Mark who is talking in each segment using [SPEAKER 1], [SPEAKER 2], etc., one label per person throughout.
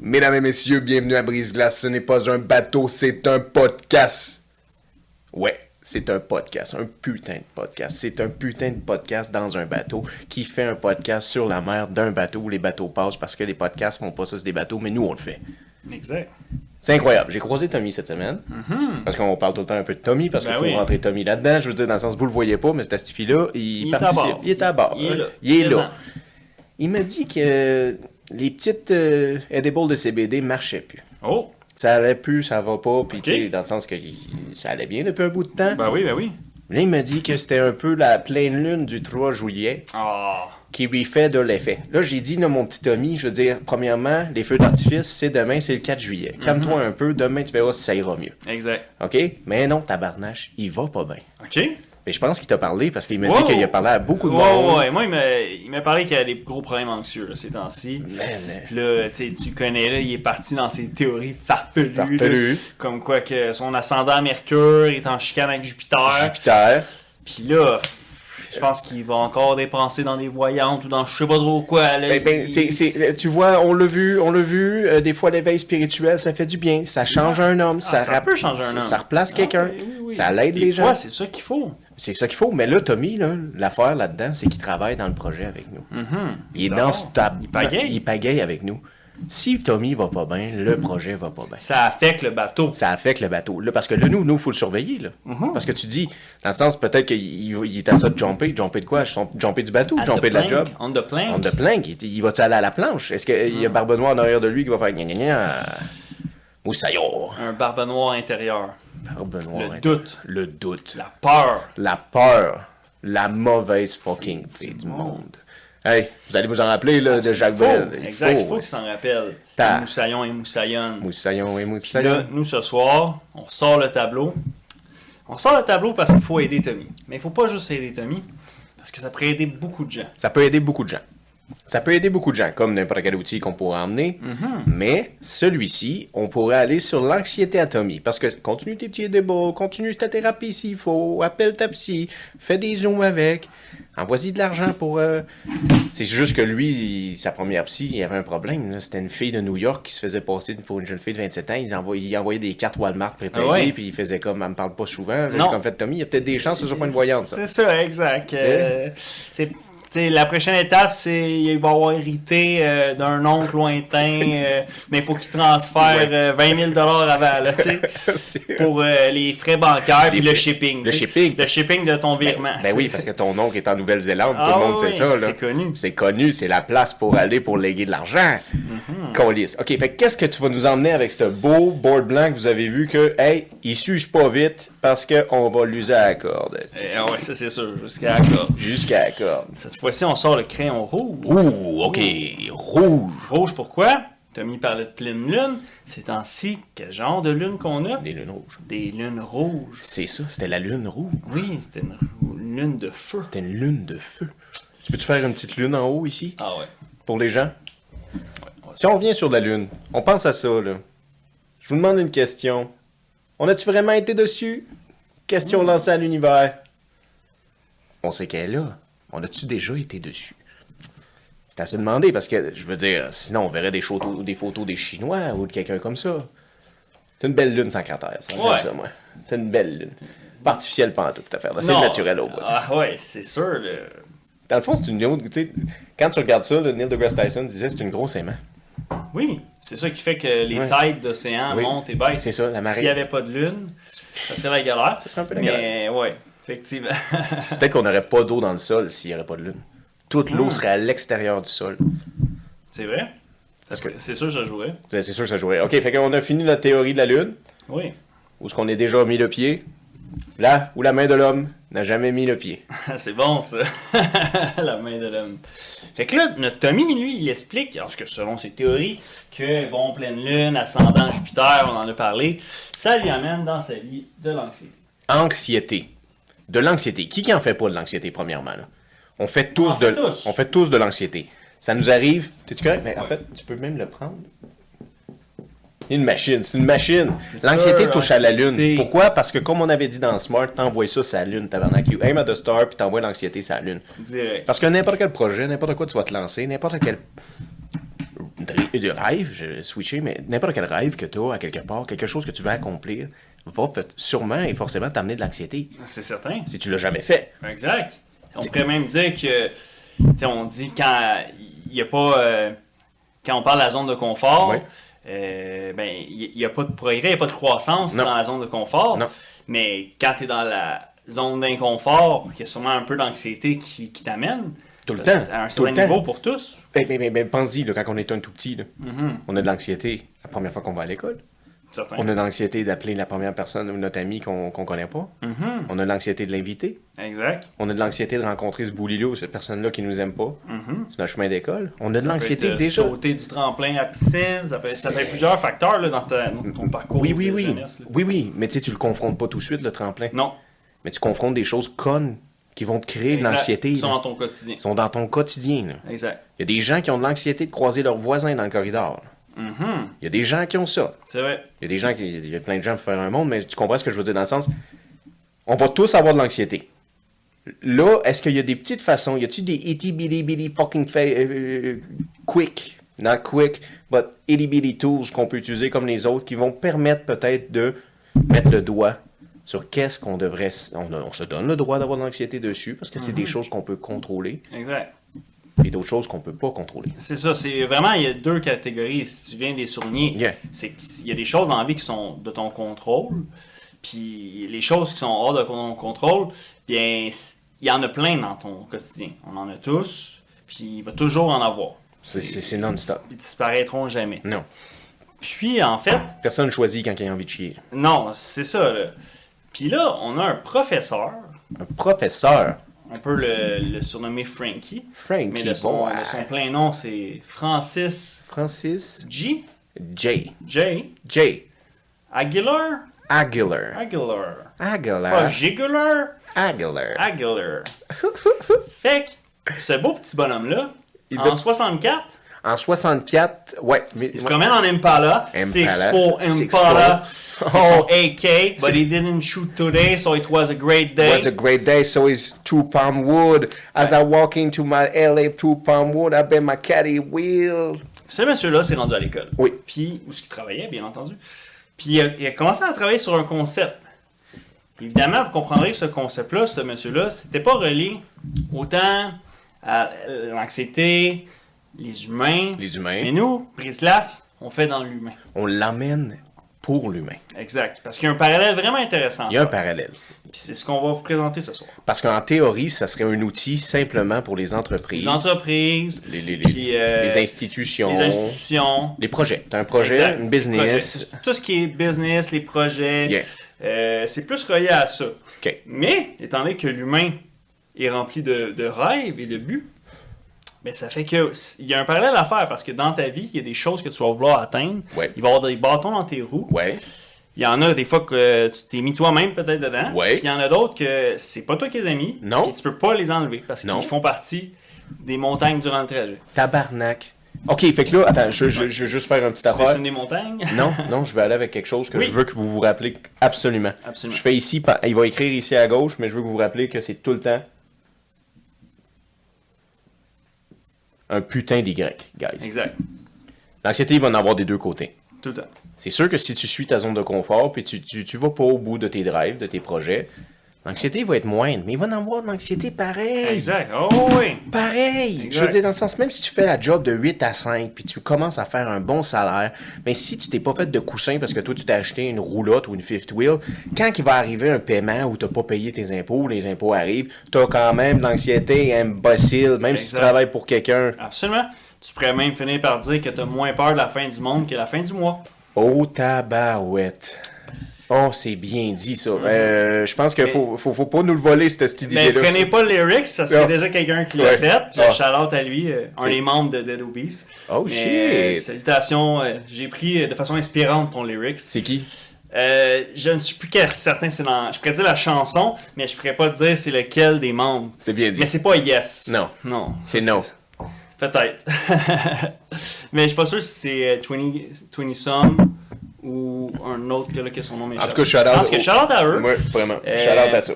[SPEAKER 1] Mesdames et messieurs, bienvenue à Brise-Glace. Ce n'est pas un bateau, c'est un podcast. Ouais, c'est un podcast, un putain de podcast. C'est un putain de podcast dans un bateau qui fait un podcast sur la mer d'un bateau où les bateaux passent parce que les podcasts font pas ça sur des bateaux, mais nous on le fait.
[SPEAKER 2] Exact.
[SPEAKER 1] C'est incroyable. J'ai croisé Tommy cette semaine. Parce qu'on parle tout le temps un peu de Tommy, parce
[SPEAKER 2] Mm-hmm. Ben
[SPEAKER 1] qu'il faut
[SPEAKER 2] oui.
[SPEAKER 1] rentrer Tommy là-dedans. Je veux dire, dans le sens, vous le voyez pas, mais cette fille-là, il,
[SPEAKER 2] Il est à
[SPEAKER 1] participe.
[SPEAKER 2] bord.
[SPEAKER 1] Il est à bord.
[SPEAKER 2] Il est là.
[SPEAKER 1] Il est là.
[SPEAKER 2] Présent.
[SPEAKER 1] Il m'a dit que les petites euh, edibles de CBD marchaient plus.
[SPEAKER 2] Oh!
[SPEAKER 1] Ça allait plus, ça va pas, puis
[SPEAKER 2] Ok.
[SPEAKER 1] tu sais, dans le sens que il- ça allait bien depuis un bout de temps.
[SPEAKER 2] Ben oui, ben oui.
[SPEAKER 1] Là, il m'a dit que c'était un peu la pleine lune du 3 juillet
[SPEAKER 2] Ah!
[SPEAKER 1] qui lui fait de l'effet. Là, j'ai dit, non, mon petit Tommy, je veux dire, premièrement, les feux d'artifice, c'est demain, c'est le 4 juillet.
[SPEAKER 2] Mhm.
[SPEAKER 1] Calme-toi un peu, demain, tu verras si ça ira mieux.
[SPEAKER 2] Exact.
[SPEAKER 1] OK? Mais non, tabarnache, il va pas bien.
[SPEAKER 2] OK.
[SPEAKER 1] Mais je pense qu'il t'a parlé parce qu'il m'a
[SPEAKER 2] Wow.
[SPEAKER 1] dit qu'il a parlé à beaucoup de
[SPEAKER 2] Ouais,
[SPEAKER 1] monde.
[SPEAKER 2] ouais, moi, il m'a- il m'a parlé qu'il y a des gros problèmes anxieux là, ces temps-ci.
[SPEAKER 1] Man, euh,
[SPEAKER 2] Puis là, tu sais, tu connais, là, il est parti dans ses théories farfelues. là.
[SPEAKER 1] Farfelues.
[SPEAKER 2] comme quoi que son ascendant Mercure est en chicane avec Jupiter.
[SPEAKER 1] Jupiter.
[SPEAKER 2] Puis là, je pense qu'il va encore dépenser dans des voyantes ou dans je sais pas trop quoi. Là,
[SPEAKER 1] Ben, ben,
[SPEAKER 2] Il-
[SPEAKER 1] c'est- c'est- tu vois, on l'a vu, on l'a vu. euh, des fois, l'éveil spirituel, ça fait du bien. Ça change un homme.
[SPEAKER 2] Ah, ça
[SPEAKER 1] rap-
[SPEAKER 2] peut changer un
[SPEAKER 1] ça-
[SPEAKER 2] homme.
[SPEAKER 1] Ça replace
[SPEAKER 2] Ah,
[SPEAKER 1] quelqu'un.
[SPEAKER 2] ben oui, oui.
[SPEAKER 1] Ça l'aide
[SPEAKER 2] Des
[SPEAKER 1] les
[SPEAKER 2] fois,
[SPEAKER 1] gens.
[SPEAKER 2] c'est ça qu'il faut.
[SPEAKER 1] C'est ça qu'il faut. Mais là, Tommy, là, l'affaire là-dedans, c'est qu'il travaille dans le projet avec nous. Il est dans
[SPEAKER 2] D'accord.
[SPEAKER 1] ce tab-
[SPEAKER 2] Mm-hmm. Il pagaille. Mm-hmm.
[SPEAKER 1] Il pagaille avec nous. Si Tommy va pas bien, le projet va pas bien.
[SPEAKER 2] Ça affecte le bateau.
[SPEAKER 1] ça affecte le bateau. Là, parce que là, nous, nous, faut le surveiller. Là.
[SPEAKER 2] Mm-hmm.
[SPEAKER 1] Parce que tu dis, dans le sens, peut-être qu'il il- il est à ça de jumper. Jumper de quoi Jump- Jumper du bateau,
[SPEAKER 2] At
[SPEAKER 1] jumper
[SPEAKER 2] the
[SPEAKER 1] de la job.
[SPEAKER 2] plank, On the plank.
[SPEAKER 1] On te plaint, il, il va-tu aller à la planche? Est-ce qu'il
[SPEAKER 2] Mm.
[SPEAKER 1] y a Barbe Noire en arrière de lui qui va faire gna gna gna? Moussaillon!
[SPEAKER 2] Un barbe noire intérieur.
[SPEAKER 1] Barbe Noire.
[SPEAKER 2] Le doute.
[SPEAKER 1] hein. Le doute. La,
[SPEAKER 2] La peur.
[SPEAKER 1] la peur. La mauvaise fucking idée du monde. Hey, vous allez vous en rappeler, là, de Jacques
[SPEAKER 2] Faut,
[SPEAKER 1] Brel. Il
[SPEAKER 2] Ah, Exact, il faut
[SPEAKER 1] faut,
[SPEAKER 2] qu'ils s'en rappellent.
[SPEAKER 1] Ta-
[SPEAKER 2] Les Moussaillons et moussaillonnes.
[SPEAKER 1] Moussaillon et
[SPEAKER 2] Puis là,
[SPEAKER 1] Moussaillon.
[SPEAKER 2] nous, ce soir, on sort le tableau. On sort le tableau parce qu'il faut aider Tommy. Mais il faut pas juste aider Tommy, parce que ça pourrait aider beaucoup de gens.
[SPEAKER 1] Ça peut aider beaucoup de gens. Ça peut aider beaucoup de gens, comme n'importe quel outil qu'on pourrait emmener.
[SPEAKER 2] Mhm.
[SPEAKER 1] Mais celui-ci, on pourrait aller sur l'anxiété à Tommy. Parce que continue tes petits débats, continue ta thérapie s'il faut, appelle ta psy, fais des zooms avec, envoie-y de l'argent pour. euh, C'est juste que lui, il- sa première psy, il avait un problème. là. C'était une fille de New York qui se faisait passer pour une jeune fille de 27 ans. Il envoyait, il envoyait des cartes Walmart prépayées,
[SPEAKER 2] Ah ouais?
[SPEAKER 1] puis il faisait comme, elle me parle pas souvent. Là,
[SPEAKER 2] Non.
[SPEAKER 1] j'ai comme fait, Tommy, il y a peut-être des chances que ce soit pas une voyante. ça.
[SPEAKER 2] C'est ça, exact. Euh, c'est- tu sais, la prochaine étape, c'est il va avoir hérité euh, d'un oncle lointain, euh, mais il faut qu'il transfère euh, 20 000 avant, là, tu sais,
[SPEAKER 1] C'est-
[SPEAKER 2] pour euh, les frais bancaires
[SPEAKER 1] Les
[SPEAKER 2] puis le
[SPEAKER 1] frais-
[SPEAKER 2] shipping.
[SPEAKER 1] le
[SPEAKER 2] tu sais.
[SPEAKER 1] shipping.
[SPEAKER 2] Le shipping de ton virement.
[SPEAKER 1] Ben oui, parce que ton oncle est en Nouvelle-Zélande,
[SPEAKER 2] Ah
[SPEAKER 1] tout le monde
[SPEAKER 2] oui,
[SPEAKER 1] sait ça. là.
[SPEAKER 2] c'est connu.
[SPEAKER 1] C'est connu, c'est la place pour aller pour léguer de l'argent. Colisse. OK, fait que qu'est-ce que tu vas nous emmener avec ce beau board blanc que vous avez vu que, hey, il suge pas vite parce qu'on va l'user à la corde. esti.
[SPEAKER 2] Eh, ah ouais, ça c'est sûr, jusqu'à la corde.
[SPEAKER 1] Jusqu'à la corde.
[SPEAKER 2] Cette fois-ci, on sort le crayon rouge.
[SPEAKER 1] Ouh, OK, rouge.
[SPEAKER 2] Rouge pourquoi? Tommy parlait de pleine lune. C'est ainsi, quel genre de lune qu'on a?
[SPEAKER 1] Des lunes rouges.
[SPEAKER 2] Des lunes rouges.
[SPEAKER 1] C'est ça, c'était la lune rouge.
[SPEAKER 2] Oui, c'était une rou- lune de feu.
[SPEAKER 1] C'était une lune de feu. Tu peux-tu faire une petite lune en haut ici,
[SPEAKER 2] Ah ouais.
[SPEAKER 1] pour les gens?
[SPEAKER 2] on va-
[SPEAKER 1] Si on revient sur la Lune, on pense à ça, là. Je vous demande une question. On a-tu vraiment été dessus? Question lancée à l'univers. Hmm. On sait qu'elle est là. On a-tu déjà été dessus? C'est à se demander parce que, je veux dire, sinon on verrait des photos des, photos des Chinois ou de quelqu'un comme ça. C'est une belle lune sans cratère, ça. j'aime
[SPEAKER 2] Ouais.
[SPEAKER 1] ça, moi. C'est une belle lune. Pas artificielle pantoute, cette affaire-là. C'est
[SPEAKER 2] Non.
[SPEAKER 1] naturel au bout.
[SPEAKER 2] Ah ouais, c'est sûr. le-
[SPEAKER 1] Dans le fond, c'est une lune. Tu sais, quand tu regardes ça, là, Neil deGrasse Tyson disait c'est une grosse aimant.
[SPEAKER 2] Oui, c'est ça qui fait que les
[SPEAKER 1] Ouais.
[SPEAKER 2] têtes d'océan
[SPEAKER 1] Oui.
[SPEAKER 2] montent et baissent.
[SPEAKER 1] C'est ça, la marée.
[SPEAKER 2] S'il n'y avait pas de lune, ça serait la galère. Ça
[SPEAKER 1] serait un peu la
[SPEAKER 2] Mais ouais, effectivement.
[SPEAKER 1] Peut-être qu'on n'aurait pas d'eau dans le sol s'il n'y aurait pas de lune. Toute l'eau serait à l'extérieur du sol.
[SPEAKER 2] c'est vrai. Parce que c'est sûr, je jouerais.
[SPEAKER 1] Ben, C'est sûr que ça jouerait. OK, fait qu'on a fini notre théorie de la lune,
[SPEAKER 2] Oui.
[SPEAKER 1] où ce qu'on est déjà mis le pied, là où la main de l'homme n'a jamais mis le pied.
[SPEAKER 2] Ah, C'est bon, ça. la main de l'homme. Fait que là, notre Tommy, lui, il explique, parce que selon ses théories, que, bon, pleine lune, ascendant Jupiter, on en a parlé, ça lui amène dans sa vie de l'anxiété.
[SPEAKER 1] Anxiété. De l'anxiété. Qui qui en fait pas de l'anxiété, premièrement? là? On fait tous
[SPEAKER 2] Ah, On
[SPEAKER 1] de
[SPEAKER 2] fait tous.
[SPEAKER 1] On fait tous de l'anxiété. Ça nous arrive. T'es-tu correct? Mais en fait, tu peux même le prendre. C'est une machine, c'est une machine.
[SPEAKER 2] C'est
[SPEAKER 1] L'anxiété
[SPEAKER 2] sûr,
[SPEAKER 1] touche à la
[SPEAKER 2] l'anxiété.
[SPEAKER 1] lune. Pourquoi? Parce que comme on avait dit dans Smart, t'envoies ça sur la lune, tabarnak. You aim at the star, puis t'envoies l'anxiété sur la lune.
[SPEAKER 2] Direct.
[SPEAKER 1] Parce que n'importe quel projet, n'importe quoi tu vas te lancer, n'importe quel. dri- de rêve, je switché, mais n'importe quel rêve que tu as à quelque part, quelque chose que tu veux accomplir, va peut- sûrement et forcément t'amener de l'anxiété
[SPEAKER 2] C'est certain.
[SPEAKER 1] si tu l'as jamais fait.
[SPEAKER 2] Exact. On pourrait même dire que, tu sais, on dit quand il n'y a pas, euh, quand on parle de la zone de confort,
[SPEAKER 1] Ouais.
[SPEAKER 2] euh, ben il n'y a pas de progrès, il n'y a pas de croissance
[SPEAKER 1] Non.
[SPEAKER 2] dans la zone de confort.
[SPEAKER 1] Non.
[SPEAKER 2] Mais quand tu es dans la zone d'inconfort, ben, il y a sûrement un peu d'anxiété qui, qui t'amène.
[SPEAKER 1] Tout le temps,
[SPEAKER 2] À un
[SPEAKER 1] tout le
[SPEAKER 2] certain
[SPEAKER 1] temps.
[SPEAKER 2] niveau pour tous.
[SPEAKER 1] Eh, Mais, mais, mais, mais pense-y, là, quand on est un tout petit, là,
[SPEAKER 2] Mm-hmm.
[SPEAKER 1] on a de l'anxiété la première fois qu'on va à l'école.
[SPEAKER 2] Certain.
[SPEAKER 1] On a de l'anxiété d'appeler la première personne ou notre ami qu'on qu'on connaît pas.
[SPEAKER 2] Mhm.
[SPEAKER 1] On a de l'anxiété de l'inviter.
[SPEAKER 2] Exact.
[SPEAKER 1] On a de l'anxiété de rencontrer ce boulillo, cette personne-là qui nous aime pas.
[SPEAKER 2] Mhm.
[SPEAKER 1] C'est notre chemin d'école. On a de
[SPEAKER 2] Ça peut être,
[SPEAKER 1] l'anxiété
[SPEAKER 2] euh,
[SPEAKER 1] déjà.
[SPEAKER 2] Sauter du tremplin à piscine, ça peut être, ça peut être
[SPEAKER 1] C'est-
[SPEAKER 2] plusieurs facteurs là, dans, ta- dans ton parcours
[SPEAKER 1] Oui, oui,
[SPEAKER 2] de
[SPEAKER 1] oui.
[SPEAKER 2] jeunesse. là.
[SPEAKER 1] Oui, oui. Mais tu sais, tu le confrontes pas tout de suite, le tremplin.
[SPEAKER 2] Non.
[SPEAKER 1] Mais tu confrontes des choses connes qui vont te créer de
[SPEAKER 2] Exact.
[SPEAKER 1] l'anxiété.
[SPEAKER 2] Ils sont
[SPEAKER 1] là.
[SPEAKER 2] dans ton quotidien.
[SPEAKER 1] Ils sont dans ton quotidien. là.
[SPEAKER 2] Exact.
[SPEAKER 1] Il y a des gens qui ont de l'anxiété de croiser leurs voisins dans le corridor. là.
[SPEAKER 2] Mhm.
[SPEAKER 1] Il y a des gens qui ont ça.
[SPEAKER 2] C'est vrai.
[SPEAKER 1] Il y a des gens qui. Il y a plein de gens pour faire un monde, mais tu comprends ce que je veux dire dans le sens. On va tous avoir de l'anxiété. Là, est-ce qu'il y a des petites façons? Y a-tu des itty bitty bitty fucking fa- euh, quick, not quick, but itty bitty tools qu'on peut utiliser comme les autres qui vont permettre peut-être de mettre le doigt sur qu'est-ce qu'on devrait. On, a- on se donne le droit d'avoir de l'anxiété dessus parce que c'est des choses qu'on peut contrôler
[SPEAKER 2] Exact.
[SPEAKER 1] et d'autres choses qu'on peut pas contrôler.
[SPEAKER 2] C'est ça. C'est vraiment, il y a deux catégories. Si tu viens de les souligner,
[SPEAKER 1] Yeah.
[SPEAKER 2] c'est qu'il y a des choses dans la vie qui sont de ton contrôle, puis les choses qui sont hors de ton contrôle, bien, c- il y en a plein dans ton quotidien. On en a tous, puis il va toujours en avoir.
[SPEAKER 1] C'est- C'est c'est non-stop.
[SPEAKER 2] Ils disparaîtront jamais.
[SPEAKER 1] Non.
[SPEAKER 2] Puis, en fait,
[SPEAKER 1] Personne choisit quand il a envie de chier.
[SPEAKER 2] non, c'est ça. là. Puis là, on a un professeur,
[SPEAKER 1] Un professeur,
[SPEAKER 2] on peut le, le surnommer Frankie, mais
[SPEAKER 1] Frankie,
[SPEAKER 2] de son,
[SPEAKER 1] boy.
[SPEAKER 2] de son plein nom, c'est Francis
[SPEAKER 1] Francis
[SPEAKER 2] G.
[SPEAKER 1] J.
[SPEAKER 2] J.
[SPEAKER 1] J.
[SPEAKER 2] Aguilar?
[SPEAKER 1] Aguilar.
[SPEAKER 2] Aguilar. Pas Oh,
[SPEAKER 1] Aguilar.
[SPEAKER 2] Gigular,
[SPEAKER 1] Aguilar.
[SPEAKER 2] Aguilar. fait que ce beau petit bonhomme-là,
[SPEAKER 1] Il
[SPEAKER 2] en
[SPEAKER 1] va-
[SPEAKER 2] 64,
[SPEAKER 1] En 64, ouais. Mais,
[SPEAKER 2] il se
[SPEAKER 1] ouais.
[SPEAKER 2] promène en Impala,
[SPEAKER 1] Impala,
[SPEAKER 2] 6-4
[SPEAKER 1] 6'4".
[SPEAKER 2] Impala,
[SPEAKER 1] Oh.
[SPEAKER 2] son AK, but he didn't shoot today, so it was a great day.
[SPEAKER 1] was a great day, so is two palm wood. As I walk into my LA two palm wood, I bet my caddy wheel.
[SPEAKER 2] Ce monsieur-là s'est rendu à l'école.
[SPEAKER 1] Oui.
[SPEAKER 2] Puis, où ce qu'il travaillait, bien entendu. Puis, il a, il a commencé à travailler sur un concept. Évidemment, vous comprendrez que ce concept-là, ce monsieur-là, c'était pas relié autant à euh, l'anxiété, les humains.
[SPEAKER 1] Les humains.
[SPEAKER 2] Mais nous, Prislas, on fait dans l'humain.
[SPEAKER 1] On l'emmène pour l'humain.
[SPEAKER 2] Exact. Parce qu'il y a un parallèle vraiment intéressant.
[SPEAKER 1] Il y a un parallèle.
[SPEAKER 2] Puis c'est ce qu'on va vous présenter ce soir.
[SPEAKER 1] Parce qu'en théorie, ça serait un outil simplement pour les entreprises,
[SPEAKER 2] Les entreprises,
[SPEAKER 1] les, les- les-
[SPEAKER 2] puis, euh,
[SPEAKER 1] les institutions,
[SPEAKER 2] les institutions,
[SPEAKER 1] les projets. T'as un projet,
[SPEAKER 2] Exact.
[SPEAKER 1] une
[SPEAKER 2] Projet.
[SPEAKER 1] business.
[SPEAKER 2] C'est Tout ce qui est business, les projets,
[SPEAKER 1] Yeah.
[SPEAKER 2] euh, c'est plus relié à ça.
[SPEAKER 1] OK.
[SPEAKER 2] Mais, étant donné que l'humain est rempli de, de rêves et de buts, ben, ça fait que s- il y a un parallèle à faire parce que dans ta vie, il y a des choses que tu vas vouloir atteindre.
[SPEAKER 1] Ouais.
[SPEAKER 2] Il va y avoir des bâtons dans tes roues.
[SPEAKER 1] Ouais.
[SPEAKER 2] Il y en a des fois que euh, tu t'es mis toi-même peut-être dedans.
[SPEAKER 1] Ouais.
[SPEAKER 2] Puis il y en a d'autres que c'est pas toi qui les as mis.
[SPEAKER 1] Non.
[SPEAKER 2] Puis tu peux pas les enlever parce
[SPEAKER 1] Non.
[SPEAKER 2] qu'ils font partie des montagnes durant le trajet.
[SPEAKER 1] Tabarnak. OK, fait que là, attends, je, je, je vais juste faire un petit
[SPEAKER 2] Tu
[SPEAKER 1] affaire.
[SPEAKER 2] dessines des montagnes.
[SPEAKER 1] Non, non, je vais aller avec quelque chose que
[SPEAKER 2] Oui.
[SPEAKER 1] je veux que vous vous rappelez absolument.
[SPEAKER 2] Absolument.
[SPEAKER 1] Je fais ici, pa- il va écrire ici à gauche, mais je veux que vous vous rappelez que c'est tout le temps un putain d'Y, guys.
[SPEAKER 2] Exact.
[SPEAKER 1] L'anxiété, il va en avoir des deux côtés.
[SPEAKER 2] Tout le temps.
[SPEAKER 1] C'est sûr que si tu suis ta zone de confort, puis tu, tu, tu vas pas au bout de tes drives, de tes projets, l'anxiété va être moindre, mais il va en avoir de l'anxiété pareil.
[SPEAKER 2] Exact. Oh oui.
[SPEAKER 1] Pareil!
[SPEAKER 2] Exact.
[SPEAKER 1] Je veux dire, dans le sens, même si tu fais la job de 8 à 5, puis tu commences à faire un bon salaire, mais si tu t'es pas fait de coussin parce que toi, tu t'es acheté une roulotte ou une fifth wheel, quand il va arriver un paiement où t'as pas payé tes impôts, les impôts arrivent, t'as quand même de l'anxiété imbécile, même si tu
[SPEAKER 2] Exact.
[SPEAKER 1] travailles pour quelqu'un.
[SPEAKER 2] Absolument. Tu pourrais même finir par dire que t'as moins peur de la fin du monde que la fin du mois.
[SPEAKER 1] Oh, tabarouette! Oh, c'est bien dit, ça. Euh, je pense qu'il
[SPEAKER 2] Mhm. Mais-
[SPEAKER 1] faut, faut, faut pas nous le voler, cette, cette
[SPEAKER 2] Mais
[SPEAKER 1] idée-là.
[SPEAKER 2] prenez pas les risques, parce qu'il y a
[SPEAKER 1] Non.
[SPEAKER 2] déjà quelqu'un qui l'a
[SPEAKER 1] Ah. Ouais.
[SPEAKER 2] fait. Je
[SPEAKER 1] Ah.
[SPEAKER 2] shout-out à lui, euh, un
[SPEAKER 1] C'est-
[SPEAKER 2] des membres de Dead Obese.
[SPEAKER 1] Oh,
[SPEAKER 2] Mais,
[SPEAKER 1] shit.
[SPEAKER 2] euh, salutations, euh, j'ai pris euh, de façon inspirante ton lyrics.
[SPEAKER 1] C'est qui?
[SPEAKER 2] Euh, je ne suis plus qu'à certain, c'est dans... Je pourrais dire la chanson, mais je pourrais pas te dire c'est lequel des membres.
[SPEAKER 1] C'est bien dit.
[SPEAKER 2] Mais c'est pas yes.
[SPEAKER 1] Non.
[SPEAKER 2] Non. ça,
[SPEAKER 1] C'est non.
[SPEAKER 2] Peut-être. mais je suis pas sûr si c'est euh, 20, 20 Some ou un autre gars là que son nom est
[SPEAKER 1] En tout cas, shout-out
[SPEAKER 2] Parce que
[SPEAKER 1] au-
[SPEAKER 2] shout-out à eux.
[SPEAKER 1] Ouais, vraiment.
[SPEAKER 2] Euh,
[SPEAKER 1] Shout-out à ça.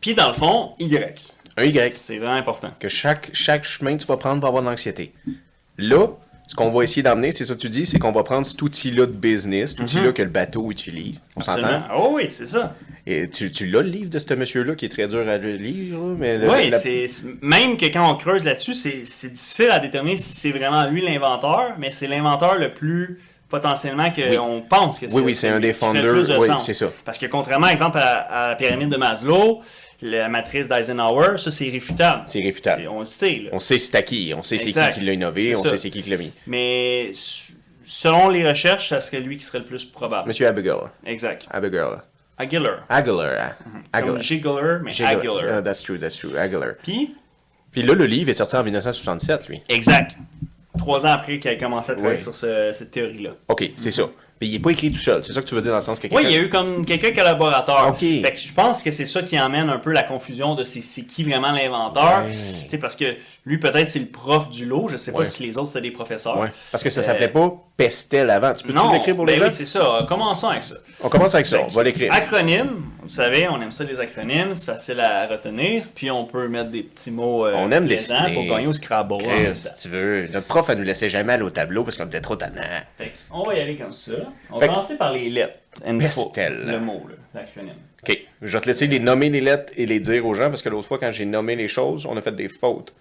[SPEAKER 2] Puis dans le fond, Y.
[SPEAKER 1] Un Y.
[SPEAKER 2] C'est vraiment important.
[SPEAKER 1] que chaque, chaque chemin que tu vas prendre va avoir de l'anxiété. Là, Ce qu'on va essayer d'emmener, c'est ça que tu dis, c'est qu'on va prendre cet outil-là de business, cet outil-là que le bateau utilise. On s'entend?
[SPEAKER 2] Mhm. Absolument. Oh oui, c'est ça.
[SPEAKER 1] Et tu, tu l'as le livre de ce monsieur-là qui est très dur à lire, là, mais le-
[SPEAKER 2] Oui,
[SPEAKER 1] Euh, la-
[SPEAKER 2] c'est c'est- même que quand on creuse là-dessus, c'est c'est difficile à déterminer si c'est vraiment lui l'inventeur, mais c'est l'inventeur le plus potentiellement
[SPEAKER 1] Oui.
[SPEAKER 2] qu'on pense que c'est.
[SPEAKER 1] Oui, oui, c'est un
[SPEAKER 2] celui
[SPEAKER 1] des
[SPEAKER 2] qui fait le
[SPEAKER 1] founders.
[SPEAKER 2] plus de
[SPEAKER 1] Oui,
[SPEAKER 2] sens.
[SPEAKER 1] c'est ça.
[SPEAKER 2] Parce que contrairement, exemple, à, à la pyramide de Maslow, la matrice d'Eisenhower, ça c'est réfutable.
[SPEAKER 1] C'est réfutable.
[SPEAKER 2] C'est- On le sait. là.
[SPEAKER 1] On sait c'est à qui, on sait c'est
[SPEAKER 2] Exact.
[SPEAKER 1] qui qui l'a innové,
[SPEAKER 2] C'est
[SPEAKER 1] on
[SPEAKER 2] ça.
[SPEAKER 1] sait c'est qui qui l'a mis.
[SPEAKER 2] Mais s- selon les recherches, ça serait lui qui serait le plus probable.
[SPEAKER 1] Monsieur Abigail.
[SPEAKER 2] Exact.
[SPEAKER 1] Abigail.
[SPEAKER 2] Aguilar.
[SPEAKER 1] Aguilar.
[SPEAKER 2] Mhm. Comme Jiggler, mais
[SPEAKER 1] Aguilar.
[SPEAKER 2] Aguilar.
[SPEAKER 1] Ah, that's true, that's true. Aguilar.
[SPEAKER 2] Puis,
[SPEAKER 1] Puis là, le livre est sorti en 1967, lui.
[SPEAKER 2] exact. Trois ans après qu'il a commencé à travailler
[SPEAKER 1] Oui.
[SPEAKER 2] sur ce- cette théorie-là.
[SPEAKER 1] OK, c'est ça. Mais il n'est pas écrit tout seul. C'est ça que tu veux dire dans le sens que
[SPEAKER 2] Mhm. Oui,
[SPEAKER 1] quelqu'un-
[SPEAKER 2] il y a eu comme quelqu'un collaborateur.
[SPEAKER 1] Ok.
[SPEAKER 2] Fait que je pense que c'est ça qui emmène un peu la confusion de c'est c'est qui vraiment l'inventeur. Tu sais, parce que lui, peut-être, c'est le prof du lot. Je sais pas
[SPEAKER 1] Ouais.
[SPEAKER 2] si les autres, c'était des professeurs.
[SPEAKER 1] Ouais. Ah. Parce que ça
[SPEAKER 2] Euh,
[SPEAKER 1] s'appelait pas Pestel avant. Tu peux-tu
[SPEAKER 2] Non,
[SPEAKER 1] l'écrire pour les
[SPEAKER 2] ben
[SPEAKER 1] gens?
[SPEAKER 2] oui, c'est Ben, Ah, ça. Commençons avec ça.
[SPEAKER 1] on commence avec ça.
[SPEAKER 2] Fait
[SPEAKER 1] On
[SPEAKER 2] que,
[SPEAKER 1] va l'écrire.
[SPEAKER 2] Acronyme, vous savez, on aime ça les acronymes, c'est facile à retenir, puis on peut mettre des petits mots euh,
[SPEAKER 1] On aime
[SPEAKER 2] plaisants
[SPEAKER 1] dessiner.
[SPEAKER 2] pour gagner au Scrabble. en
[SPEAKER 1] Chris,
[SPEAKER 2] même temps.
[SPEAKER 1] si tu veux. Notre prof, elle nous laissait jamais aller au tableau parce qu'on était trop tannant.
[SPEAKER 2] Fait que on va y aller comme ça. On va
[SPEAKER 1] Fait que-
[SPEAKER 2] commencer par les lettres. Une
[SPEAKER 1] Pestel.
[SPEAKER 2] fois, Le mot, là, l'acronyme.
[SPEAKER 1] OK. Je vais te laisser les nommer les lettres et les dire aux gens parce que l'autre fois, quand j'ai nommé les choses, on a fait des fautes.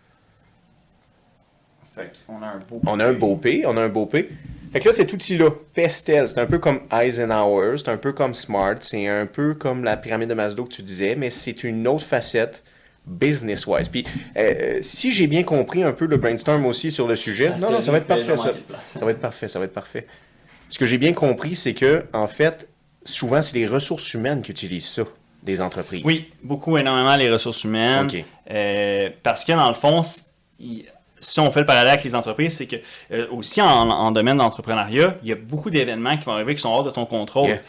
[SPEAKER 2] Fait qu'on a un beau.
[SPEAKER 1] On a un beau P, on a un beau P. Fait que là, cet outil-là, Pestel, c'est un peu comme Eisenhower, c'est un peu comme Smart, c'est un peu comme la pyramide de Maslow que tu disais, mais c'est une autre facette business-wise. Puis, euh, si j'ai bien compris un peu le brainstorm aussi sur le sujet,
[SPEAKER 2] Ah,
[SPEAKER 1] non, non, ça va être
[SPEAKER 2] c'est
[SPEAKER 1] parfait,
[SPEAKER 2] légèrement
[SPEAKER 1] ça.
[SPEAKER 2] à quelle place.
[SPEAKER 1] Ça va être parfait, ça va être parfait. Ce que j'ai bien compris, c'est que, en fait, souvent, c'est les ressources humaines qui utilisent ça, des entreprises.
[SPEAKER 2] Oui, beaucoup énormément les ressources humaines.
[SPEAKER 1] Ok.
[SPEAKER 2] Euh, parce que dans le fond, c- il- si on fait le parallèle avec les entreprises, c'est que euh, aussi en, en domaine d'entrepreneuriat, il y a beaucoup d'événements qui vont arriver qui sont hors de ton contrôle.
[SPEAKER 1] Yeah.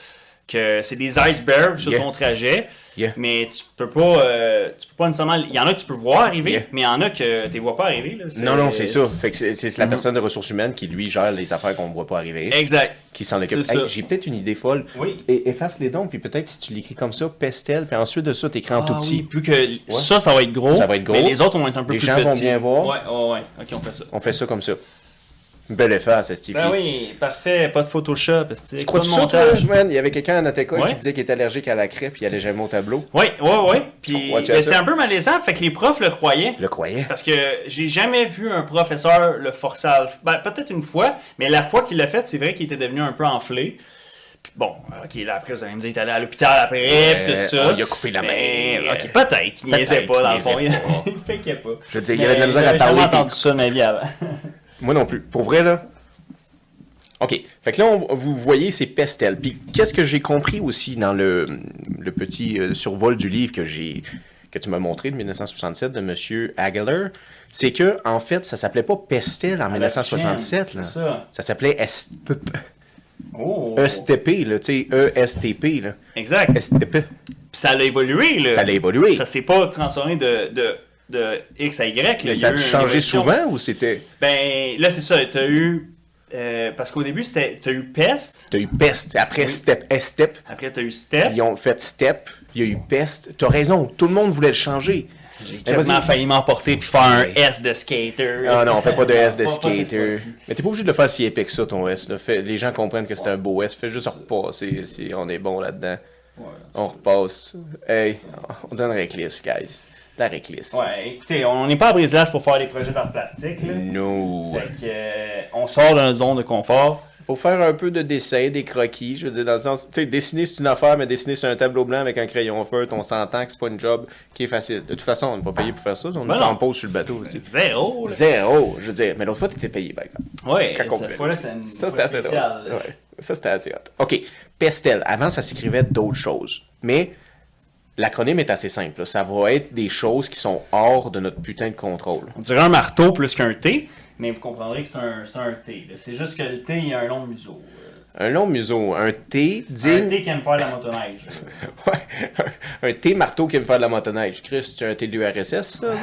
[SPEAKER 2] Que c'est des icebergs sur
[SPEAKER 1] Yeah.
[SPEAKER 2] ton trajet,
[SPEAKER 1] Yeah.
[SPEAKER 2] mais tu peux pas, euh, tu peux pas nécessairement. Il y en a que tu peux voir arriver,
[SPEAKER 1] Yeah.
[SPEAKER 2] mais il y en a que tu les vois pas arriver. là. C'est- Mhm.
[SPEAKER 1] Non, non, c'est ça. Fait que c'est c'est la personne de ressources humaines qui, lui, gère les affaires qu'on ne voit pas arriver.
[SPEAKER 2] Exact.
[SPEAKER 1] qui s'en occupe.
[SPEAKER 2] C'est ça.
[SPEAKER 1] Hey, j'ai peut-être une idée folle.
[SPEAKER 2] Oui.
[SPEAKER 1] Et, efface les dons, puis peut-être si tu l'écris comme ça, pestel, puis ensuite de ça, t'écris en tout
[SPEAKER 2] Ah
[SPEAKER 1] petit.
[SPEAKER 2] oui, plus que ça, ça va être gros.
[SPEAKER 1] Ça va être gros.
[SPEAKER 2] Mais les autres vont être un peu
[SPEAKER 1] Les
[SPEAKER 2] plus
[SPEAKER 1] gens
[SPEAKER 2] petits.
[SPEAKER 1] vont bien voir.
[SPEAKER 2] Ouais, ouais, ouais. Ok, on fait ça.
[SPEAKER 1] On fait ça comme ça. Belle efface, Stevie.
[SPEAKER 2] Ben oui, parfait, pas de Photoshop, c'est pas de
[SPEAKER 1] Crois-tu ça, toi,
[SPEAKER 2] montage.
[SPEAKER 1] man? Il y avait quelqu'un à notre école
[SPEAKER 2] Ouais.
[SPEAKER 1] qui disait qu'il était allergique à la crêpe, il allait jamais au tableau.
[SPEAKER 2] Oui, oui, oui. Puis
[SPEAKER 1] Crois-tu à
[SPEAKER 2] ben,
[SPEAKER 1] ça?
[SPEAKER 2] c'était un peu malaisant, fait que les profs le croyaient.
[SPEAKER 1] Je le croyais.
[SPEAKER 2] Parce que j'ai jamais vu un professeur le forcer à le f- ben, peut-être une fois, mais la fois qu'il l'a fait, c'est vrai qu'il était devenu un peu enflé. Puis bon, ok, là après, vous allez me dire, il est allé à l'hôpital après, puis tout
[SPEAKER 1] Euh,
[SPEAKER 2] ça.
[SPEAKER 1] on lui a coupé la
[SPEAKER 2] Mais,
[SPEAKER 1] main. euh,
[SPEAKER 2] Ok, peut-être qu'il
[SPEAKER 1] Peut-être
[SPEAKER 2] niaisait pas, dans le
[SPEAKER 1] qu'il
[SPEAKER 2] fond. Il
[SPEAKER 1] niaisait pas.
[SPEAKER 2] fait pas.
[SPEAKER 1] Je veux dire, il y avait de la
[SPEAKER 2] Mais
[SPEAKER 1] misère à
[SPEAKER 2] j'avais jamais
[SPEAKER 1] parler,
[SPEAKER 2] entendu ça de ma vie avant. Ah, ben,
[SPEAKER 1] Moi non plus. Pour vrai, là. OK. Fait que là, on- vous voyez, c'est pestel. Puis qu'est-ce que j'ai compris aussi dans le, le petit euh, survol du livre que j'ai que tu m'as montré de 1967 de Monsieur Aguilar, c'est que en fait, ça s'appelait pas pestel en 1967 là.
[SPEAKER 2] Ah, ben, C'est ça.
[SPEAKER 1] Ça s'appelait E STP,
[SPEAKER 2] Oh.
[SPEAKER 1] Euh, ESTP là, tu sais, E ESTP là.
[SPEAKER 2] Exact.
[SPEAKER 1] STP.
[SPEAKER 2] Puis ça l'a évolué, là.
[SPEAKER 1] Ça l'a évolué.
[SPEAKER 2] Ça s'est pas transformé de, de, de X à Y. Là. Il y
[SPEAKER 1] Mais ça
[SPEAKER 2] eu
[SPEAKER 1] a
[SPEAKER 2] une
[SPEAKER 1] changé
[SPEAKER 2] évolution.
[SPEAKER 1] souvent ou c'était
[SPEAKER 2] Ben, là, c'est ça. T'as eu. euh, parce qu'au début, c'était. T'as eu Pest.
[SPEAKER 1] T'as eu peste, après
[SPEAKER 2] Oui.
[SPEAKER 1] step, E STEP,
[SPEAKER 2] Après, t'as eu Step.
[SPEAKER 1] ils ont fait step, il y a eu peste. T'as raison, tout le monde voulait le changer.
[SPEAKER 2] J'ai
[SPEAKER 1] Mais
[SPEAKER 2] quasiment
[SPEAKER 1] vas-y.
[SPEAKER 2] failli m'emporter puis faire un
[SPEAKER 1] Ouais.
[SPEAKER 2] S de skater.
[SPEAKER 1] Ah non, on fait pas de S de
[SPEAKER 2] Pas- pas cette
[SPEAKER 1] skater.
[SPEAKER 2] fois-ci.
[SPEAKER 1] Mais t'es pas obligé de le faire si épique que ça, ton S. là. Fais- les gens comprennent que c'est un beau S. Fais juste repasser si on est bon là-dedans.
[SPEAKER 2] Ouais.
[SPEAKER 1] On repasse. Hey, on dit une réclisse, guys. La réclisse.
[SPEAKER 2] Ouais, écoutez, on n'est pas à Brésilas pour faire des projets d'art plastique, là.
[SPEAKER 1] No.
[SPEAKER 2] Fait que, euh, on sort de notre zone de confort.
[SPEAKER 1] Faut faire un peu de dessin, des croquis, je veux dire, dans le sens, tu sais, dessiner c'est une affaire, mais dessiner sur un tableau blanc avec un crayon feutre, on s'entend que c'est pas une job qui est facile. De toute façon, on n'est pas payé pour faire ça, on
[SPEAKER 2] Ben
[SPEAKER 1] est
[SPEAKER 2] non.
[SPEAKER 1] en pause sur le bateau. tu sais.
[SPEAKER 2] Zéro, là.
[SPEAKER 1] Zéro, je veux dire, mais l'autre fois t'étais payé par exemple.
[SPEAKER 2] Ouais,
[SPEAKER 1] Quand on
[SPEAKER 2] cette
[SPEAKER 1] fait.
[SPEAKER 2] fois-là, c'était une.
[SPEAKER 1] Ça,
[SPEAKER 2] fois
[SPEAKER 1] c'était assez drôle.
[SPEAKER 2] spéciale, là.
[SPEAKER 1] Ouais. Ça, c'était assez hot. OK. Pestel. Avant, ça s'écrivait d'autres choses. Mais l'acronyme est assez simple. là. Ça va être des choses qui sont hors de notre putain de contrôle.
[SPEAKER 2] On dirait un marteau plus qu'un T, mais vous comprendrez que c'est un, c'est un T. là. C'est juste que le T, il a un long museau. euh.
[SPEAKER 1] Un long museau, un thé
[SPEAKER 2] Un
[SPEAKER 1] digne.
[SPEAKER 2] T qui aime faire de la motoneige. euh.
[SPEAKER 1] Ouais. un thé marteau qui aime faire de la motoneige. Chris, tu as un thé de l'URSS, ça? là?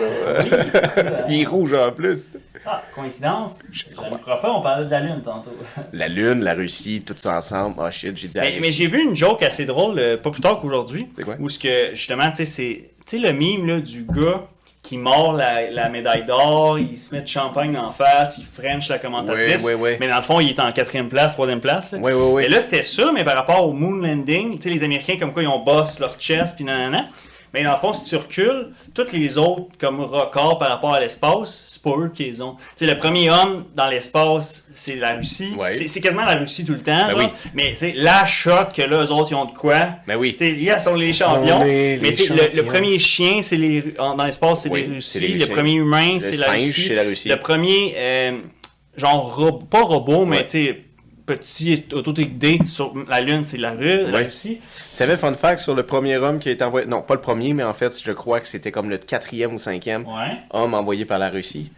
[SPEAKER 2] Oui, c'est ça.
[SPEAKER 1] Il est rouge en plus.
[SPEAKER 2] Ah, coïncidence? Je
[SPEAKER 1] crois.
[SPEAKER 2] ne crois pas, on parlait de la Lune tantôt.
[SPEAKER 1] La Lune, la Russie, tout ça ensemble. Oh shit, j'ai dit à
[SPEAKER 2] Mais, mais
[SPEAKER 1] Russie.
[SPEAKER 2] j'ai vu une joke assez drôle, euh, pas plus tard qu'aujourd'hui.
[SPEAKER 1] C'est quoi?
[SPEAKER 2] Où ce que, justement, tu sais, c'est- tu sais, le mime là, du gars qui mord la, la médaille d'or, il se met de champagne en face, il French la commentatrice.
[SPEAKER 1] Oui, oui, oui.
[SPEAKER 2] Mais dans le fond, il est en quatrième place, troisième place. là.
[SPEAKER 1] Oui, oui, oui.
[SPEAKER 2] Et là, c'était ça, mais par rapport au moon landing, tu sais, les Américains, comme quoi, ils ont boss leur chest, puis nanana. Mais dans le fond, si tu recules, tous les autres, comme records par rapport à l'espace, c'est pas eux qui les ont. Tu sais, le premier homme dans l'espace, c'est la Russie.
[SPEAKER 1] Ouais.
[SPEAKER 2] C'est c'est quasiment la Russie tout le temps.
[SPEAKER 1] Ben
[SPEAKER 2] là.
[SPEAKER 1] oui.
[SPEAKER 2] Mais tu sais, la choc que là, eux autres, ils ont de quoi.
[SPEAKER 1] Ben oui.
[SPEAKER 2] Tu sais, yes, on est les champions.
[SPEAKER 1] On est
[SPEAKER 2] mais
[SPEAKER 1] les
[SPEAKER 2] tu sais, le, le
[SPEAKER 1] champions.
[SPEAKER 2] premier chien, c'est les, Ru- en- dans l'espace, c'est
[SPEAKER 1] Oui,
[SPEAKER 2] les Russies.
[SPEAKER 1] c'est les
[SPEAKER 2] Le
[SPEAKER 1] Russiens.
[SPEAKER 2] premier humain, c'est
[SPEAKER 1] Le
[SPEAKER 2] la,
[SPEAKER 1] singe,
[SPEAKER 2] Russie.
[SPEAKER 1] c'est la Russie.
[SPEAKER 2] Le premier, euh, genre, ro- pas robot, mais
[SPEAKER 1] Ouais.
[SPEAKER 2] tu sais, petit auto-guidé sur la Lune, c'est la, Ru- la
[SPEAKER 1] Ouais.
[SPEAKER 2] Russie.
[SPEAKER 1] Tu savais, fun fact, sur le premier homme qui a été envoyé. Non, pas le premier, mais en fait, je crois que c'était comme le quatrième ou cinquième
[SPEAKER 2] Ouais.
[SPEAKER 1] homme envoyé par la Russie.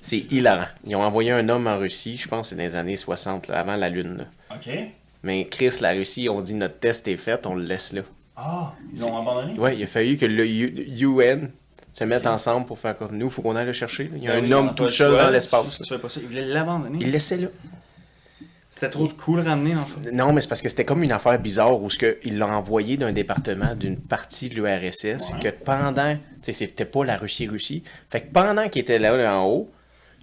[SPEAKER 1] C'est hilarant. Ils ont envoyé un homme en Russie, je pense, que c'est dans les années 60, là, avant la Lune. là.
[SPEAKER 2] OK.
[SPEAKER 1] Mais Chris, la Russie, on dit notre test est fait, on le laisse là.
[SPEAKER 2] Ah, ils l'ont abandonné?
[SPEAKER 1] Ouais, il a fallu que le U- UN se mette ensemble pour faire comme nous, faut qu'on aille le chercher. là. Il y a
[SPEAKER 2] Ben
[SPEAKER 1] un
[SPEAKER 2] oui,
[SPEAKER 1] homme
[SPEAKER 2] Antoine
[SPEAKER 1] tout seul
[SPEAKER 2] Joël,
[SPEAKER 1] dans l'espace.
[SPEAKER 2] Tu
[SPEAKER 1] là.
[SPEAKER 2] fais pas ça. Ils voulaient l'abandonner.
[SPEAKER 1] Il le laissait là.
[SPEAKER 2] C'était trop de cool ramener, dans le fond.
[SPEAKER 1] Non, mais c'est parce que c'était comme une affaire bizarre où ce que il l'a envoyé d'un département d'une partie de l'URSS que pendant, tu sais, c'était pas la Russie-Russie. Fait que pendant qu'il était là, là, en haut,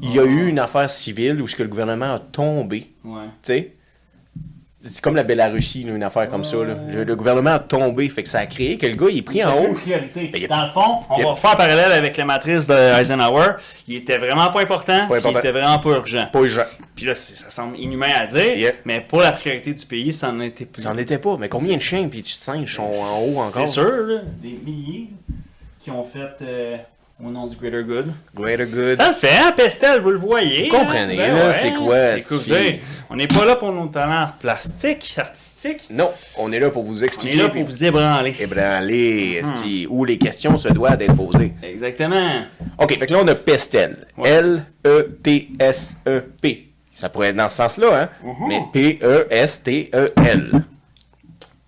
[SPEAKER 1] il y a
[SPEAKER 2] Ah.
[SPEAKER 1] eu une affaire civile où ce que le gouvernement a tombé,
[SPEAKER 2] Ouais.
[SPEAKER 1] tu sais. C'est comme la Bélarussie, là, une affaire comme ça. là. Le, le gouvernement a tombé, fait que ça a créé que le gars, il est pris en haut.
[SPEAKER 2] priorité.
[SPEAKER 1] Ben, y a-
[SPEAKER 2] Dans le fond, on
[SPEAKER 1] y a-
[SPEAKER 2] va faire parallèle avec la matrice de Eisenhower. Il était vraiment pas important, puis
[SPEAKER 1] important.
[SPEAKER 2] il était vraiment pas urgent.
[SPEAKER 1] Pas urgent.
[SPEAKER 2] Puis là, c'est- ça semble inhumain à dire,
[SPEAKER 1] Yeah.
[SPEAKER 2] mais pour la priorité du pays, ça en était plus.
[SPEAKER 1] Ça en était pas. Mais combien de chiens puis de singes sont en haut encore?
[SPEAKER 2] C'est sûr, là, des milliers qui ont fait euh, au nom du greater good.
[SPEAKER 1] Greater good.
[SPEAKER 2] Ça le fait, hein, Pestel, vous le voyez. Ben
[SPEAKER 1] Vous comprenez, là, c'est quoi, cette
[SPEAKER 2] Écoutez,
[SPEAKER 1] fille?
[SPEAKER 2] on n'est pas là pour nos talents plastiques, artistiques.
[SPEAKER 1] Non, on est là pour vous
[SPEAKER 2] On
[SPEAKER 1] expliquer.
[SPEAKER 2] est là
[SPEAKER 1] puis-
[SPEAKER 2] pour vous ébranler.
[SPEAKER 1] ébranlé,
[SPEAKER 2] Hmm.
[SPEAKER 1] esti, où les questions se doivent d'être posées.
[SPEAKER 2] Exactement.
[SPEAKER 1] OK, fait que là, on a Pestel. E
[SPEAKER 2] Ouais.
[SPEAKER 1] L-E-T-S-E-P. E Ça pourrait être dans ce sens-là, hein?
[SPEAKER 2] Mhm.
[SPEAKER 1] Mais E P-E-S-T-E-L.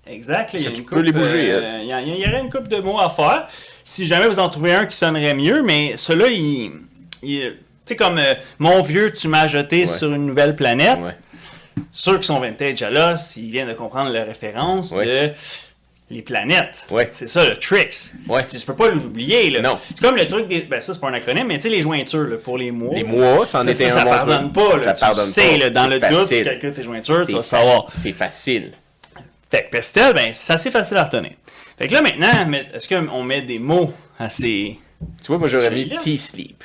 [SPEAKER 2] Exact. là, il y a
[SPEAKER 1] Ça, tu
[SPEAKER 2] une
[SPEAKER 1] peux
[SPEAKER 2] coupe,
[SPEAKER 1] les bouger, hein.
[SPEAKER 2] euh, Il y, a- il y aurait une coupe de mots à faire. Si jamais vous en trouvez un qui sonnerait mieux, mais ceux-là, il. il- tu sais, comme euh, Mon vieux, tu m'as jeté sur une nouvelle planète.
[SPEAKER 1] Ouais.
[SPEAKER 2] Ceux qui sont vintage à l'os, ils viennent de comprendre la référence
[SPEAKER 1] Ouais.
[SPEAKER 2] de les planètes.
[SPEAKER 1] Ouais.
[SPEAKER 2] C'est ça, le tricks.
[SPEAKER 1] Ouais.
[SPEAKER 2] Tu, tu peux pas l'oublier. là.
[SPEAKER 1] Non.
[SPEAKER 2] C'est comme le truc des. Ben, ça, c'est pas un acronyme, mais tu sais, les jointures là, pour les mois.
[SPEAKER 1] Les mois, c'en
[SPEAKER 2] Ça,
[SPEAKER 1] était
[SPEAKER 2] ça,
[SPEAKER 1] un
[SPEAKER 2] ça
[SPEAKER 1] bon
[SPEAKER 2] pardonne
[SPEAKER 1] truc.
[SPEAKER 2] pas. Là.
[SPEAKER 1] Ça
[SPEAKER 2] tu
[SPEAKER 1] pardonne
[SPEAKER 2] sais,
[SPEAKER 1] pas.
[SPEAKER 2] là, dans
[SPEAKER 1] C'est
[SPEAKER 2] le doute, tu
[SPEAKER 1] facile.
[SPEAKER 2] calcules tes jointures, tu
[SPEAKER 1] C'est
[SPEAKER 2] vas savoir.
[SPEAKER 1] C'est facile.
[SPEAKER 2] Fait que Pestel, ben, c'est assez facile à retenir. Fait que là, maintenant, mais- est-ce qu'on met des mots à ces
[SPEAKER 1] Tu vois, moi, j'aurais
[SPEAKER 2] Celui-là.
[SPEAKER 1] mis T-Sleep.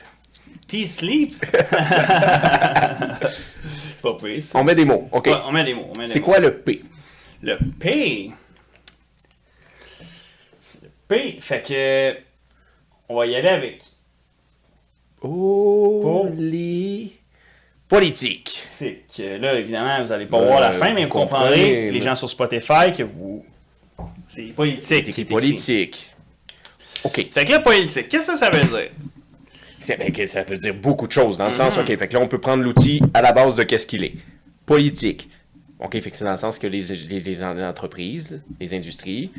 [SPEAKER 2] T-sleep? c'est pas pire, ça.
[SPEAKER 1] On met des mots, OK?
[SPEAKER 2] Ouais, on met des mots. on met des
[SPEAKER 1] C'est
[SPEAKER 2] mots.
[SPEAKER 1] quoi le P?
[SPEAKER 2] Le P. C'est le P. Fait que. On va y aller avec.
[SPEAKER 1] Poli... Politique.
[SPEAKER 2] C'est que là, évidemment, vous allez pas
[SPEAKER 1] Euh,
[SPEAKER 2] voir la fin, mais vous
[SPEAKER 1] vous
[SPEAKER 2] comprendrez,
[SPEAKER 1] comprenez,
[SPEAKER 2] les
[SPEAKER 1] là.
[SPEAKER 2] gens sur Spotify, que vous. C'est politique. qui est écrit.
[SPEAKER 1] Politique. OK.
[SPEAKER 2] Fait que là, politique, qu'est-ce que ça veut dire?
[SPEAKER 1] C'est- ben, que ça peut dire beaucoup de choses, dans le sens, OK, fait que là, on peut prendre l'outil à la base de qu'est-ce qu'il est. Politique. OK, fait que c'est dans le sens que les, les- les en- entreprises, les industries,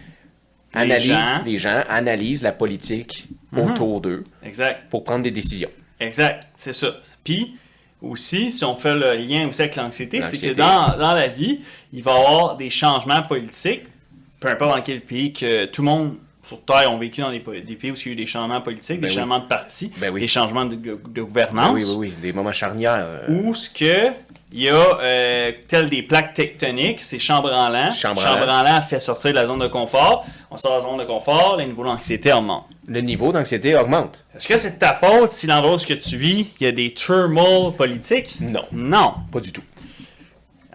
[SPEAKER 1] analysent,
[SPEAKER 2] gens.
[SPEAKER 1] les gens Mm-hmm. analysent la politique autour d'eux
[SPEAKER 2] Exact.
[SPEAKER 1] pour prendre des décisions.
[SPEAKER 2] Exact, c'est ça. Puis aussi, si on fait le lien aussi avec l'anxiété, c'est que
[SPEAKER 1] L'anxiété.
[SPEAKER 2] dans, dans la vie, il va y avoir des changements politiques, peu importe dans quel pays, que tout le monde sur Terre ont vécu dans des, po- des pays où il y a eu des changements politiques, des
[SPEAKER 1] oui.
[SPEAKER 2] changements de parti,
[SPEAKER 1] Ben oui.
[SPEAKER 2] des changements de, de
[SPEAKER 1] Ah
[SPEAKER 2] gouvernance,
[SPEAKER 1] Oui, oui, oui, des moments charnières. euh,
[SPEAKER 2] où ce que il y a euh, tel des plaques tectoniques, c'est chambranlant.
[SPEAKER 1] Chambranlant.
[SPEAKER 2] fait sortir de la zone de confort. On sort de la zone de confort, les niveaux d'anxiété augmentent.
[SPEAKER 1] Le niveau d'anxiété augmente.
[SPEAKER 2] Est-ce que c'est de ta faute si l'endroit où ce que tu vis, il y a des turmoils politiques?
[SPEAKER 1] Non.
[SPEAKER 2] Non.
[SPEAKER 1] Pas du tout.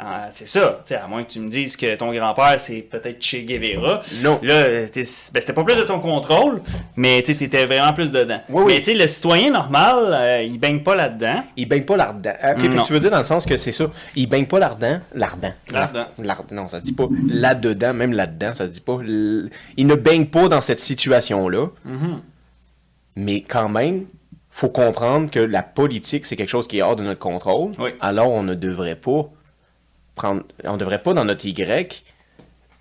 [SPEAKER 2] Ah, c'est ça. Tu sais, à moins que tu me dises que ton grand-père, c'est peut-être Che Guevara.
[SPEAKER 1] Non.
[SPEAKER 2] Là, t'es- ben, c'était pas plus de ton contrôle, mais tu étais vraiment plus dedans.
[SPEAKER 1] Oui, oui.
[SPEAKER 2] Mais tu sais, le citoyen normal, euh, il baigne pas là-dedans.
[SPEAKER 1] Il baigne pas l'ardent. Ah, ok, fait que
[SPEAKER 2] Non.
[SPEAKER 1] tu veux dire dans le sens que c'est ça. Il baigne pas l'ardent. L'ardent.
[SPEAKER 2] L'ardent.
[SPEAKER 1] L'ardent. Non, ça se dit pas là-dedans, même là-dedans, ça se dit pas. L- Il ne baigne pas dans cette situation-là.
[SPEAKER 2] Mhm.
[SPEAKER 1] Mais quand même, faut comprendre que la politique, c'est quelque chose qui est hors de notre contrôle.
[SPEAKER 2] Oui.
[SPEAKER 1] Alors, on ne devrait pas prendre. On devrait pas, dans notre Y,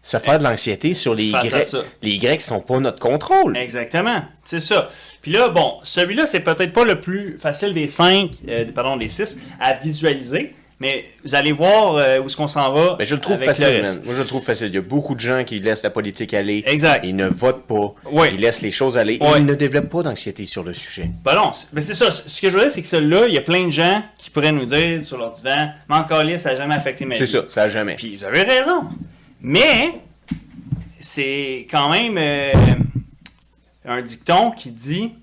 [SPEAKER 1] se faire de l'anxiété sur les
[SPEAKER 2] Eh. Face à
[SPEAKER 1] Y.
[SPEAKER 2] ça.
[SPEAKER 1] Les Y sont pas notre contrôle.
[SPEAKER 2] Exactement. C'est ça. Puis là, bon, celui-là, c'est peut-être pas le plus facile des cinq, euh, pardon, des six à visualiser. Mais vous allez voir euh, où est-ce qu'on s'en va.
[SPEAKER 1] Mais Ben, je le trouve
[SPEAKER 2] avec
[SPEAKER 1] facile,
[SPEAKER 2] reste.
[SPEAKER 1] man. Moi, je le trouve facile. Il y a beaucoup de gens qui laissent la politique aller.
[SPEAKER 2] Exact.
[SPEAKER 1] Ils ne votent pas.
[SPEAKER 2] Ouais.
[SPEAKER 1] Ils laissent les choses aller.
[SPEAKER 2] Ouais.
[SPEAKER 1] Ils ne développent pas d'anxiété sur le sujet.
[SPEAKER 2] Ben non, c'est- ben c'est ça. c- Ce que je veux dire, c'est que celui-là, il y a plein de gens qui pourraient nous dire sur leur divan, mais encore là, ça n'a jamais affecté ma vie.
[SPEAKER 1] C'est ça, ça a jamais.
[SPEAKER 2] Puis vous avez raison. Mais c'est quand même euh, un dicton qui dit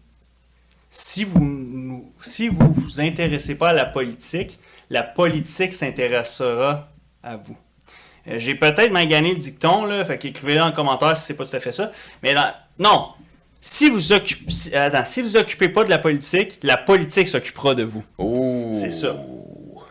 [SPEAKER 2] si vous nous- si vous vous intéressez pas à la politique, la politique s'intéressera à vous. Euh, J'ai peut-être magané le dicton, là, fait qu'écrivez-le en commentaire si c'est pas tout à fait ça. Mais dans- non, si vous occupez, si, attends, si vous occupez pas de la politique, la politique s'occupera de vous.
[SPEAKER 1] Ouh.
[SPEAKER 2] C'est ça.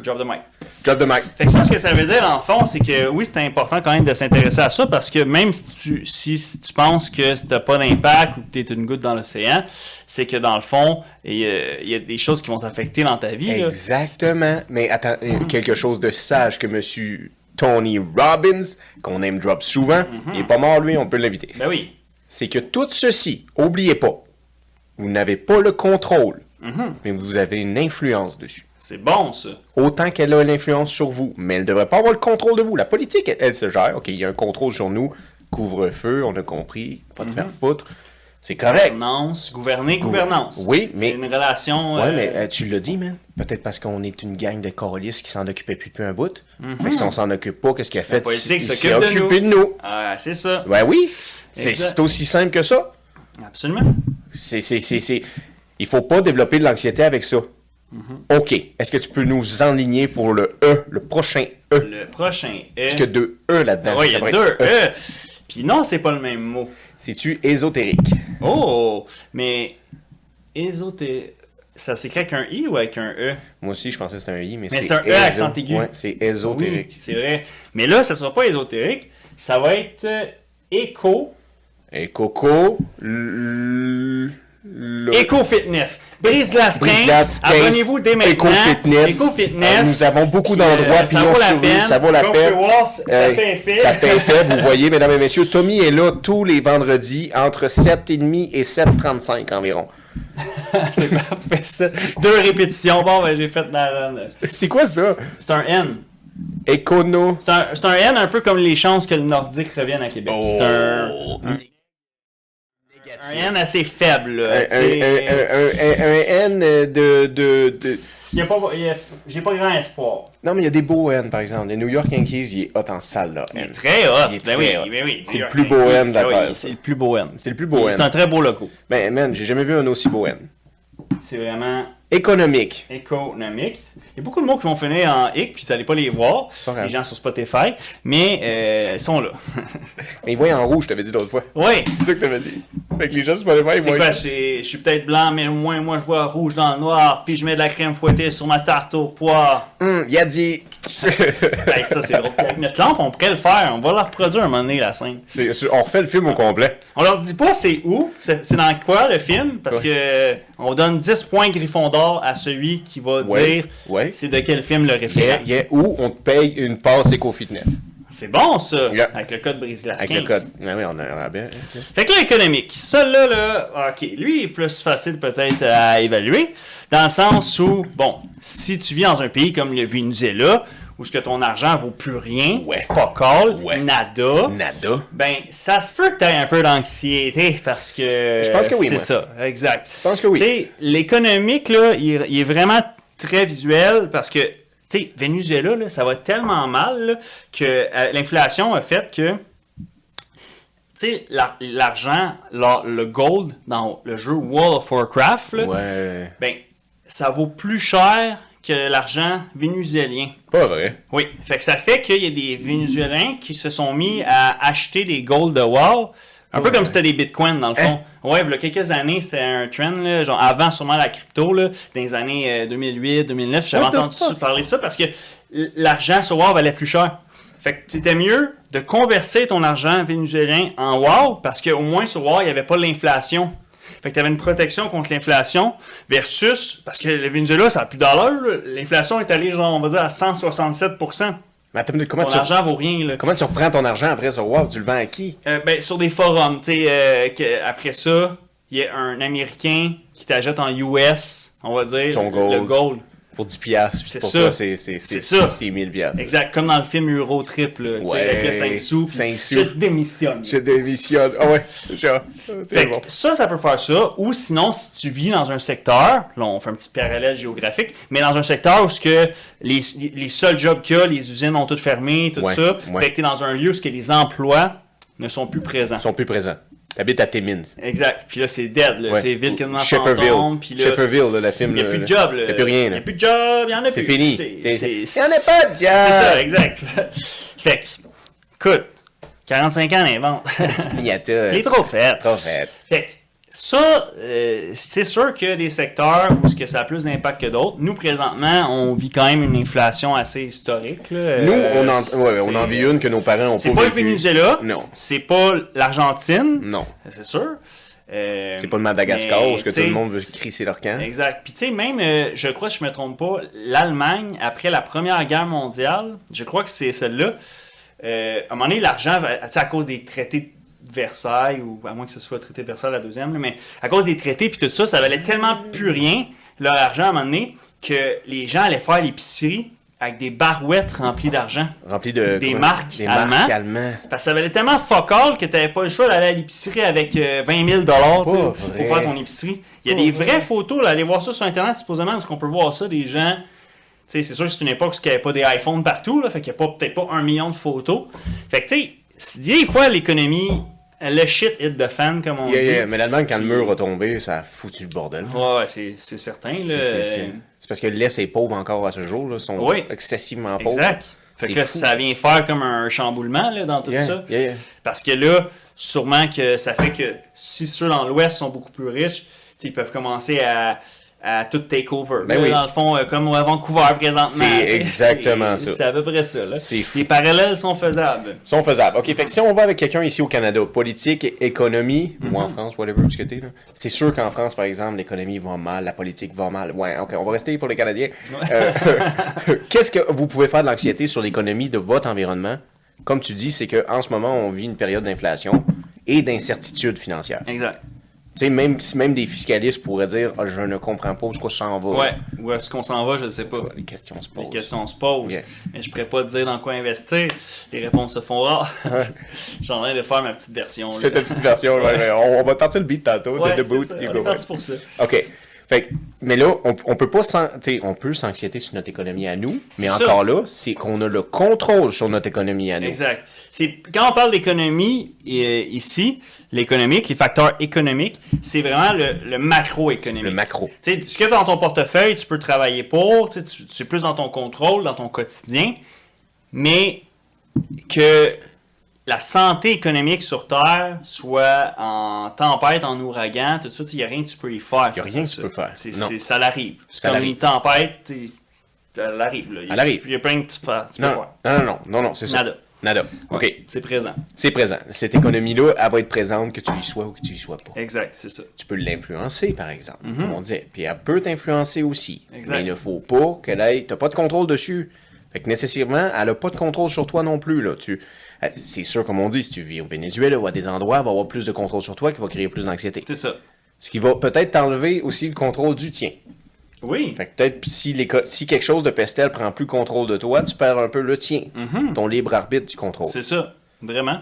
[SPEAKER 2] Drop the mic.
[SPEAKER 1] Job de Mike.
[SPEAKER 2] Fait que ça, ce que ça veut dire, dans le fond, c'est que oui, c'est important quand même de s'intéresser à ça parce que même si tu, si, si tu penses que t'as pas d'impact ou que t'es une goutte dans l'océan, c'est que dans le fond, il y, a- il y a des choses qui vont t'affecter dans ta vie. là.
[SPEAKER 1] Exactement. Mais attends, euh, quelque chose de sage que monsieur Tony Robbins, qu'on aime drop souvent,
[SPEAKER 2] Mm-hmm.
[SPEAKER 1] il est pas mort, lui, on peut l'inviter.
[SPEAKER 2] Ben oui.
[SPEAKER 1] C'est que tout ceci, oubliez pas, vous n'avez pas le contrôle,
[SPEAKER 2] Mhm.
[SPEAKER 1] mais vous avez une influence dessus.
[SPEAKER 2] C'est bon, ça.
[SPEAKER 1] autant qu'elle a l'influence sur vous, mais elle ne devrait pas avoir le contrôle de vous. La politique, elle, elle se gère. OK, il y a un contrôle sur nous. Couvre-feu, on a compris. Pas de
[SPEAKER 2] Mhm.
[SPEAKER 1] faire foutre. C'est correct.
[SPEAKER 2] Gouvernance, gouverner, gouvernance.
[SPEAKER 1] Oui, mais-
[SPEAKER 2] C'est une relation.
[SPEAKER 1] Ouais,
[SPEAKER 2] euh,
[SPEAKER 1] mais euh, tu l'as dit, man. Peut-être parce qu'on est une gang de coalistes qui s'en occupait plus depuis un bout. Fait que si on s'en occupe pas, qu'est-ce qu'il a fait?
[SPEAKER 2] Mhm. politique
[SPEAKER 1] il
[SPEAKER 2] s'occupe
[SPEAKER 1] s'est
[SPEAKER 2] de
[SPEAKER 1] occupé
[SPEAKER 2] nous.
[SPEAKER 1] de nous.
[SPEAKER 2] Ah, c'est ça.
[SPEAKER 1] Ben oui. C'est
[SPEAKER 2] Exact.
[SPEAKER 1] c'est aussi simple que ça.
[SPEAKER 2] Absolument.
[SPEAKER 1] C'est, c'est, c'est, c'est- Il faut pas développer de l'anxiété avec ça.
[SPEAKER 2] Mhm.
[SPEAKER 1] OK. Est-ce que tu peux nous enligner pour le E, le prochain E?
[SPEAKER 2] Le prochain E.
[SPEAKER 1] Parce que deux E là-dedans.
[SPEAKER 2] Ouais, il y
[SPEAKER 1] ça
[SPEAKER 2] a
[SPEAKER 1] pourrait
[SPEAKER 2] deux
[SPEAKER 1] être E.
[SPEAKER 2] E. Puis non, c'est pas le même mot.
[SPEAKER 1] C'est-tu ésotérique?
[SPEAKER 2] Oh, mais ésoté... Ça s'écrit avec un I ou avec un E?
[SPEAKER 1] Moi aussi, je pensais que c'était un I, mais,
[SPEAKER 2] Mais c'est un E à accent aigu.
[SPEAKER 1] Ouais, c'est ésotérique.
[SPEAKER 2] Oui, c'est vrai. Mais là, ça sera pas ésotérique. Ça va être euh, éco.
[SPEAKER 1] Et Coco... l- l-
[SPEAKER 2] Éco-fitness. Brise-glace 15.
[SPEAKER 1] Brise-glace 15,
[SPEAKER 2] Abonnez-vous dès maintenant.
[SPEAKER 1] Éco-fitness.
[SPEAKER 2] Éco-fitness.
[SPEAKER 1] Euh, nous avons beaucoup
[SPEAKER 2] Puis,
[SPEAKER 1] d'endroits, puis
[SPEAKER 2] euh, ça
[SPEAKER 1] on
[SPEAKER 2] vaut la
[SPEAKER 1] sourit,
[SPEAKER 2] peine.
[SPEAKER 1] ça vaut la
[SPEAKER 2] Comme
[SPEAKER 1] peine.
[SPEAKER 2] vous pouvez voir, ça
[SPEAKER 1] Euh,
[SPEAKER 2] fait un fait.
[SPEAKER 1] ça fait un fait, vous voyez, mesdames et messieurs, Tommy est là tous les vendredis entre 7h30 et 7h35 environ.
[SPEAKER 2] C'est parfait, ça. Deux répétitions. Bon, ben, j'ai fait la run.
[SPEAKER 1] C'est quoi ça?
[SPEAKER 2] C'est un N.
[SPEAKER 1] Écono...
[SPEAKER 2] C'est un, c'est un N un peu comme les chances que le Nordique revienne à Québec.
[SPEAKER 1] Oh.
[SPEAKER 2] C'est un, un- un N assez faible. là,
[SPEAKER 1] Un, un-
[SPEAKER 2] t'sais.
[SPEAKER 1] un- un- un- un N de- de- de...
[SPEAKER 2] Il y a pas, il y a- j'ai pas grand espoir.
[SPEAKER 1] Non, mais il y a des beaux N, par exemple. Les New York Yankees, il est hot en salle, là.
[SPEAKER 2] Il est
[SPEAKER 1] N.
[SPEAKER 2] très hot.
[SPEAKER 1] Il est
[SPEAKER 2] ben
[SPEAKER 1] très
[SPEAKER 2] oui,
[SPEAKER 1] hot.
[SPEAKER 2] ben oui.
[SPEAKER 1] C'est le
[SPEAKER 2] New
[SPEAKER 1] plus
[SPEAKER 2] York
[SPEAKER 1] beau
[SPEAKER 2] Yankees,
[SPEAKER 1] N de la
[SPEAKER 2] ben
[SPEAKER 1] Terre,
[SPEAKER 2] oui,
[SPEAKER 1] ça.
[SPEAKER 2] C'est le plus beau N.
[SPEAKER 1] C'est le plus beau
[SPEAKER 2] C'est
[SPEAKER 1] N.
[SPEAKER 2] un très beau loco.
[SPEAKER 1] Ben, man, j'ai jamais vu un aussi beau N.
[SPEAKER 2] C'est vraiment
[SPEAKER 1] Économique.
[SPEAKER 2] économique. Il y a beaucoup de mots qui vont finir en hic, puis vous n'allez pas les voir,
[SPEAKER 1] pas grave.
[SPEAKER 2] les gens sur Spotify, mais euh, ils sont là.
[SPEAKER 1] Mais il voyait en rouge, je t'avais dit l'autre fois.
[SPEAKER 2] oui,
[SPEAKER 1] C'est ça que t'avais dit. Fait que les gens se voyaient pas, ils
[SPEAKER 2] c'est
[SPEAKER 1] voient.
[SPEAKER 2] quoi, je je suis peut-être blanc, mais au moins, moi, je vois rouge dans le noir, puis je mets de la crème fouettée sur ma tarte aux poires.
[SPEAKER 1] Hum, il a dit.
[SPEAKER 2] Ben, ça, c'est drôle. Puis Avec notre lampe, on pourrait le faire. On va leur reproduire un moment donné, la scène.
[SPEAKER 1] C'est- c'est- on refait le film au complet.
[SPEAKER 2] On leur dit pas c'est où, c'est c'est dans quoi le film, parce
[SPEAKER 1] Ouais.
[SPEAKER 2] que euh, on donne 10 points Gryffondor à celui qui va
[SPEAKER 1] Ouais,
[SPEAKER 2] dire
[SPEAKER 1] ouais.
[SPEAKER 2] c'est de quel film le
[SPEAKER 1] Il y
[SPEAKER 2] référent.
[SPEAKER 1] a- il y a où on te paye une passe éco-fitness.
[SPEAKER 2] C'est bon ça,
[SPEAKER 1] Yeah.
[SPEAKER 2] avec le code brise
[SPEAKER 1] Avec le code. Ben oui, on a un rabais. hein, tu sais.
[SPEAKER 2] Fait que là, économique, celui-là, là, ok, lui il est plus facile peut-être à évaluer, dans le sens où, bon, si tu vis dans un pays comme le Venezuela, où ce que ton argent vaut plus rien,
[SPEAKER 1] Ouais.
[SPEAKER 2] fuck all,
[SPEAKER 1] Ouais. Mm.
[SPEAKER 2] nada,
[SPEAKER 1] Nada.
[SPEAKER 2] ben ça se peut que tu aies un peu d'anxiété parce que.
[SPEAKER 1] Je pense que oui,
[SPEAKER 2] C'est
[SPEAKER 1] moi.
[SPEAKER 2] ça, exact.
[SPEAKER 1] Je pense que oui.
[SPEAKER 2] Tu sais, l'économique, là, il, il est vraiment très visuel parce que, tu sais, Venezuela, là, ça va tellement mal là, que euh, l'inflation a fait que, tu sais, l'ar- l'argent, l'or- le gold dans le jeu World of Warcraft, là,
[SPEAKER 1] Ouais.
[SPEAKER 2] ben, ça vaut plus cher que l'argent vénézuélien.
[SPEAKER 1] Pas vrai.
[SPEAKER 2] Oui, fait que ça fait qu'il y a des Vénézuéliens qui se sont mis à acheter des gold de WoW, un peu comme c'était des bitcoins dans le
[SPEAKER 1] Hein?
[SPEAKER 2] fond. Ouais, il y a quelques années, c'était un trend, là, genre avant sûrement la crypto, là, dans les années euh, 2008, 2009, j'avais
[SPEAKER 1] What the
[SPEAKER 2] entendu
[SPEAKER 1] fuck?
[SPEAKER 2] parler de ça parce que l- l'argent sur WoW valait plus cher. Fait que c'était mieux de convertir ton argent vénézuélien en WoW parce qu'au moins sur WoW, il n'y avait pas l'inflation. Fait que tu avais une protection contre l'inflation versus, parce que le Venezuela, ça n'a plus d'allure, là. l'inflation est allée, genre, on va dire, à 167%.
[SPEAKER 1] Mais attends, une minute, comment,
[SPEAKER 2] Ton
[SPEAKER 1] tu,
[SPEAKER 2] argent vaut rien, là.
[SPEAKER 1] comment tu reprends ton argent après sur Wow? Tu le vends à qui?
[SPEAKER 2] Euh, ben, sur des forums, tu sais, euh, que- après ça, il y a un Américain qui t'achète en US, on va dire,
[SPEAKER 1] Ton
[SPEAKER 2] le
[SPEAKER 1] gold.
[SPEAKER 2] gold.
[SPEAKER 1] pour 10 piastres. puis
[SPEAKER 2] C'est
[SPEAKER 1] pour
[SPEAKER 2] ça.
[SPEAKER 1] toi, c'est c'est-
[SPEAKER 2] C'est
[SPEAKER 1] c'est-
[SPEAKER 2] ça.
[SPEAKER 1] c'est 1000 piastres.
[SPEAKER 2] Exact, comme dans le film Euro Trip, là, tu sais,
[SPEAKER 1] Ouais,
[SPEAKER 2] avec le 5 sous. puis
[SPEAKER 1] cinq sous.
[SPEAKER 2] Je démissionne.
[SPEAKER 1] Je démissionne. Ah ouais, genre, c'est
[SPEAKER 2] Fait
[SPEAKER 1] bon.
[SPEAKER 2] que ça, ça peut faire ça. Ou sinon, si tu vis dans un secteur, là, on fait un petit parallèle géographique, mais dans un secteur où ce que les, les seuls jobs qu'il y a, les usines ont toutes fermées, tout
[SPEAKER 1] Ouais,
[SPEAKER 2] ça,
[SPEAKER 1] ouais.
[SPEAKER 2] fait que t'es dans un lieu où ce que les emplois ne sont plus présents.
[SPEAKER 1] Ils sont plus présents. T'habites à Timmins.
[SPEAKER 2] Exact. Puis là, c'est dead, là.
[SPEAKER 1] Ouais.
[SPEAKER 2] Tu sais, ville qui demande fantôme,
[SPEAKER 1] Shefferville.
[SPEAKER 2] puis là,
[SPEAKER 1] Shefferville, là, la film.
[SPEAKER 2] il n'y a
[SPEAKER 1] là,
[SPEAKER 2] plus de job, là.
[SPEAKER 1] Il n'y a plus rien,
[SPEAKER 2] Il n'y
[SPEAKER 1] là.
[SPEAKER 2] a plus de job, il n'y en a
[SPEAKER 1] C'est
[SPEAKER 2] plus.
[SPEAKER 1] fini.
[SPEAKER 2] C'est-
[SPEAKER 1] C'est-
[SPEAKER 2] c'est-
[SPEAKER 1] Il n'y en a pas de job.
[SPEAKER 2] C'est
[SPEAKER 1] Euh.
[SPEAKER 2] ça, exact. fait que, écoute, 45 ans d'invente.
[SPEAKER 1] Miata.
[SPEAKER 2] Il est trop fait.
[SPEAKER 1] Trop fait.
[SPEAKER 2] Fait que ça, euh, c'est sûr que des secteurs où ce que ça a plus d'impact que d'autres. Nous, présentement, on vit quand même une inflation assez historique. là.
[SPEAKER 1] Nous,
[SPEAKER 2] Euh,
[SPEAKER 1] on en, ouais, on
[SPEAKER 2] c'est-
[SPEAKER 1] en vit une que nos parents ont
[SPEAKER 2] C'est pas le
[SPEAKER 1] vécue.
[SPEAKER 2] Venezuela.
[SPEAKER 1] Non.
[SPEAKER 2] C'est pas l'Argentine.
[SPEAKER 1] Non.
[SPEAKER 2] C'est sûr. Euh,
[SPEAKER 1] C'est pas le Madagascar
[SPEAKER 2] mais,
[SPEAKER 1] où est-ce que
[SPEAKER 2] t'sais,
[SPEAKER 1] tout le monde veut crisser leur camp.
[SPEAKER 2] Exact. Puis tu sais, même, euh, je crois, je me trompe pas, l'Allemagne, après la Première Guerre mondiale, je crois que c'est celle-là, euh, à un moment donné, l'argent, va- tu sais, à cause des traités de Versailles, ou à moins que ce soit le traité de Versailles la deuxième, là, mais à cause des traités puis tout ça, ça valait tellement plus rien, leur argent, à un moment donné, que les gens allaient faire l'épicerie avec des barouettes remplies d'argent.
[SPEAKER 1] Rempli de.
[SPEAKER 2] Des
[SPEAKER 1] comment-
[SPEAKER 2] marques
[SPEAKER 1] Des
[SPEAKER 2] allemandes.
[SPEAKER 1] marques allemandes.
[SPEAKER 2] Parce que ça valait tellement fuck all que t'avais pas le choix d'aller à l'épicerie avec euh, 20 000 dollars
[SPEAKER 1] Pas
[SPEAKER 2] pour
[SPEAKER 1] vrai.
[SPEAKER 2] faire ton épicerie. Il y a
[SPEAKER 1] Pas
[SPEAKER 2] des
[SPEAKER 1] vrai.
[SPEAKER 2] vraies photos, là, allez voir ça sur Internet, supposément, parce qu'on peut voir ça des gens. Tu sais, c'est sûr que c'est une époque où il n'y avait pas des iPhones partout, là, fait qu'il n'y a pas- peut-être pas un million de photos. Fait que, tu sais, c'est- des fois, l'économie, le shit hit the fan, comme on
[SPEAKER 1] Yeah,
[SPEAKER 2] dit.
[SPEAKER 1] yeah, Mais l'Allemagne, quand le mur a tombé, ça a foutu le bordel.
[SPEAKER 2] Ouais, ouais, c'est c'est certain, là.
[SPEAKER 1] C'est- c'est- c'est- C'est parce que l'Est est pauvre encore à ce jour. Là. Ils sont
[SPEAKER 2] Oui.
[SPEAKER 1] excessivement pauvres.
[SPEAKER 2] Exact. Fait
[SPEAKER 1] C'est
[SPEAKER 2] que là,
[SPEAKER 1] fou.
[SPEAKER 2] ça vient faire comme un chamboulement, là, dans tout
[SPEAKER 1] Yeah,
[SPEAKER 2] ça.
[SPEAKER 1] yeah, yeah.
[SPEAKER 2] Parce que là, sûrement que ça fait que si ceux dans l'Ouest sont beaucoup plus riches, tu sais, ils peuvent commencer à, à tout take over.
[SPEAKER 1] Ben
[SPEAKER 2] Là,
[SPEAKER 1] oui.
[SPEAKER 2] Dans le fond, euh, comme à Vancouver présentement.
[SPEAKER 1] C'est
[SPEAKER 2] tu sais,
[SPEAKER 1] exactement
[SPEAKER 2] c'est-
[SPEAKER 1] ça.
[SPEAKER 2] C'est à peu près ça. là.
[SPEAKER 1] C'est fou.
[SPEAKER 2] Les parallèles sont faisables.
[SPEAKER 1] Sont faisables. OK, fait que si on va avec quelqu'un ici au Canada, politique, économie, moi
[SPEAKER 2] Mhm.
[SPEAKER 1] en France, whatever, où est-ce que t'es, là, c'est sûr qu'en France, par exemple, l'économie va mal, la politique va mal. Ouais, OK, on va rester pour les Canadiens. Euh, Qu'est-ce que vous pouvez faire de l'anxiété sur l'économie de votre environnement? Comme tu dis, c'est qu'en ce moment, on vit une période d'inflation et d'incertitude financière.
[SPEAKER 2] Exact.
[SPEAKER 1] Tu sais, même, même des fiscalistes pourraient dire Ah, Je ne comprends pas où est-ce qu'on s'en va.
[SPEAKER 2] Ouais. Où est-ce qu'on s'en va, je ne sais pas.
[SPEAKER 1] Les questions se
[SPEAKER 2] Les
[SPEAKER 1] posent.
[SPEAKER 2] questions se posent.
[SPEAKER 1] Yeah.
[SPEAKER 2] Mais je ne pourrais pas te dire dans quoi investir. Les réponses se font rares. J'ai envie de faire ma petite version.
[SPEAKER 1] Fais ta petite version. ouais, ouais, on, on va partir le beat tantôt.
[SPEAKER 2] Ouais,
[SPEAKER 1] de
[SPEAKER 2] c'est
[SPEAKER 1] debout,
[SPEAKER 2] ça.
[SPEAKER 1] you
[SPEAKER 2] On
[SPEAKER 1] go.
[SPEAKER 2] est parti pour ça.
[SPEAKER 1] OK. Fait que- mais là, on, on peut pas s'en- tu sais, on peut s'anxiéter sur notre économie à nous, mais
[SPEAKER 2] C'est
[SPEAKER 1] encore là, c'est qu'on a le contrôle sur notre économie à nous.
[SPEAKER 2] Exact. C'est quand on parle d'économie euh, ici, l'économique, les facteurs économiques, c'est vraiment le, le macroéconomique.
[SPEAKER 1] Le macro.
[SPEAKER 2] Tu sais, ce que dans ton portefeuille, tu peux travailler pour, tu sais, tu- c'est plus dans ton contrôle, dans ton quotidien, mais que la santé économique sur Terre soit en tempête, en ouragan, tout ça, tu sais, il n'y a rien que tu peux y faire.
[SPEAKER 1] Y a rien que tu
[SPEAKER 2] Ça,
[SPEAKER 1] peux faire.
[SPEAKER 2] c'est-
[SPEAKER 1] Non.
[SPEAKER 2] c'est- Ça l'arrive. C'est
[SPEAKER 1] Ça
[SPEAKER 2] comme
[SPEAKER 1] l'arrive.
[SPEAKER 2] une tempête, tu sais, elle arrive. là. Il y a-
[SPEAKER 1] Elle arrive.
[SPEAKER 2] Il y a plein que tu, fais- tu peux
[SPEAKER 1] Non,
[SPEAKER 2] faire.
[SPEAKER 1] non, non, non, non, non, c'est ça.
[SPEAKER 2] Nada.
[SPEAKER 1] Nada. OK.
[SPEAKER 2] Ouais, C'est présent.
[SPEAKER 1] C'est présent. Cette économie-là, elle va être présente que tu y sois ou que tu y sois pas.
[SPEAKER 2] Exact, c'est ça.
[SPEAKER 1] Tu peux l'influencer, par exemple, comme on disait. Puis elle peut t'influencer aussi.
[SPEAKER 2] Mhm. Exact.
[SPEAKER 1] Mais il ne faut pas qu'elle aille. T'as pas de contrôle dessus. Fait que nécessairement, elle a pas de contrôle sur toi non plus. Là. Tu... elle- C'est sûr, comme on dit, si tu vis au Venezuela ou à des endroits, elle va avoir plus de contrôle sur toi qui va créer plus d'anxiété.
[SPEAKER 2] C'est ça.
[SPEAKER 1] Ce qui va peut-être t'enlever aussi le contrôle du tien.
[SPEAKER 2] Oui.
[SPEAKER 1] Fait que peut-être si, l'éco- si quelque chose de pestel prend plus contrôle de toi, tu perds un peu le tien. Ton libre arbitre du contrôle.
[SPEAKER 2] Mhm. C'est ça. Vraiment.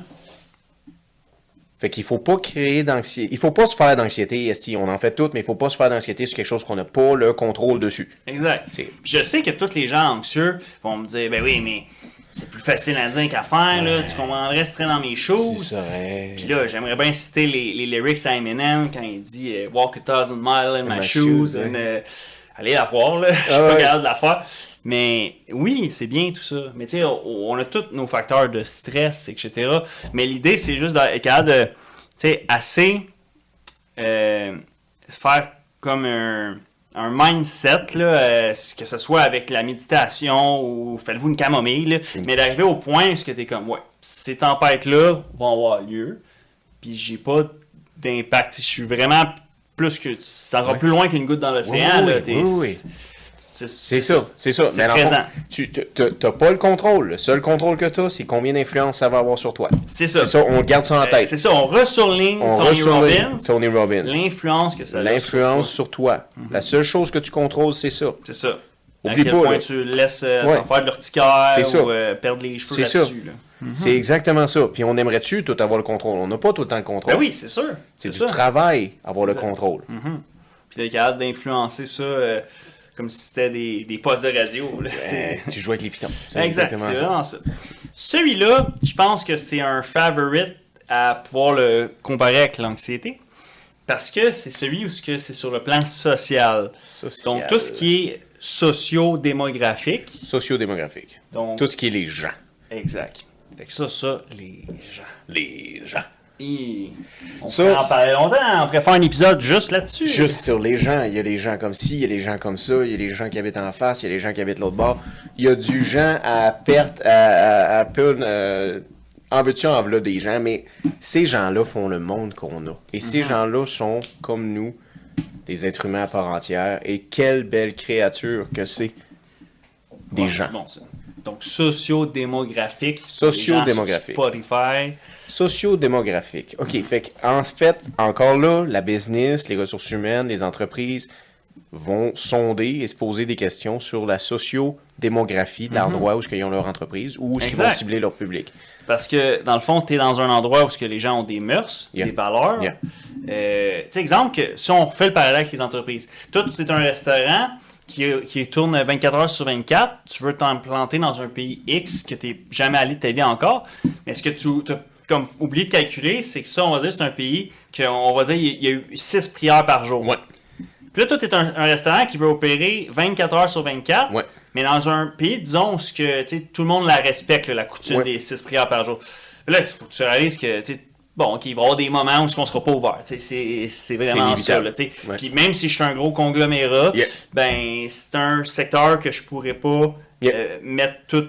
[SPEAKER 1] Fait qu'il faut pas créer d'anxiété. Il faut pas se faire d'anxiété, Esti. On en fait toutes, mais il faut pas se faire d'anxiété sur quelque chose qu'on n'a pas le contrôle dessus.
[SPEAKER 2] Exact.
[SPEAKER 1] C'est-
[SPEAKER 2] Puis Je sais que tous les gens anxieux vont me dire, ben oui, mais c'est plus facile à dire qu'à faire, là. Tu comprendrais, c'est très dans mes choses. Puis là, j'aimerais bien citer les, les lyrics à Eminem quand il dit euh, Walk a thousand miles in my,
[SPEAKER 1] my
[SPEAKER 2] shoes.
[SPEAKER 1] shoes, ouais.
[SPEAKER 2] and, euh, allez la voir, là. Je suis
[SPEAKER 1] Ah
[SPEAKER 2] pas
[SPEAKER 1] ouais.
[SPEAKER 2] capable de la faire. Mais oui, c'est bien tout ça. Mais tu sais, on, on a tous nos facteurs de stress, etc. Mais l'idée, c'est juste d'être capable de, tu sais, assez euh, se faire comme un, un mindset, là, euh, que ce soit avec la méditation ou faites-vous une camomille, là,
[SPEAKER 1] Mm.
[SPEAKER 2] mais d'arriver au point où est-ce que tu es comme, ouais, ces tempêtes-là vont avoir lieu, puis j'ai pas d'impact. Je suis vraiment plus que. Ça va
[SPEAKER 1] Ouais.
[SPEAKER 2] plus loin qu'une goutte dans l'océan.
[SPEAKER 1] Oui,
[SPEAKER 2] là,
[SPEAKER 1] oui,
[SPEAKER 2] t'es-
[SPEAKER 1] oui, oui.
[SPEAKER 2] C'est
[SPEAKER 1] C'est ça, c'est ça.
[SPEAKER 2] C'est
[SPEAKER 1] Mais dans le fond,
[SPEAKER 2] présent.
[SPEAKER 1] tu t- t- t'as pas le contrôle. Le seul contrôle que t'as, c'est combien d'influence ça va avoir sur toi.
[SPEAKER 2] C'est ça.
[SPEAKER 1] C'est ça, on garde ça en
[SPEAKER 2] Euh,
[SPEAKER 1] tête.
[SPEAKER 2] C'est ça, on resurligne
[SPEAKER 1] on
[SPEAKER 2] Tony
[SPEAKER 1] ressurlit
[SPEAKER 2] Robbins.
[SPEAKER 1] Tony Robbins.
[SPEAKER 2] L'influence Mhm. que ça a.
[SPEAKER 1] L'influence sur toi. La seule chose que tu contrôles, c'est ça.
[SPEAKER 2] C'est ça. à
[SPEAKER 1] Oublie
[SPEAKER 2] quel
[SPEAKER 1] pas,
[SPEAKER 2] point
[SPEAKER 1] là.
[SPEAKER 2] tu laisses euh,
[SPEAKER 1] Ouais.
[SPEAKER 2] t'en faire de l'urticaire
[SPEAKER 1] C'est ça.
[SPEAKER 2] ou euh, perdre les cheveux
[SPEAKER 1] C'est ça.
[SPEAKER 2] là-dessus. là.
[SPEAKER 1] C'est exactement ça. Puis on aimerait-tu tout avoir le contrôle? On n'a pas tout le temps le contrôle.
[SPEAKER 2] Ben oui, c'est sûr.
[SPEAKER 1] C'est du
[SPEAKER 2] ça. Mhm.
[SPEAKER 1] travail avoir
[SPEAKER 2] Exact.
[SPEAKER 1] le contrôle.
[SPEAKER 2] Puis d'être capable d'influencer ça euh, comme si c'était des, des postes de radio. là.
[SPEAKER 1] Euh, tu joues avec les pitons. C'est
[SPEAKER 2] exact, c'est vraiment ça. Celui-là, je pense que c'est un favorite à pouvoir le comparer avec l'anxiété. Parce que c'est celui où ce que c'est sur le plan social.
[SPEAKER 1] Social.
[SPEAKER 2] Donc, tout ce qui est socio-démographique.
[SPEAKER 1] Sociodémographique.
[SPEAKER 2] Donc,
[SPEAKER 1] Tout ce qui est les gens.
[SPEAKER 2] exact. Fait que ça, ça, les gens.
[SPEAKER 1] Les gens.
[SPEAKER 2] Et on
[SPEAKER 1] Ça,
[SPEAKER 2] pourrait en parler longtemps. On pourrait faire un épisode juste là-dessus.
[SPEAKER 1] Juste sur les gens. Il y a des gens comme ci, il y a des gens comme ça, il y a des gens qui habitent en face, il y a des gens qui habitent l'autre bord. Il y a du gens à perte, à, à, à peu, euh, en veux-tu, en v'là des gens, mais ces gens-là font le monde qu'on a. Et ces gens-là sont, comme nous, des êtres humains à part entière. Et quelle belle créature que c'est. Des
[SPEAKER 2] Ouais,
[SPEAKER 1] gens.
[SPEAKER 2] c'est bon, ça. Donc, socio-démographique.
[SPEAKER 1] Socio-démographique.
[SPEAKER 2] Les gens sur Spotify.
[SPEAKER 1] Socio-démographique. OK,
[SPEAKER 2] Mhm.
[SPEAKER 1] fait que, en fait, encore là, la business, les ressources humaines, les entreprises vont sonder et se poser des questions sur la socio-démographie de l'endroit où ils ont leur entreprise ou où ils vont
[SPEAKER 2] Mhm. Exact.
[SPEAKER 1] cibler leur public.
[SPEAKER 2] Parce que, dans le fond, tu es dans un endroit où ce que les gens ont des mœurs,
[SPEAKER 1] Yeah.
[SPEAKER 2] des valeurs.
[SPEAKER 1] Yeah.
[SPEAKER 2] Euh, tu sais, exemple, que, si on fait le parallèle avec les entreprises, toi, tu es un restaurant qui, qui tourne 24 heures sur 24, tu veux t'implanter dans un pays X que tu n'es jamais allé de ta vie encore, mais ce que tu t'as comme oublié de calculer, c'est que ça, on va dire, c'est un pays qu'on va dire, il y a- il y a eu 6 prières par jour.
[SPEAKER 1] Ouais.
[SPEAKER 2] Puis là, toi, t'es un, un restaurant qui veut opérer 24 heures sur 24,
[SPEAKER 1] Ouais.
[SPEAKER 2] mais dans un pays, disons, où ce que tu sais, tout le monde la respecte, là, la coutume
[SPEAKER 1] Ouais.
[SPEAKER 2] des 6 prières par jour. Là, il faut que tu réalises que, tu sais, bon, qu'il va y avoir des moments où ce qu'on sera pas ouvert. Tu sais, C'est c'est vraiment
[SPEAKER 1] C'est
[SPEAKER 2] ça.
[SPEAKER 1] inévitable.
[SPEAKER 2] Là, tu sais.
[SPEAKER 1] Ouais.
[SPEAKER 2] Puis même si je suis un gros conglomérat,
[SPEAKER 1] Yeah.
[SPEAKER 2] ben c'est un secteur que je pourrais pas
[SPEAKER 1] Yeah.
[SPEAKER 2] euh, mettre tout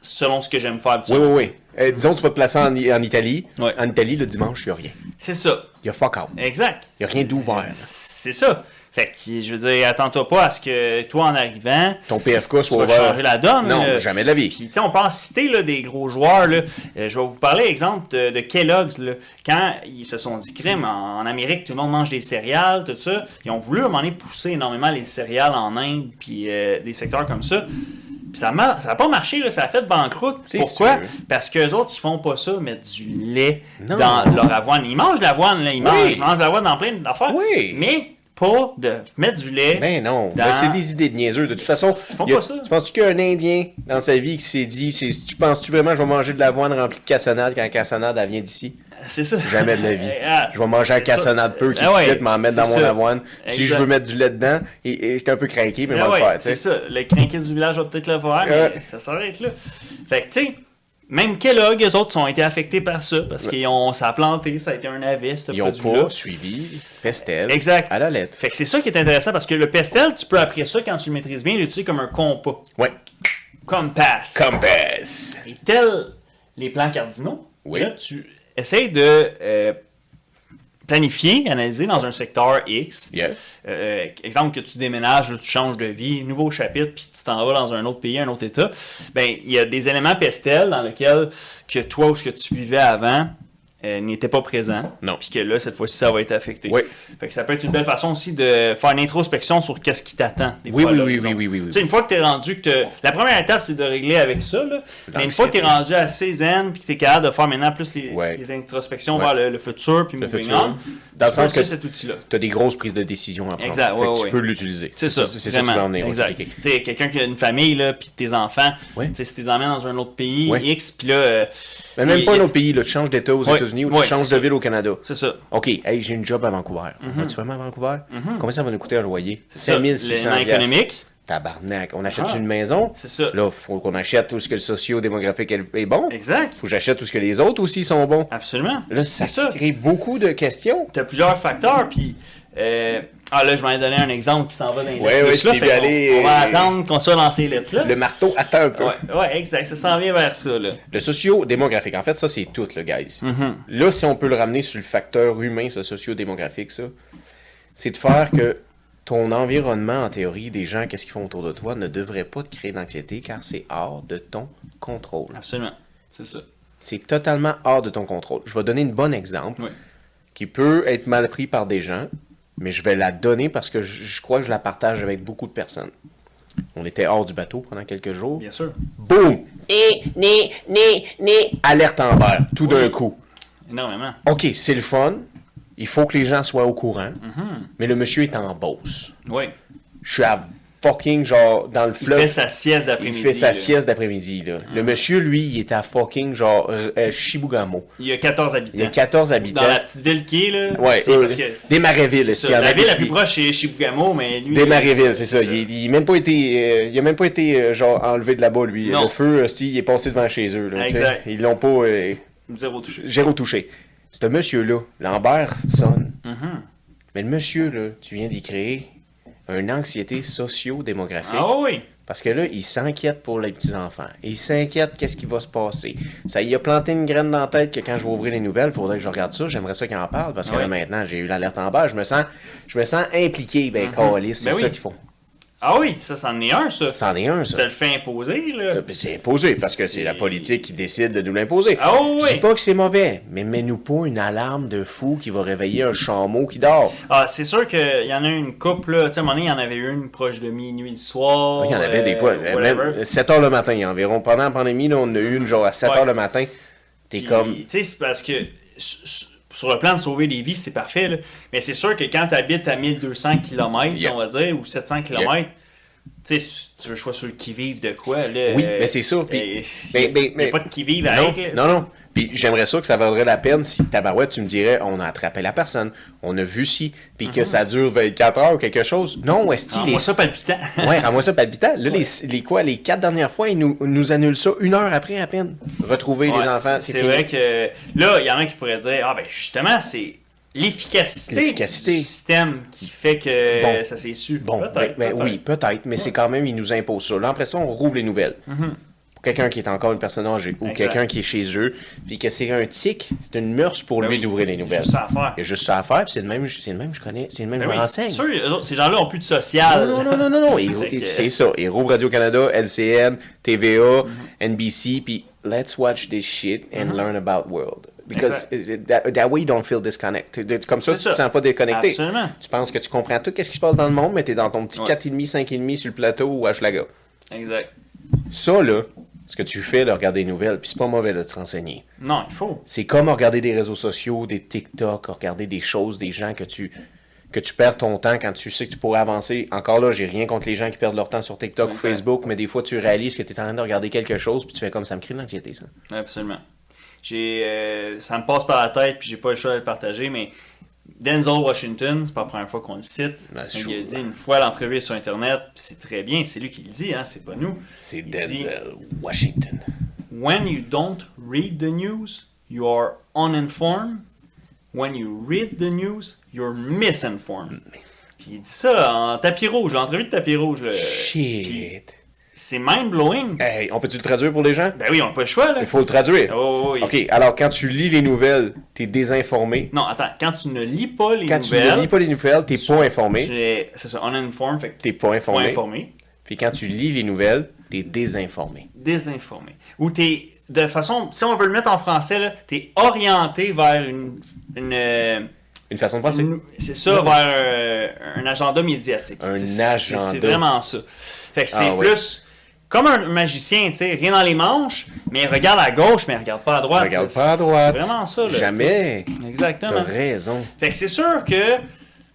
[SPEAKER 2] selon ce que j'aime faire.
[SPEAKER 1] Oui, oui, oui. Euh, disons, tu vas te placer en, en Italie.
[SPEAKER 2] Ouais.
[SPEAKER 1] En Italie, le dimanche, il n'y a rien.
[SPEAKER 2] C'est ça,
[SPEAKER 1] Il y a fuck out.
[SPEAKER 2] exact.
[SPEAKER 1] Il n'y a rien d'ouvert.
[SPEAKER 2] C'est ça. Fait que, je veux dire, attends-toi pas à ce que toi, en arrivant,
[SPEAKER 1] Ton PFK
[SPEAKER 2] tu
[SPEAKER 1] soit
[SPEAKER 2] vas
[SPEAKER 1] ouvert.
[SPEAKER 2] changer la donne. euh.
[SPEAKER 1] Non,
[SPEAKER 2] là.
[SPEAKER 1] jamais de la vie.
[SPEAKER 2] Puis, tu sais, on peut en citer là, des gros joueurs. là. Euh, je vais vous parler, exemple, de, de Kellogg's. là. Quand ils se sont dit crime, en, en Amérique, tout le monde mange des céréales, tout ça. Ils ont voulu, à un moment donné, pousser énormément les céréales en Inde, puis euh, des secteurs comme ça. Puis ça n'a ça a pas marché, là, ça a fait banqueroute.
[SPEAKER 1] C'est
[SPEAKER 2] Pourquoi?
[SPEAKER 1] sûr.
[SPEAKER 2] Parce qu'eux autres, ils font pas ça, mettre du lait
[SPEAKER 1] Non.
[SPEAKER 2] dans leur avoine. Ils mangent de l'avoine, là. Ils, mangent, ils mangent de l'avoine dans plein d'affaires.
[SPEAKER 1] Oui.
[SPEAKER 2] Mais pas de mettre du lait.
[SPEAKER 1] Ben non,
[SPEAKER 2] Dans-
[SPEAKER 1] mais c'est des idées de niaiseux. De toute façon,
[SPEAKER 2] font
[SPEAKER 1] y a-
[SPEAKER 2] pas ça.
[SPEAKER 1] tu penses-tu qu'il y a un Indien dans sa vie qui s'est dit c'est- Tu penses-tu vraiment que je vais manger de l'avoine remplie de cassonade quand la cassonade elle vient d'ici
[SPEAKER 2] C'est ça.
[SPEAKER 1] Jamais de la vie.
[SPEAKER 2] Ah,
[SPEAKER 1] Je vais manger la
[SPEAKER 2] c'est ça.
[SPEAKER 1] cassonade peu qui
[SPEAKER 2] Ah ouais,
[SPEAKER 1] est ici, m'en mettre dans
[SPEAKER 2] c'est
[SPEAKER 1] mon
[SPEAKER 2] ça.
[SPEAKER 1] avoine. Si je
[SPEAKER 2] Exact.
[SPEAKER 1] veux mettre du lait dedans, et, et j'étais un peu craqué, mais on
[SPEAKER 2] Ah
[SPEAKER 1] va
[SPEAKER 2] ouais,
[SPEAKER 1] le faire. tu
[SPEAKER 2] c'est
[SPEAKER 1] sais.
[SPEAKER 2] ça. Le crinquet du village va peut-être le faire, mais
[SPEAKER 1] Ouais.
[SPEAKER 2] ça s'arrête là. Fait que, tu sais, même Kellogg, eux autres, ont été affectés par ça parce qu'ils ont, ça a planté, ça a été un avis, ce
[SPEAKER 1] Ils ont
[SPEAKER 2] produit-là.
[SPEAKER 1] pas suivi Pestel
[SPEAKER 2] Exact.
[SPEAKER 1] à la lettre.
[SPEAKER 2] Fait que c'est ça qui est intéressant parce que le pestel, tu peux après ça, quand tu le maîtrises bien, l'utiliser comme un compas.
[SPEAKER 1] Ouais.
[SPEAKER 2] Comme passe.
[SPEAKER 1] Compass.
[SPEAKER 2] Et tel les plans cardinaux,
[SPEAKER 1] Oui.
[SPEAKER 2] là, tu essayes de euh, planifier, analyser dans un secteur X.
[SPEAKER 1] Yeah.
[SPEAKER 2] Euh, exemple que tu déménages, tu changes de vie, nouveau chapitre, puis tu t'en vas dans un autre pays, un autre état, ben il y a des éléments pestels dans lesquels que toi ou ce que tu vivais avant euh, n'était pas présent.
[SPEAKER 1] Non.
[SPEAKER 2] Puis que là, cette fois-ci, ça va être affecté.
[SPEAKER 1] Oui.
[SPEAKER 2] Fait que ça peut être une belle façon aussi de faire une introspection sur qu'est-ce qui t'attend. des
[SPEAKER 1] Oui,
[SPEAKER 2] fois,
[SPEAKER 1] oui,
[SPEAKER 2] là,
[SPEAKER 1] oui,
[SPEAKER 2] disons.
[SPEAKER 1] oui, oui, oui, oui.
[SPEAKER 2] Tu sais, une fois que t'es rendu que t'as- La première étape, c'est de régler avec ça, là. Mais une fois que t'es rendu assez zen, puis que t'es capable de faire maintenant plus les,
[SPEAKER 1] Ouais.
[SPEAKER 2] les introspections
[SPEAKER 1] Ouais.
[SPEAKER 2] vers le, le futur, puis moving
[SPEAKER 1] futur.
[SPEAKER 2] on,
[SPEAKER 1] Dans le sens
[SPEAKER 2] tu peux
[SPEAKER 1] que-
[SPEAKER 2] utiliser cet outil-là.
[SPEAKER 1] Tu as des grosses prises de décision à prendre.
[SPEAKER 2] Exact,
[SPEAKER 1] Fait que
[SPEAKER 2] ouais,
[SPEAKER 1] tu
[SPEAKER 2] ouais.
[SPEAKER 1] peux l'utiliser.
[SPEAKER 2] C'est ça,
[SPEAKER 1] C'est ça que tu vas en venir. ouais,
[SPEAKER 2] Exact.
[SPEAKER 1] ok.
[SPEAKER 2] Tu sais, quelqu'un qui a une famille, là, puis tes enfants,
[SPEAKER 1] Ouais.
[SPEAKER 2] tu sais, si t'es emmènes dans un autre pays,
[SPEAKER 1] Ouais.
[SPEAKER 2] X, puis là... euh,
[SPEAKER 1] Mais
[SPEAKER 2] tu sais,
[SPEAKER 1] même pas
[SPEAKER 2] y a-
[SPEAKER 1] dans nos pays. Là, tu changes d'État aux
[SPEAKER 2] Ouais,
[SPEAKER 1] États-Unis ou tu
[SPEAKER 2] ouais,
[SPEAKER 1] changes
[SPEAKER 2] c'est
[SPEAKER 1] de
[SPEAKER 2] ça.
[SPEAKER 1] ville au Canada.
[SPEAKER 2] C'est ça.
[SPEAKER 1] OK, hey, j'ai une job à Vancouver. Vas-tu vraiment à Vancouver? Combien ça va nous coûter un loyer?
[SPEAKER 2] Mhm. C'est ça,
[SPEAKER 1] 5600
[SPEAKER 2] l'élément économique.
[SPEAKER 1] Tabarnak. On achète
[SPEAKER 2] Ah.
[SPEAKER 1] une maison?
[SPEAKER 2] C'est ça.
[SPEAKER 1] Là, faut qu'on achète tout ce que le socio-démographique est bon.
[SPEAKER 2] Exact.
[SPEAKER 1] Faut que j'achète tout ce que les autres aussi sont bons.
[SPEAKER 2] Absolument.
[SPEAKER 1] Là,
[SPEAKER 2] C'est
[SPEAKER 1] ça,
[SPEAKER 2] ça.
[SPEAKER 1] crée beaucoup de questions.
[SPEAKER 2] T'as plusieurs facteurs, puis... euh, ah là, je vais donner un exemple qui s'en va dans les
[SPEAKER 1] Ouais,
[SPEAKER 2] lettres
[SPEAKER 1] ouais,
[SPEAKER 2] plus, là,
[SPEAKER 1] je t'ai
[SPEAKER 2] fait
[SPEAKER 1] vu
[SPEAKER 2] qu'on-
[SPEAKER 1] aller,
[SPEAKER 2] On va
[SPEAKER 1] euh,
[SPEAKER 2] attendre qu'on soit dans ces lettres-là.
[SPEAKER 1] Le marteau attend un peu.
[SPEAKER 2] Ouais, ouais, exact. Ça s'en vient vers ça, là.
[SPEAKER 1] Le socio-démographique, en fait, ça, c'est tout, le guys. Là, si on peut le ramener sur le facteur humain, ce socio-démographique, ça, c'est de faire que ton environnement, en théorie, des gens, qu'est-ce qu'ils font autour de toi, ne devrait pas te créer d'anxiété car c'est hors de ton contrôle.
[SPEAKER 2] Absolument. C'est ça.
[SPEAKER 1] C'est totalement hors de ton contrôle. Je vais donner une bonne exemple
[SPEAKER 2] Oui.
[SPEAKER 1] qui peut être mal pris par des gens, mais je vais la donner parce que je je crois que je la partage avec beaucoup de personnes. On était hors du bateau pendant quelques jours.
[SPEAKER 2] Bien sûr.
[SPEAKER 1] Boum! Né, né, né, né. Alerte en vert, tout d'un coup.
[SPEAKER 2] Énormément.
[SPEAKER 1] OK, c'est le fun. Il faut que les gens soient au courant.
[SPEAKER 2] Mm-hmm.
[SPEAKER 1] Mais le monsieur est en bosse.
[SPEAKER 2] Oui.
[SPEAKER 1] Je suis à fucking, genre, dans le
[SPEAKER 2] Il
[SPEAKER 1] fleuve.
[SPEAKER 2] fait sa sieste
[SPEAKER 1] Il
[SPEAKER 2] d'après-midi.
[SPEAKER 1] fait sa
[SPEAKER 2] là. Mm.
[SPEAKER 1] sieste d'après-midi, là. Le monsieur, lui, il est à fucking, genre, euh, euh, Shibugamo.
[SPEAKER 2] Il y a 14 habitants.
[SPEAKER 1] Il y a 14 habitants.
[SPEAKER 2] Dans la petite ville qui est, là.
[SPEAKER 1] Ouais,
[SPEAKER 2] tu sais,
[SPEAKER 1] eux,
[SPEAKER 2] parce que.
[SPEAKER 1] des Marévilles,
[SPEAKER 2] ça,
[SPEAKER 1] si, en
[SPEAKER 2] la ville la plus
[SPEAKER 1] Abitibi.
[SPEAKER 2] proche, c'est Chibougamau, mais lui.
[SPEAKER 1] Des
[SPEAKER 2] là,
[SPEAKER 1] Marévilles, c'est ça.
[SPEAKER 2] c'est ça.
[SPEAKER 1] Il, il a même pas été, euh, il a même pas été euh, genre enlevé de là-bas, lui.
[SPEAKER 2] Non.
[SPEAKER 1] Le feu, euh, si, il est passé devant chez eux. Là, tu sais.
[SPEAKER 2] Exact.
[SPEAKER 1] Ils l'ont pas. euh,
[SPEAKER 2] Zéro touché.
[SPEAKER 1] Géro touché. Ce monsieur-là, Lambert sonne.
[SPEAKER 2] Mhm.
[SPEAKER 1] Mais le monsieur, là, tu viens d'y créer une anxiété socio-démographique.
[SPEAKER 2] Ah oui!
[SPEAKER 1] Parce que là, il s'inquiète pour les petits-enfants. Il s'inquiète qu'est-ce qui va se passer. Ça y a planté une graine dans la tête que quand je vais ouvrir les nouvelles, il faudrait que je regarde ça. J'aimerais ça qu'il en parle parce que
[SPEAKER 2] Ouais.
[SPEAKER 1] là, maintenant, j'ai eu l'alerte en bas. Je me sens, je me sens impliqué. Ben, câlisse, c'est
[SPEAKER 2] Ben
[SPEAKER 1] ça
[SPEAKER 2] oui.
[SPEAKER 1] qu'ils font.
[SPEAKER 2] Ah oui, ça, c'en est un, ça.
[SPEAKER 1] C'en est un, ça.
[SPEAKER 2] Ça le fait imposer, là.
[SPEAKER 1] Ben, C'est imposé parce que c'est la politique qui décide de nous l'imposer.
[SPEAKER 2] Ah oui!
[SPEAKER 1] Je dis pas que c'est mauvais, mais mets-nous pas une alarme de fou qui va réveiller un chameau qui dort.
[SPEAKER 2] Ah, c'est sûr qu'il y en a une couple, là. Tu sais, à un moment donné, il y en avait une proche de minuit le soir.
[SPEAKER 1] Il y en avait des
[SPEAKER 2] euh,
[SPEAKER 1] fois, euh,
[SPEAKER 2] whatever.
[SPEAKER 1] même 7 heures le matin environ. Pendant la pandémie, là, on en a eu une genre à 7
[SPEAKER 2] Ouais.
[SPEAKER 1] heures le matin. T'es
[SPEAKER 2] Puis,
[SPEAKER 1] comme.
[SPEAKER 2] Tu sais, c'est parce que s- s- sur le plan de sauver des vies, c'est parfait, là. Mais c'est sûr que quand tu habites à 1200 km,
[SPEAKER 1] Yeah.
[SPEAKER 2] on va dire, ou 700 km, tu sais, si tu veux choisir sur qui vivent de quoi, là.
[SPEAKER 1] Oui, mais c'est ça, puis- mais- mais-
[SPEAKER 2] mais,
[SPEAKER 1] mais-
[SPEAKER 2] pas de qui vivent
[SPEAKER 1] Non,
[SPEAKER 2] avec, là.
[SPEAKER 1] non, non. Puis j'aimerais ça que ça vaudrait la peine si tabarouette, tu me dirais, on a attrapé la personne, on a vu si, puis que ça dure 24 heures ou quelque chose. Non, est-ce
[SPEAKER 2] Mhm. Ah,
[SPEAKER 1] les...
[SPEAKER 2] moi, ça palpitant.
[SPEAKER 1] Ouais, rends-moi ça palpitant. Là, les, les quoi, les quatre dernières fois, ils nous, nous annulent ça une heure après à peine. Retrouver
[SPEAKER 2] Ouais,
[SPEAKER 1] les enfants,
[SPEAKER 2] c'est
[SPEAKER 1] c'est fini.
[SPEAKER 2] vrai que là, il y en a qui pourraient dire Ah, ben justement, c'est l'efficacité
[SPEAKER 1] L'efficacité.
[SPEAKER 2] du système qui fait que
[SPEAKER 1] Bon.
[SPEAKER 2] ça s'est su.
[SPEAKER 1] Bon,
[SPEAKER 2] Peut-être,
[SPEAKER 1] ben, ben
[SPEAKER 2] peut-être.
[SPEAKER 1] oui, peut-être, mais c'est quand même, ils nous imposent ça. Là, après ça, on rouvre les nouvelles. Pour quelqu'un qui est encore une personne âgée ou
[SPEAKER 2] Mm-hmm. Exact.
[SPEAKER 1] quelqu'un qui est chez eux, puis que c'est un tic, c'est une mœurs pour
[SPEAKER 2] Ben
[SPEAKER 1] lui
[SPEAKER 2] oui,
[SPEAKER 1] d'ouvrir les nouvelles.
[SPEAKER 2] juste ça à faire.
[SPEAKER 1] Il y a juste ça à faire, puis c'est le même, c'est le même, je connais, c'est le même,
[SPEAKER 2] Ben
[SPEAKER 1] je me
[SPEAKER 2] oui.
[SPEAKER 1] renseigne.
[SPEAKER 2] Sûr, eux autres, ces gens-là ont plus de social.
[SPEAKER 1] Non, non, non, non, non. Ils-
[SPEAKER 2] Fait que-
[SPEAKER 1] C'est ça. Ils rouvrent Radio-Canada, LCN, TVA,
[SPEAKER 2] Mm-hmm.
[SPEAKER 1] NBC, puis let's watch this shit and learn about world. Because that, that way you don't feel disconnected. Comme ça, tu
[SPEAKER 2] C'est
[SPEAKER 1] te
[SPEAKER 2] ça.
[SPEAKER 1] sens pas déconnecté.
[SPEAKER 2] Absolument.
[SPEAKER 1] Tu penses que tu comprends tout quest ce qui se passe dans le monde, mais t'es dans ton petit
[SPEAKER 2] Ouais.
[SPEAKER 1] 4,5, 5,5 sur le plateau ou à Schlaga.
[SPEAKER 2] Exact.
[SPEAKER 1] Ça, là, ce que tu fais, là, regarder les nouvelles, puis c'est pas mauvais là, de se renseigner.
[SPEAKER 2] Non, il faut.
[SPEAKER 1] C'est comme regarder des réseaux sociaux, des TikTok, regarder des choses, des gens que tu que tu perds ton temps quand tu sais que tu pourrais avancer. Encore là, j'ai rien contre les gens qui perdent leur temps sur TikTok ou
[SPEAKER 2] Exact.
[SPEAKER 1] Facebook, mais des fois tu réalises que tu es en train de regarder quelque chose puis tu fais comme ça me crée de l'anxiété ça.
[SPEAKER 2] Absolument. J'ai, euh, ça me passe par la tête, puis j'ai pas le choix de le partager, mais Denzel Washington, c'est pas la première fois qu'on le cite.
[SPEAKER 1] Ben,
[SPEAKER 2] mais il
[SPEAKER 1] sure.
[SPEAKER 2] a dit une fois l'entrevue est sur Internet, puis c'est très bien, c'est lui qui le dit, hein, c'est pas nous.
[SPEAKER 1] C'est
[SPEAKER 2] Il dit-
[SPEAKER 1] Denzel Washington.
[SPEAKER 2] When you don't read the news, you are uninformed. When you read the news, you're misinformed. Puis il dit ça en tapis rouge, l'entrevue de tapis rouge. Là. Puis
[SPEAKER 1] Shit.
[SPEAKER 2] C'est mind blowing.
[SPEAKER 1] Hey, on peut-tu le traduire pour les gens
[SPEAKER 2] Ben oui, on n'a pas le choix là.
[SPEAKER 1] Il faut le traduire.
[SPEAKER 2] Oh, oui.
[SPEAKER 1] OK, alors quand tu lis les nouvelles, tu es désinformé.
[SPEAKER 2] Non, attends, quand tu ne lis pas les
[SPEAKER 1] Quand tu
[SPEAKER 2] nouvelles.
[SPEAKER 1] ne lis pas les nouvelles, tu pas
[SPEAKER 2] Tu
[SPEAKER 1] informé.
[SPEAKER 2] es, c'est ça, uninformed, fait que
[SPEAKER 1] T'es pas
[SPEAKER 2] pas
[SPEAKER 1] informé.
[SPEAKER 2] informé,
[SPEAKER 1] Puis quand tu lis les nouvelles, tu es désinformé.
[SPEAKER 2] désinformé. Ou t'es, de façon, si on veut le mettre en français, là, t'es orienté vers une, une, euh,
[SPEAKER 1] Une façon de penser.
[SPEAKER 2] une- c'est ça, vers euh, un agenda médiatique.
[SPEAKER 1] Un
[SPEAKER 2] C'est- c'est- c'est- C'est
[SPEAKER 1] agenda.
[SPEAKER 2] vraiment ça. Fait que c'est
[SPEAKER 1] Ah oui.
[SPEAKER 2] plus comme un magicien, tu sais, rien dans les manches, mais regarde à gauche, mais regarde pas à droite.
[SPEAKER 1] Regarde
[SPEAKER 2] C'est-
[SPEAKER 1] pas à droite.
[SPEAKER 2] C'est vraiment ça, là,
[SPEAKER 1] Jamais.
[SPEAKER 2] tu sais.
[SPEAKER 1] T'as
[SPEAKER 2] Exactement.
[SPEAKER 1] raison.
[SPEAKER 2] Fait que c'est sûr que.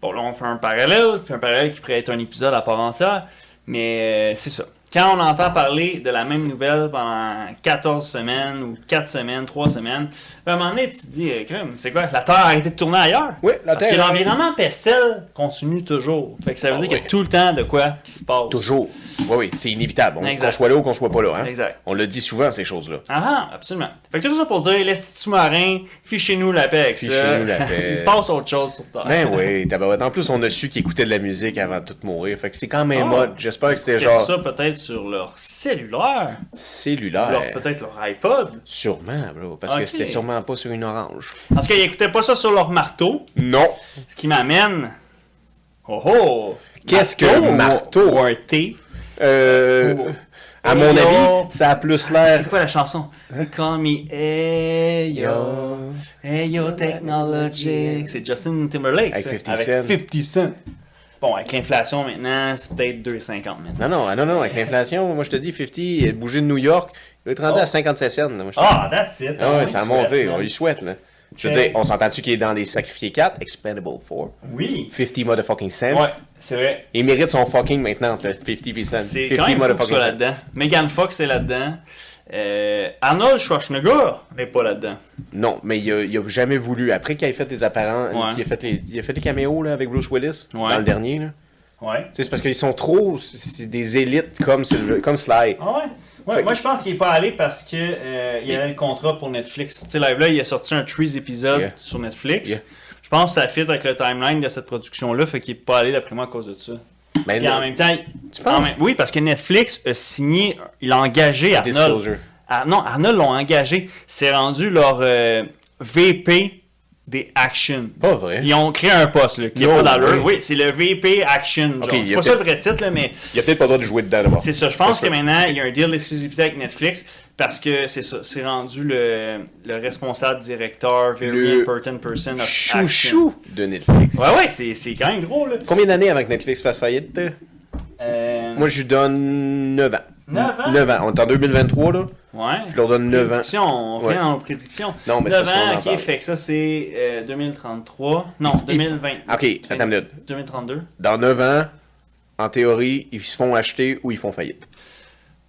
[SPEAKER 2] Bon, là, on fait un parallèle, puis un parallèle qui pourrait être un épisode à part entière, mais euh, c'est ça. Quand on entend parler de la même nouvelle pendant 14 semaines, ou 4 semaines, 3 semaines, ben, à un moment donné, tu te dis, euh, Crime, c'est quoi La Terre a arrêté de tourner ailleurs
[SPEAKER 1] Oui, la
[SPEAKER 2] Parce
[SPEAKER 1] Terre-
[SPEAKER 2] que l'environnement pestel continue toujours. Fait que ça veut
[SPEAKER 1] Ah
[SPEAKER 2] dire qu'il y
[SPEAKER 1] ouais.
[SPEAKER 2] a tout le temps de quoi qui se passe.
[SPEAKER 1] Toujours. Oui, oui, c'est inévitable. On,
[SPEAKER 2] Exact.
[SPEAKER 1] qu'on soit là ou qu'on soit pas là. Hein?
[SPEAKER 2] Exact.
[SPEAKER 1] On le dit souvent, ces choses-là.
[SPEAKER 2] Ah, ah, absolument. Fait que tout ça pour dire, laisse sous marin, fichez-nous la paix avec ça.
[SPEAKER 1] Fichez-nous la paix.
[SPEAKER 2] Il se passe autre chose sur Terre.
[SPEAKER 1] Ben oui, tabarouette. En plus, on a su qu'ils écoutaient de la musique avant de tout mourir. Fait que c'est quand même
[SPEAKER 2] Oh.
[SPEAKER 1] mode. J'espère que c'était
[SPEAKER 2] Faites
[SPEAKER 1] genre
[SPEAKER 2] ça peut-être sur leur cellulaire. Leur-
[SPEAKER 1] cellulaire.
[SPEAKER 2] peut-être leur iPod.
[SPEAKER 1] Sûrement, bro. Parce que
[SPEAKER 2] Ok.
[SPEAKER 1] c'était sûrement pas sur une orange.
[SPEAKER 2] Parce qu'ils n'écoutaient pas ça sur leur marteau,
[SPEAKER 1] Non.
[SPEAKER 2] ce qui m'amène. Oh oh!
[SPEAKER 1] Qu'est-ce que
[SPEAKER 2] ou-
[SPEAKER 1] marteau?
[SPEAKER 2] Ou un thé.
[SPEAKER 1] Euh,
[SPEAKER 2] Oh.
[SPEAKER 1] À mon
[SPEAKER 2] Oh.
[SPEAKER 1] avis, ça a plus l'air.
[SPEAKER 2] C'est quoi la chanson? They call me Ayo. Ayo Technologic. C'est Justin Timberlake.
[SPEAKER 1] Avec
[SPEAKER 2] ça,
[SPEAKER 1] 50 Cent.
[SPEAKER 2] Avec 50 Cent. Bon, avec l'inflation maintenant, c'est peut-être 2,50 maintenant.
[SPEAKER 1] Non, non, ah, non, non, avec l'inflation, moi je te dis, 50, bouger de New York, il est rendu
[SPEAKER 2] Oh.
[SPEAKER 1] à 57 cents. là, moi, je te-
[SPEAKER 2] Ah, that's it.
[SPEAKER 1] Ah ouais, ça a
[SPEAKER 2] il souhaite,
[SPEAKER 1] monté,
[SPEAKER 2] man.
[SPEAKER 1] on lui souhaite, là. Je veux
[SPEAKER 2] Ok.
[SPEAKER 1] dire, on s'entend-tu qu'il est dans les sacrifiés 4, expendable 4,
[SPEAKER 2] Oui.
[SPEAKER 1] 50 motherfucking cents.
[SPEAKER 2] Ouais, c'est vrai.
[SPEAKER 1] Il mérite son fucking maintenant, là, 50 pis cents.
[SPEAKER 2] C'est
[SPEAKER 1] 50
[SPEAKER 2] quand même fou qu'il soit
[SPEAKER 1] motherfucking cents.
[SPEAKER 2] là-dedans. Megan Fox est là-dedans. Euh, Arnold Schwarzenegger n'est pas là-dedans.
[SPEAKER 1] Non, mais il a, il a jamais voulu. Après qu'il ait fait des apparents,
[SPEAKER 2] Ouais.
[SPEAKER 1] il, a fait les, il a fait des caméos là, avec Bruce Willis
[SPEAKER 2] Ouais.
[SPEAKER 1] dans le dernier. là.
[SPEAKER 2] Ouais.
[SPEAKER 1] Tu sais, C'est parce qu'ils sont trop. C'est c'est des élites comme, Sylve- comme Sly.
[SPEAKER 2] Ah ouais? Ouais,
[SPEAKER 1] Fait
[SPEAKER 2] moi
[SPEAKER 1] que-
[SPEAKER 2] je pense qu'il est pas allé parce que euh, il avait le contrat pour Netflix. Tu sais, live là, il a sorti un 3 épisode
[SPEAKER 1] Yeah.
[SPEAKER 2] sur Netflix.
[SPEAKER 1] Yeah.
[SPEAKER 2] Je pense que ça fit avec le timeline de cette production-là, fait qu'il est pas allé d'après moi à cause de ça.
[SPEAKER 1] Mais
[SPEAKER 2] Et en
[SPEAKER 1] non,
[SPEAKER 2] même temps,
[SPEAKER 1] tu
[SPEAKER 2] en
[SPEAKER 1] penses
[SPEAKER 2] même- oui, parce que Netflix a signé, il a engagé Arnold.
[SPEAKER 1] Disclosure.
[SPEAKER 2] Ah, non, Arnold l'ont engagé. C'est rendu leur euh, VP des actions.
[SPEAKER 1] Pas vrai.
[SPEAKER 2] Ils ont créé un poste là, qui est
[SPEAKER 1] No
[SPEAKER 2] pas dans le.
[SPEAKER 1] way.
[SPEAKER 2] Oui, c'est le VP Action. genre.
[SPEAKER 1] Ok, il y
[SPEAKER 2] c'est
[SPEAKER 1] a
[SPEAKER 2] pas ça le
[SPEAKER 1] peut-être-
[SPEAKER 2] vrai titre, là, mais
[SPEAKER 1] Il a peut-être pas le droit de jouer dedans d'abord.
[SPEAKER 2] c'est ça. Je pense
[SPEAKER 1] Ça se
[SPEAKER 2] que
[SPEAKER 1] peut.
[SPEAKER 2] maintenant, il y a un deal d'exclusivité avec Netflix parce que c'est ça. C'est rendu le, le responsable directeur, very
[SPEAKER 1] Le
[SPEAKER 2] important person of action.
[SPEAKER 1] Chouchou de Netflix.
[SPEAKER 2] Ouais, ouais, c'est, c'est quand même gros, là.
[SPEAKER 1] Combien d'années avant que Netflix fasse faillite euh?
[SPEAKER 2] Euh,
[SPEAKER 1] Moi, je lui donne 9 ans.
[SPEAKER 2] Neuf ans?
[SPEAKER 1] 9 ans. On est en 2023, là.
[SPEAKER 2] ouais.
[SPEAKER 1] Je leur donne 9 ans.
[SPEAKER 2] Prédiction, on revient
[SPEAKER 1] Ouais.
[SPEAKER 2] dans nos prédictions.
[SPEAKER 1] Non, mais c'est
[SPEAKER 2] 9
[SPEAKER 1] parce qu'on
[SPEAKER 2] ans,
[SPEAKER 1] en
[SPEAKER 2] ok,
[SPEAKER 1] parle.
[SPEAKER 2] fait que ça, c'est euh, 2033. Non, 2020.
[SPEAKER 1] Ok, attends une minute.
[SPEAKER 2] 2032.
[SPEAKER 1] Dans 9 ans, en théorie, ils se font acheter ou ils font faillite.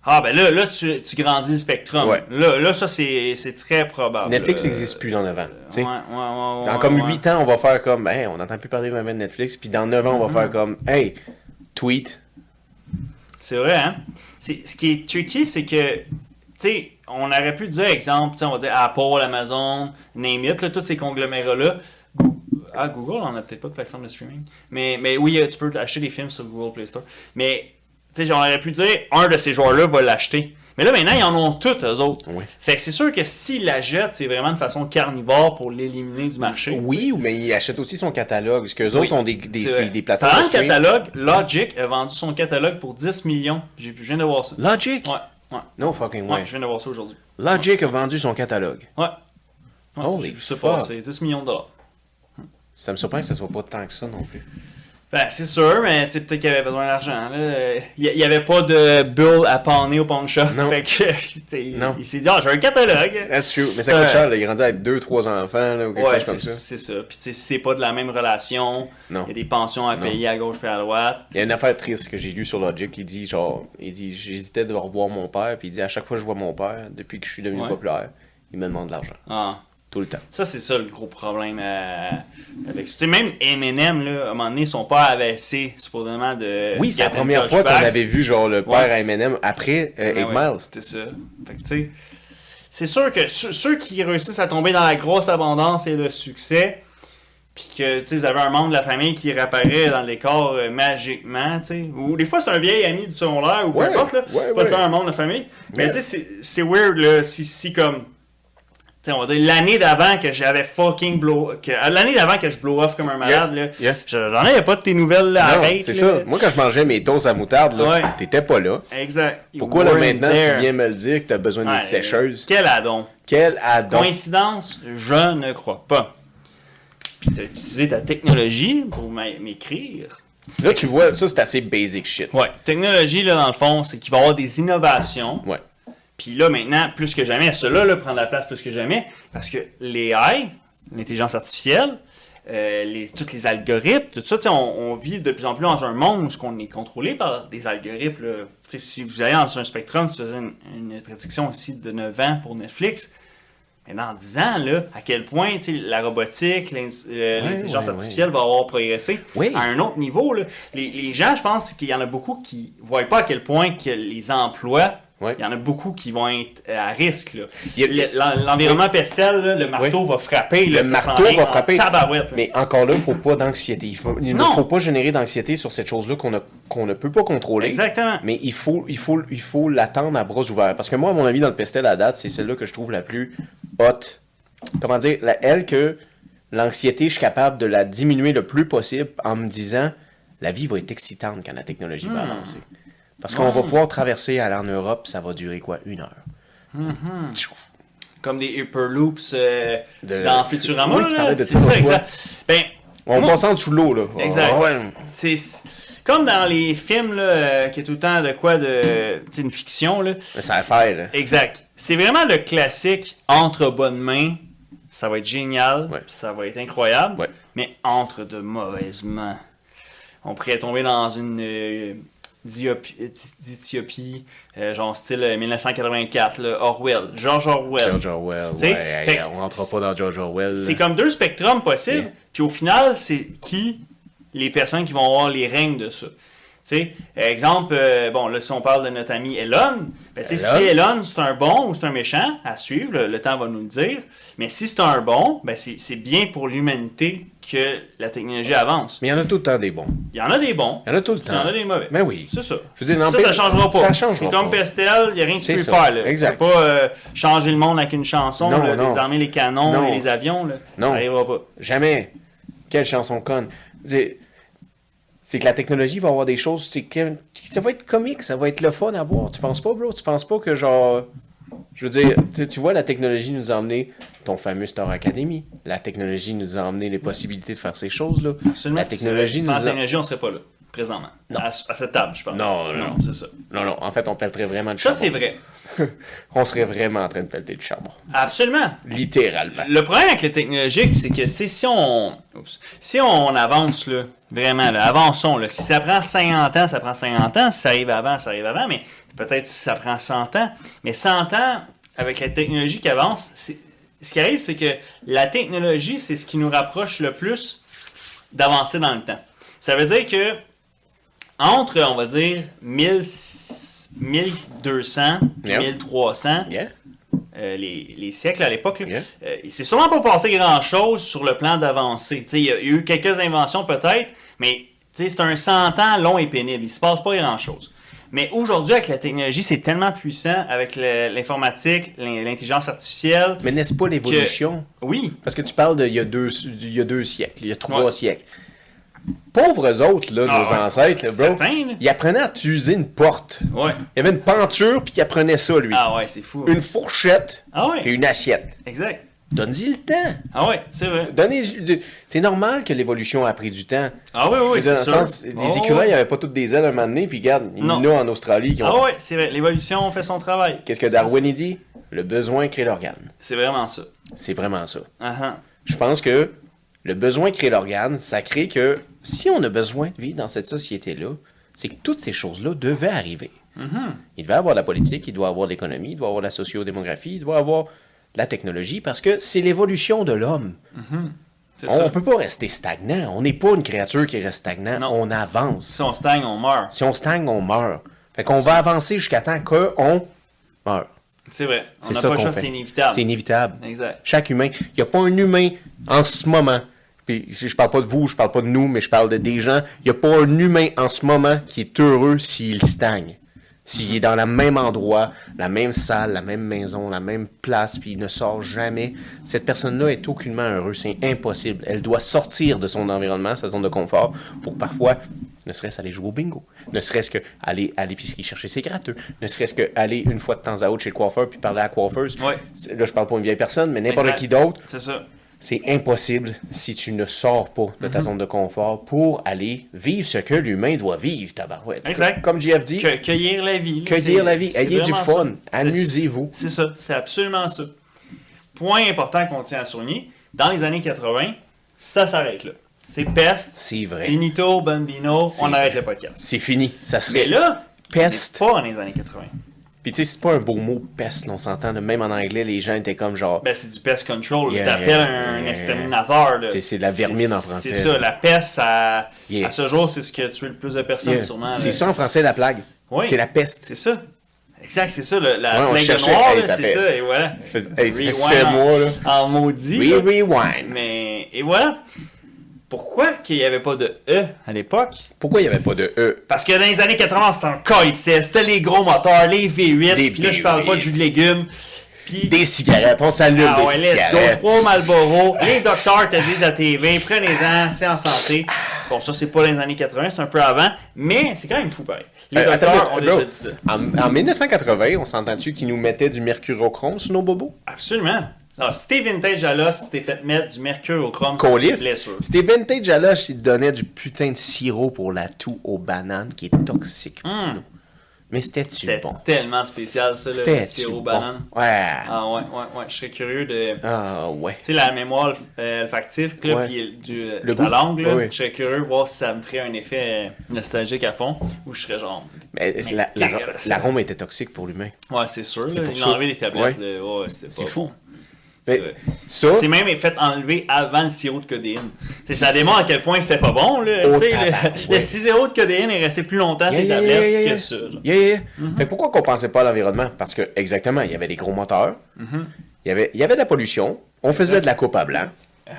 [SPEAKER 2] Ah, ben là, là tu, tu grandis le spectrum.
[SPEAKER 1] Ouais.
[SPEAKER 2] Là, là, ça, c'est, c'est très probable.
[SPEAKER 1] Netflix
[SPEAKER 2] Euh,
[SPEAKER 1] n'existe plus dans 9 ans. tu sais.
[SPEAKER 2] Ouais, ouais, ouais,
[SPEAKER 1] Dans
[SPEAKER 2] ouais,
[SPEAKER 1] comme
[SPEAKER 2] ouais.
[SPEAKER 1] 8 ans, on va faire comme, hey, on n'entend plus parler même de Netflix. Puis dans 9 ans,
[SPEAKER 2] Mm-hmm.
[SPEAKER 1] on va faire comme, hey, tweet.
[SPEAKER 2] C'est vrai, hein? C'est- ce qui est tricky, c'est que, tu sais, on aurait pu dire, exemple, tu sais, on va dire Apple, Amazon, name it, là, tous ces conglomérats-là. Gou- Ah, Google, on n'a peut-être pas de plateforme de streaming. Mais, mais oui, euh, tu peux acheter des films sur Google Play Store. Mais, tu sais, on aurait pu dire, un de ces joueurs-là va l'acheter. Mais là, maintenant, ils en ont toutes, eux autres.
[SPEAKER 1] Oui.
[SPEAKER 2] Fait que c'est sûr que s'ils la jettent, c'est vraiment de façon carnivore pour l'éliminer du marché.
[SPEAKER 1] Oui, mais ils achètent aussi son catalogue. Parce qu'eux
[SPEAKER 2] Oui,
[SPEAKER 1] autres ont des, des,
[SPEAKER 2] c'est vrai.
[SPEAKER 1] des- des plateformes.
[SPEAKER 2] Parlant
[SPEAKER 1] de
[SPEAKER 2] de
[SPEAKER 1] stream.
[SPEAKER 2] catalogue, Logic a vendu son catalogue pour 10 millions. J'ai vu, je viens de voir ça.
[SPEAKER 1] Logic?
[SPEAKER 2] Ouais, ouais.
[SPEAKER 1] No fucking
[SPEAKER 2] Ouais,
[SPEAKER 1] way.
[SPEAKER 2] je viens de voir ça aujourd'hui.
[SPEAKER 1] Logic a vendu son catalogue.
[SPEAKER 2] Ouais. Ouais,
[SPEAKER 1] Holy
[SPEAKER 2] j'ai vu ça
[SPEAKER 1] fuck.
[SPEAKER 2] passer, 10 millions de dollars.
[SPEAKER 1] Ça me surprend que ça soit pas tant que ça non plus.
[SPEAKER 2] Ben, c'est sûr, mais tu sais, peut-être qu'il avait besoin d'argent. là. Euh, Il n'y avait pas de bull à panner au pawn shop.
[SPEAKER 1] Non.
[SPEAKER 2] Fait que, tu sais, il-
[SPEAKER 1] Non.
[SPEAKER 2] il s'est dit, ah, j'ai un catalogue.
[SPEAKER 1] That's true. Mais ça
[SPEAKER 2] Ouais.
[SPEAKER 1] coûte cher, là. Il est rendu avec 2-3 enfants, là, ou quelque
[SPEAKER 2] Ouais,
[SPEAKER 1] chose
[SPEAKER 2] c'est
[SPEAKER 1] comme ça.
[SPEAKER 2] c'est ça. Puis, tu sais, c'est pas de la même relation. Il
[SPEAKER 1] Non.
[SPEAKER 2] y a des pensions à payer à gauche et à droite.
[SPEAKER 1] Il y a une affaire triste que j'ai lue sur Logic. Il dit, genre, il dit, j'hésitais de revoir mon père. Puis il dit, à chaque fois que je vois mon père, depuis que je suis devenu
[SPEAKER 2] Ouais.
[SPEAKER 1] populaire, il me demande de l'argent.
[SPEAKER 2] Ah.
[SPEAKER 1] Tout le temps.
[SPEAKER 2] Ça, c'est ça le gros problème euh, avec ça. Tu sais, même Eminem, là, à un moment donné, son père avait assez, supposément, de.
[SPEAKER 1] Oui, c'est la
[SPEAKER 2] Get a
[SPEAKER 1] première fois qu'on
[SPEAKER 2] touchback.
[SPEAKER 1] avait vu, genre, le père
[SPEAKER 2] Ouais.
[SPEAKER 1] à Eminem après euh,
[SPEAKER 2] Ah
[SPEAKER 1] Eight
[SPEAKER 2] ouais,
[SPEAKER 1] Miles.
[SPEAKER 2] C'était ça. Fait que, tu sais, c'est sûr que ceux, ceux qui réussissent à tomber dans la grosse abondance et le succès, puis que tu sais, vous avez un membre de la famille qui réapparaît dans les corps magiquement, tu sais, ou des fois c'est un vieil ami du secondaire ou
[SPEAKER 1] Ouais,
[SPEAKER 2] peu importe, là,
[SPEAKER 1] ouais,
[SPEAKER 2] pas
[SPEAKER 1] ouais.
[SPEAKER 2] ça un membre de la famille, mais
[SPEAKER 1] Ouais.
[SPEAKER 2] tu sais, c'est- c'est weird là, si, si comme. tu sais, on va dire l'année d'avant que j'avais fucking blow. que- euh, L'année d'avant que je blow off comme un malade, là,
[SPEAKER 1] yeah.
[SPEAKER 2] je- j'en avais pas de tes nouvelles, là,
[SPEAKER 1] Non,
[SPEAKER 2] arrête.
[SPEAKER 1] c'est
[SPEAKER 2] là.
[SPEAKER 1] ça. Moi, quand je mangeais mes doses à moutarde, là,
[SPEAKER 2] Ouais.
[SPEAKER 1] t'étais pas là.
[SPEAKER 2] Exact. You
[SPEAKER 1] Pourquoi, là,
[SPEAKER 2] weren't
[SPEAKER 1] maintenant,
[SPEAKER 2] there.
[SPEAKER 1] tu viens me le dire que t'as besoin d'une
[SPEAKER 2] Ouais,
[SPEAKER 1] sécheuse?
[SPEAKER 2] Quel adon.
[SPEAKER 1] Quel adon!
[SPEAKER 2] Coïncidence, je ne crois pas. Puis t'as utilisé ta technologie pour m'a- m'écrire.
[SPEAKER 1] Là, tu vois, ça, c'est assez basic shit.
[SPEAKER 2] Ouais, technologie, là, dans le fond, c'est qu'il va y avoir des innovations.
[SPEAKER 1] Ouais.
[SPEAKER 2] Puis là, maintenant, plus que jamais, cela là, prend de la place plus que jamais parce que les AI, l'intelligence artificielle, euh, les, tous les algorithmes, tout ça, tu sais, on, on vit de plus en plus dans un monde où ce qu'on est contrôlé par des algorithmes. là. Tu sais, Si vous allez dans un spectrum, tu faisais une, une prédiction ici de 9 ans pour Netflix, mais dans 10 ans, là, à quel point tu sais, la robotique, l'in- euh,
[SPEAKER 1] Ouais,
[SPEAKER 2] l'intelligence
[SPEAKER 1] ouais,
[SPEAKER 2] artificielle va avoir progressé
[SPEAKER 1] Oui.
[SPEAKER 2] à un autre niveau. là. Les, les gens, je pense qu'il y en a beaucoup qui ne voient pas à quel point que les emplois,
[SPEAKER 1] Ouais.
[SPEAKER 2] il y en a beaucoup qui vont être euh, à risque. là.
[SPEAKER 1] Il y a-
[SPEAKER 2] Le- l'en- L'environnement pestel, là, le marteau va frapper. là,
[SPEAKER 1] Le
[SPEAKER 2] ça s'en
[SPEAKER 1] marteau
[SPEAKER 2] vient
[SPEAKER 1] va
[SPEAKER 2] en
[SPEAKER 1] frapper.
[SPEAKER 2] Tabarouette, là.
[SPEAKER 1] Mais encore là, faut pas d'anxiété. Il, faut- il ne
[SPEAKER 2] Non.
[SPEAKER 1] faut pas générer d'anxiété sur cette chose-là qu'on a- qu'on ne peut pas contrôler.
[SPEAKER 2] Exactement.
[SPEAKER 1] Mais il faut il faut, il faut l'attendre à bras ouverts. Parce que moi, à mon avis, dans le pestel à date, c'est celle-là que je trouve la plus haute. Comment dire la, Elle que l'anxiété, je suis capable de la diminuer le plus possible en me disant la vie va être excitante quand la technologie
[SPEAKER 2] Hmm.
[SPEAKER 1] va avancer. Parce qu'on va pouvoir traverser, aller en Europe, ça va durer quoi Une heure.
[SPEAKER 2] Comme des Hyperloops euh,
[SPEAKER 1] De-
[SPEAKER 2] dans Futurama.
[SPEAKER 1] Oui, tu
[SPEAKER 2] là,
[SPEAKER 1] parlais de
[SPEAKER 2] c'est
[SPEAKER 1] ça
[SPEAKER 2] ça,
[SPEAKER 1] l'autre
[SPEAKER 2] exact. Ben,
[SPEAKER 1] On passe en dessous de l'eau, là.
[SPEAKER 2] Exact.
[SPEAKER 1] Ah ouais.
[SPEAKER 2] C'est comme dans les films, là, euh, qui est tout le temps de quoi de. C'est une fiction, là.
[SPEAKER 1] Ça va faire, là.
[SPEAKER 2] Exact. C'est vraiment le classique entre bonnes mains. Ça va être génial,
[SPEAKER 1] Ouais.
[SPEAKER 2] ça va être incroyable,
[SPEAKER 1] Ouais.
[SPEAKER 2] mais entre de mauvaises mains. On pourrait tomber dans une euh, diop- euh, di- dithyopie, euh, genre style euh, 1984, là, Orwell, George Orwell.
[SPEAKER 1] George Orwell,
[SPEAKER 2] T'sais,
[SPEAKER 1] ouais,
[SPEAKER 2] fait que
[SPEAKER 1] on rentrera pas dans George Orwell.
[SPEAKER 2] C'est comme deux spectrums possibles,
[SPEAKER 1] Yeah.
[SPEAKER 2] puis au final, c'est qui les personnes qui vont avoir les règnes de ça. Tu sais, exemple, euh, bon, là, si on parle de notre ami Elon, ben, tu sais,
[SPEAKER 1] Elon.
[SPEAKER 2] si Elon, c'est un bon ou c'est un méchant, à suivre, le, le temps va nous le dire, mais si c'est un bon, ben, c'est c'est bien pour l'humanité que la technologie avance.
[SPEAKER 1] Mais il y en a tout le temps des bons.
[SPEAKER 2] Il y en a des bons,
[SPEAKER 1] Il y en a tout le
[SPEAKER 2] il y en
[SPEAKER 1] temps.
[SPEAKER 2] a des mauvais.
[SPEAKER 1] Mais oui.
[SPEAKER 2] C'est ça.
[SPEAKER 1] Je veux dire,
[SPEAKER 2] ça,
[SPEAKER 1] n'empêche-
[SPEAKER 2] ça changera pas.
[SPEAKER 1] ça changera
[SPEAKER 2] c'est comme
[SPEAKER 1] pas.
[SPEAKER 2] Pestel, il n'y a rien que tu
[SPEAKER 1] C'est
[SPEAKER 2] peux
[SPEAKER 1] ça.
[SPEAKER 2] faire. Là.
[SPEAKER 1] Exact.
[SPEAKER 2] Tu peux pas euh, changer le monde avec une chanson,
[SPEAKER 1] Non,
[SPEAKER 2] là,
[SPEAKER 1] non.
[SPEAKER 2] désarmer les canons
[SPEAKER 1] Non.
[SPEAKER 2] et les avions. Là.
[SPEAKER 1] Non.
[SPEAKER 2] Ça n'arrivera pas.
[SPEAKER 1] Jamais. Quelle chanson conne. C'est c'est que la technologie va avoir des choses. c'est que- Ça va être comique, ça va être le fun à voir. Tu penses pas, bro? Tu penses pas que genre. Je veux dire, tu, tu vois, la technologie nous a emmené ton fameux Star Academy. La technologie nous a emmené les possibilités de faire ces choses-là.
[SPEAKER 2] Absolument.
[SPEAKER 1] La technologie nous
[SPEAKER 2] Sans
[SPEAKER 1] a.
[SPEAKER 2] la technologie, on ne serait pas là, présentement. À, à cette table, je pense.
[SPEAKER 1] Non, non.
[SPEAKER 2] c'est ça.
[SPEAKER 1] Non, non, en fait, on pelleterait vraiment du
[SPEAKER 2] Ça, c'est
[SPEAKER 1] charbon.
[SPEAKER 2] vrai.
[SPEAKER 1] On serait vraiment en train de pelleter du charbon.
[SPEAKER 2] Absolument.
[SPEAKER 1] Littéralement.
[SPEAKER 2] Ben, Le problème avec le technologique, c'est que c'est si on oups, si on avance là, vraiment là, avançons là. Si ça prend 50 ans, ça prend 50 ans. Si ça arrive avant, ça arrive avant. Mais peut-être si ça prend 100 ans. Mais 100 ans avec la technologie qui avance, c'est- ce qui arrive, c'est que la technologie, c'est ce qui nous rapproche le plus d'avancer dans le temps. Ça veut dire que entre, on va dire, 1000, 1200,
[SPEAKER 1] Yeah.
[SPEAKER 2] 1300,
[SPEAKER 1] Yeah?
[SPEAKER 2] euh, les, les siècles à l'époque. là.
[SPEAKER 1] Yeah.
[SPEAKER 2] Euh, il s'est sûrement pas passé grand-chose sur le plan d'avancée. Tu sais, Il y a eu quelques inventions peut-être, mais tu sais, c'est un 100 ans long et pénible. Il se passe pas grand-chose. Mais aujourd'hui, avec la technologie, c'est tellement puissant, avec le- l'informatique, l'in- l'intelligence artificielle.
[SPEAKER 1] Mais n'est-ce pas l'évolution?
[SPEAKER 2] Oui,
[SPEAKER 1] Parce que tu parles d'il y, a deux- il y a deux siècles, il y a trois
[SPEAKER 2] Ouais.
[SPEAKER 1] siècles. Pauvres autres, là,
[SPEAKER 2] Ah
[SPEAKER 1] nos
[SPEAKER 2] ouais.
[SPEAKER 1] ancêtres, là, bro,
[SPEAKER 2] Certains, là.
[SPEAKER 1] ils apprenaient à user une porte.
[SPEAKER 2] ouais.
[SPEAKER 1] Il y avait une penture, puis ils apprenaient ça, lui.
[SPEAKER 2] Ah ouais, c'est fou.
[SPEAKER 1] Une fourchette
[SPEAKER 2] Ah
[SPEAKER 1] et
[SPEAKER 2] ouais,
[SPEAKER 1] une assiette.
[SPEAKER 2] exact.
[SPEAKER 1] Donne-y le temps.
[SPEAKER 2] Ah ouais, c'est vrai.
[SPEAKER 1] Donnez de- C'est normal que l'évolution a pris du temps.
[SPEAKER 2] Ah ouais,
[SPEAKER 1] Je
[SPEAKER 2] oui,
[SPEAKER 1] veux dire,
[SPEAKER 2] c'est
[SPEAKER 1] dans le
[SPEAKER 2] sûr.
[SPEAKER 1] sens, les
[SPEAKER 2] Oh,
[SPEAKER 1] écureuils n'avaient pas toutes des ailes à un moment donné, puis regarde, il y en
[SPEAKER 2] Non.
[SPEAKER 1] a en Australie qui ont...
[SPEAKER 2] Ah ouais, c'est vrai. L'évolution fait son travail.
[SPEAKER 1] Qu'est-ce que Darwin il dit? Le besoin crée l'organe.
[SPEAKER 2] C'est vraiment ça.
[SPEAKER 1] C'est vraiment ça.
[SPEAKER 2] Ah ah.
[SPEAKER 1] je pense que le besoin crée l'organe, ça crée que si on a besoin de vivre dans cette société-là, c'est que toutes ces choses-là devaient arriver.
[SPEAKER 2] Mm-hmm.
[SPEAKER 1] Il devait avoir de la politique, il doit avoir de l'économie, il doit avoir de la sociodémographie, il doit avoir de la technologie, parce que c'est l'évolution de l'homme.
[SPEAKER 2] C'est
[SPEAKER 1] On
[SPEAKER 2] ça.
[SPEAKER 1] ne peut pas rester stagnant. On n'est pas une créature qui reste stagnant.
[SPEAKER 2] Non.
[SPEAKER 1] On avance.
[SPEAKER 2] Si on stagne, on meurt.
[SPEAKER 1] Si on stagne, on meurt. Fait qu'on va avancer jusqu'à temps qu'on meurt.
[SPEAKER 2] C'est vrai. On
[SPEAKER 1] C'est
[SPEAKER 2] n'a
[SPEAKER 1] ça
[SPEAKER 2] pas le
[SPEAKER 1] qu'on
[SPEAKER 2] choix,
[SPEAKER 1] fait.
[SPEAKER 2] c'est inévitable.
[SPEAKER 1] C'est inévitable.
[SPEAKER 2] Exact.
[SPEAKER 1] Chaque humain. Il n'y a pas un humain en ce moment. Puis si je parle pas de vous, je parle pas de nous, mais je parle de des gens. Il n'y a pas un humain en ce moment qui est heureux s'il stagne. S'il est dans le même endroit, la même salle, la même maison, la même place, puis il ne sort jamais, cette personne-là est aucunement heureuse. C'est impossible. Elle doit sortir de son environnement, sa zone de confort, pour parfois, ne serait-ce aller jouer au bingo, ne serait-ce que aller à l'épicerie chercher ses gratteux, ne serait-ce que aller une fois de temps à autre chez le coiffeur puis parler à la coiffeuse.
[SPEAKER 2] Ouais.
[SPEAKER 1] C'est- Là, je parle pas une vieille personne, mais n'importe
[SPEAKER 2] Exact.
[SPEAKER 1] qui d'autre,
[SPEAKER 2] C'est ça.
[SPEAKER 1] c'est impossible si tu ne sors pas de
[SPEAKER 2] Mhm.
[SPEAKER 1] ta zone de confort pour aller vivre ce que l'humain doit vivre, tabarouette.
[SPEAKER 2] Exact.
[SPEAKER 1] Comme JF dit,
[SPEAKER 2] Que- cueillir la vie. là,
[SPEAKER 1] Cueillir
[SPEAKER 2] c'est-
[SPEAKER 1] la vie.
[SPEAKER 2] c'est
[SPEAKER 1] Ayez du
[SPEAKER 2] vraiment
[SPEAKER 1] fun.
[SPEAKER 2] ça.
[SPEAKER 1] Amusez-vous.
[SPEAKER 2] C'est c'est ça. C'est absolument ça. Point important qu'on tient à souligner. Dans les années 80, ça s'arrête là. C'est peste.
[SPEAKER 1] c'est vrai.
[SPEAKER 2] Finito, bambino, on
[SPEAKER 1] vrai.
[SPEAKER 2] arrête le podcast.
[SPEAKER 1] C'est fini. Ça
[SPEAKER 2] Mais
[SPEAKER 1] serait
[SPEAKER 2] là,
[SPEAKER 1] peste.
[SPEAKER 2] c'est pas dans les années 80.
[SPEAKER 1] Puis tu sais, c'est pas un beau mot, peste, on s'entend. là. Même en anglais, les gens étaient comme genre,
[SPEAKER 2] Ben, c'est du pest control.
[SPEAKER 1] Yeah,
[SPEAKER 2] T'appelles
[SPEAKER 1] yeah,
[SPEAKER 2] un
[SPEAKER 1] yeah.
[SPEAKER 2] exterminateur. là.
[SPEAKER 1] C'est- c'est de la vermine en français.
[SPEAKER 2] C'est ça. La peste, ça-
[SPEAKER 1] Yeah.
[SPEAKER 2] à ce jour, c'est ce qui a tué le plus de personnes,
[SPEAKER 1] Yeah.
[SPEAKER 2] sûrement.
[SPEAKER 1] euh, c'est
[SPEAKER 2] là.
[SPEAKER 1] ça en français la plague.
[SPEAKER 2] Oui.
[SPEAKER 1] C'est la peste.
[SPEAKER 2] C'est ça. Exact, c'est ça. le- la
[SPEAKER 1] Ouais, on
[SPEAKER 2] plaque de
[SPEAKER 1] cherchait,
[SPEAKER 2] noir,
[SPEAKER 1] hey,
[SPEAKER 2] là,
[SPEAKER 1] ça
[SPEAKER 2] c'est
[SPEAKER 1] fait-
[SPEAKER 2] ça, et voilà.
[SPEAKER 1] Ça fait- hey, ça fait
[SPEAKER 2] Rewind
[SPEAKER 1] sept
[SPEAKER 2] en-
[SPEAKER 1] mois, là.
[SPEAKER 2] En maudit.
[SPEAKER 1] We
[SPEAKER 2] là.
[SPEAKER 1] rewind.
[SPEAKER 2] Mais, et voilà. Pourquoi qu'il n'y avait pas de E à l'époque?
[SPEAKER 1] Pourquoi il n'y avait pas de E?
[SPEAKER 2] Parce que dans les années 80, c'est encore c'était les gros moteurs, les V8,
[SPEAKER 1] Les
[SPEAKER 2] puis là, je parle pas de
[SPEAKER 1] V8.
[SPEAKER 2] jus de légumes, puis...
[SPEAKER 1] Des cigarettes, on s'allume
[SPEAKER 2] Ah
[SPEAKER 1] des
[SPEAKER 2] ouais, let's go,
[SPEAKER 1] cigarettes.
[SPEAKER 2] trois Marlboro, les docteurs te disent à TV, prenez-en, c'est en santé. Bon, ça, c'est pas dans les années 80, c'est un peu avant, mais c'est quand même fou, pareil. Les
[SPEAKER 1] Euh, attends,
[SPEAKER 2] docteurs
[SPEAKER 1] mais,
[SPEAKER 2] ont
[SPEAKER 1] bro,
[SPEAKER 2] déjà dit ça.
[SPEAKER 1] En, en 1980, on s'entend-tu qu'ils nous mettaient du mercurochrome sur nos bobos?
[SPEAKER 2] Absolument. Ah, si t'es vintage à l'os, tu t'es fait mettre du mercure au chrome, c'est une
[SPEAKER 1] Colis.
[SPEAKER 2] blessure.
[SPEAKER 1] C'était vintage à l'âge, il donnait du putain de sirop pour la toux aux bananes qui est toxique pour
[SPEAKER 2] Hmm.
[SPEAKER 1] nous. Mais c'était-tu
[SPEAKER 2] C'était
[SPEAKER 1] bon?
[SPEAKER 2] tellement spécial, ça, le
[SPEAKER 1] C'était-tu
[SPEAKER 2] sirop
[SPEAKER 1] bon?
[SPEAKER 2] banane.
[SPEAKER 1] Ouais. Ah,
[SPEAKER 2] Ah ouais, ouais, ouais. Je serais curieux de.
[SPEAKER 1] ouais.
[SPEAKER 2] Tu sais, la mémoire euh, olfactive, là,
[SPEAKER 1] Ouais.
[SPEAKER 2] puis du, euh,
[SPEAKER 1] Le
[SPEAKER 2] de la
[SPEAKER 1] goût.
[SPEAKER 2] langue, là,
[SPEAKER 1] Ouais, ouais.
[SPEAKER 2] je serais curieux de voir si ça me ferait un effet euh, nostalgique à fond, ou je serais genre.
[SPEAKER 1] Mais, la- la-
[SPEAKER 2] dégueulasse.
[SPEAKER 1] l'arôme était toxique pour l'humain.
[SPEAKER 2] Ouais, c'est sûr,
[SPEAKER 1] C'est
[SPEAKER 2] là,
[SPEAKER 1] pour
[SPEAKER 2] il
[SPEAKER 1] ça.
[SPEAKER 2] a enlevé les tablettes.
[SPEAKER 1] Ouais.
[SPEAKER 2] là. Ouais, c'était
[SPEAKER 1] C'est
[SPEAKER 2] pas
[SPEAKER 1] fou.
[SPEAKER 2] bon.
[SPEAKER 1] Mais
[SPEAKER 2] C'est vrai.
[SPEAKER 1] ça,
[SPEAKER 2] C'est même fait enlever avant le sirop de codéine. T'sais, ça démontre à quel point c'était pas bon. Là.
[SPEAKER 1] Oh,
[SPEAKER 2] T'sais, le,
[SPEAKER 1] tabarouette.
[SPEAKER 2] le sirop de codéine est resté plus longtemps sur
[SPEAKER 1] Yeah,
[SPEAKER 2] les
[SPEAKER 1] yeah,
[SPEAKER 2] tablettes
[SPEAKER 1] yeah, yeah,
[SPEAKER 2] que
[SPEAKER 1] yeah.
[SPEAKER 2] ça. là. Mm-hmm.
[SPEAKER 1] Yeah, yeah. Fait que pourquoi qu'on pensait pas à l'environnement? Parce que, exactement, il y avait des gros moteurs,
[SPEAKER 2] Mm-hmm.
[SPEAKER 1] il, y avait, il y avait de la pollution, on faisait de la coupe à blanc,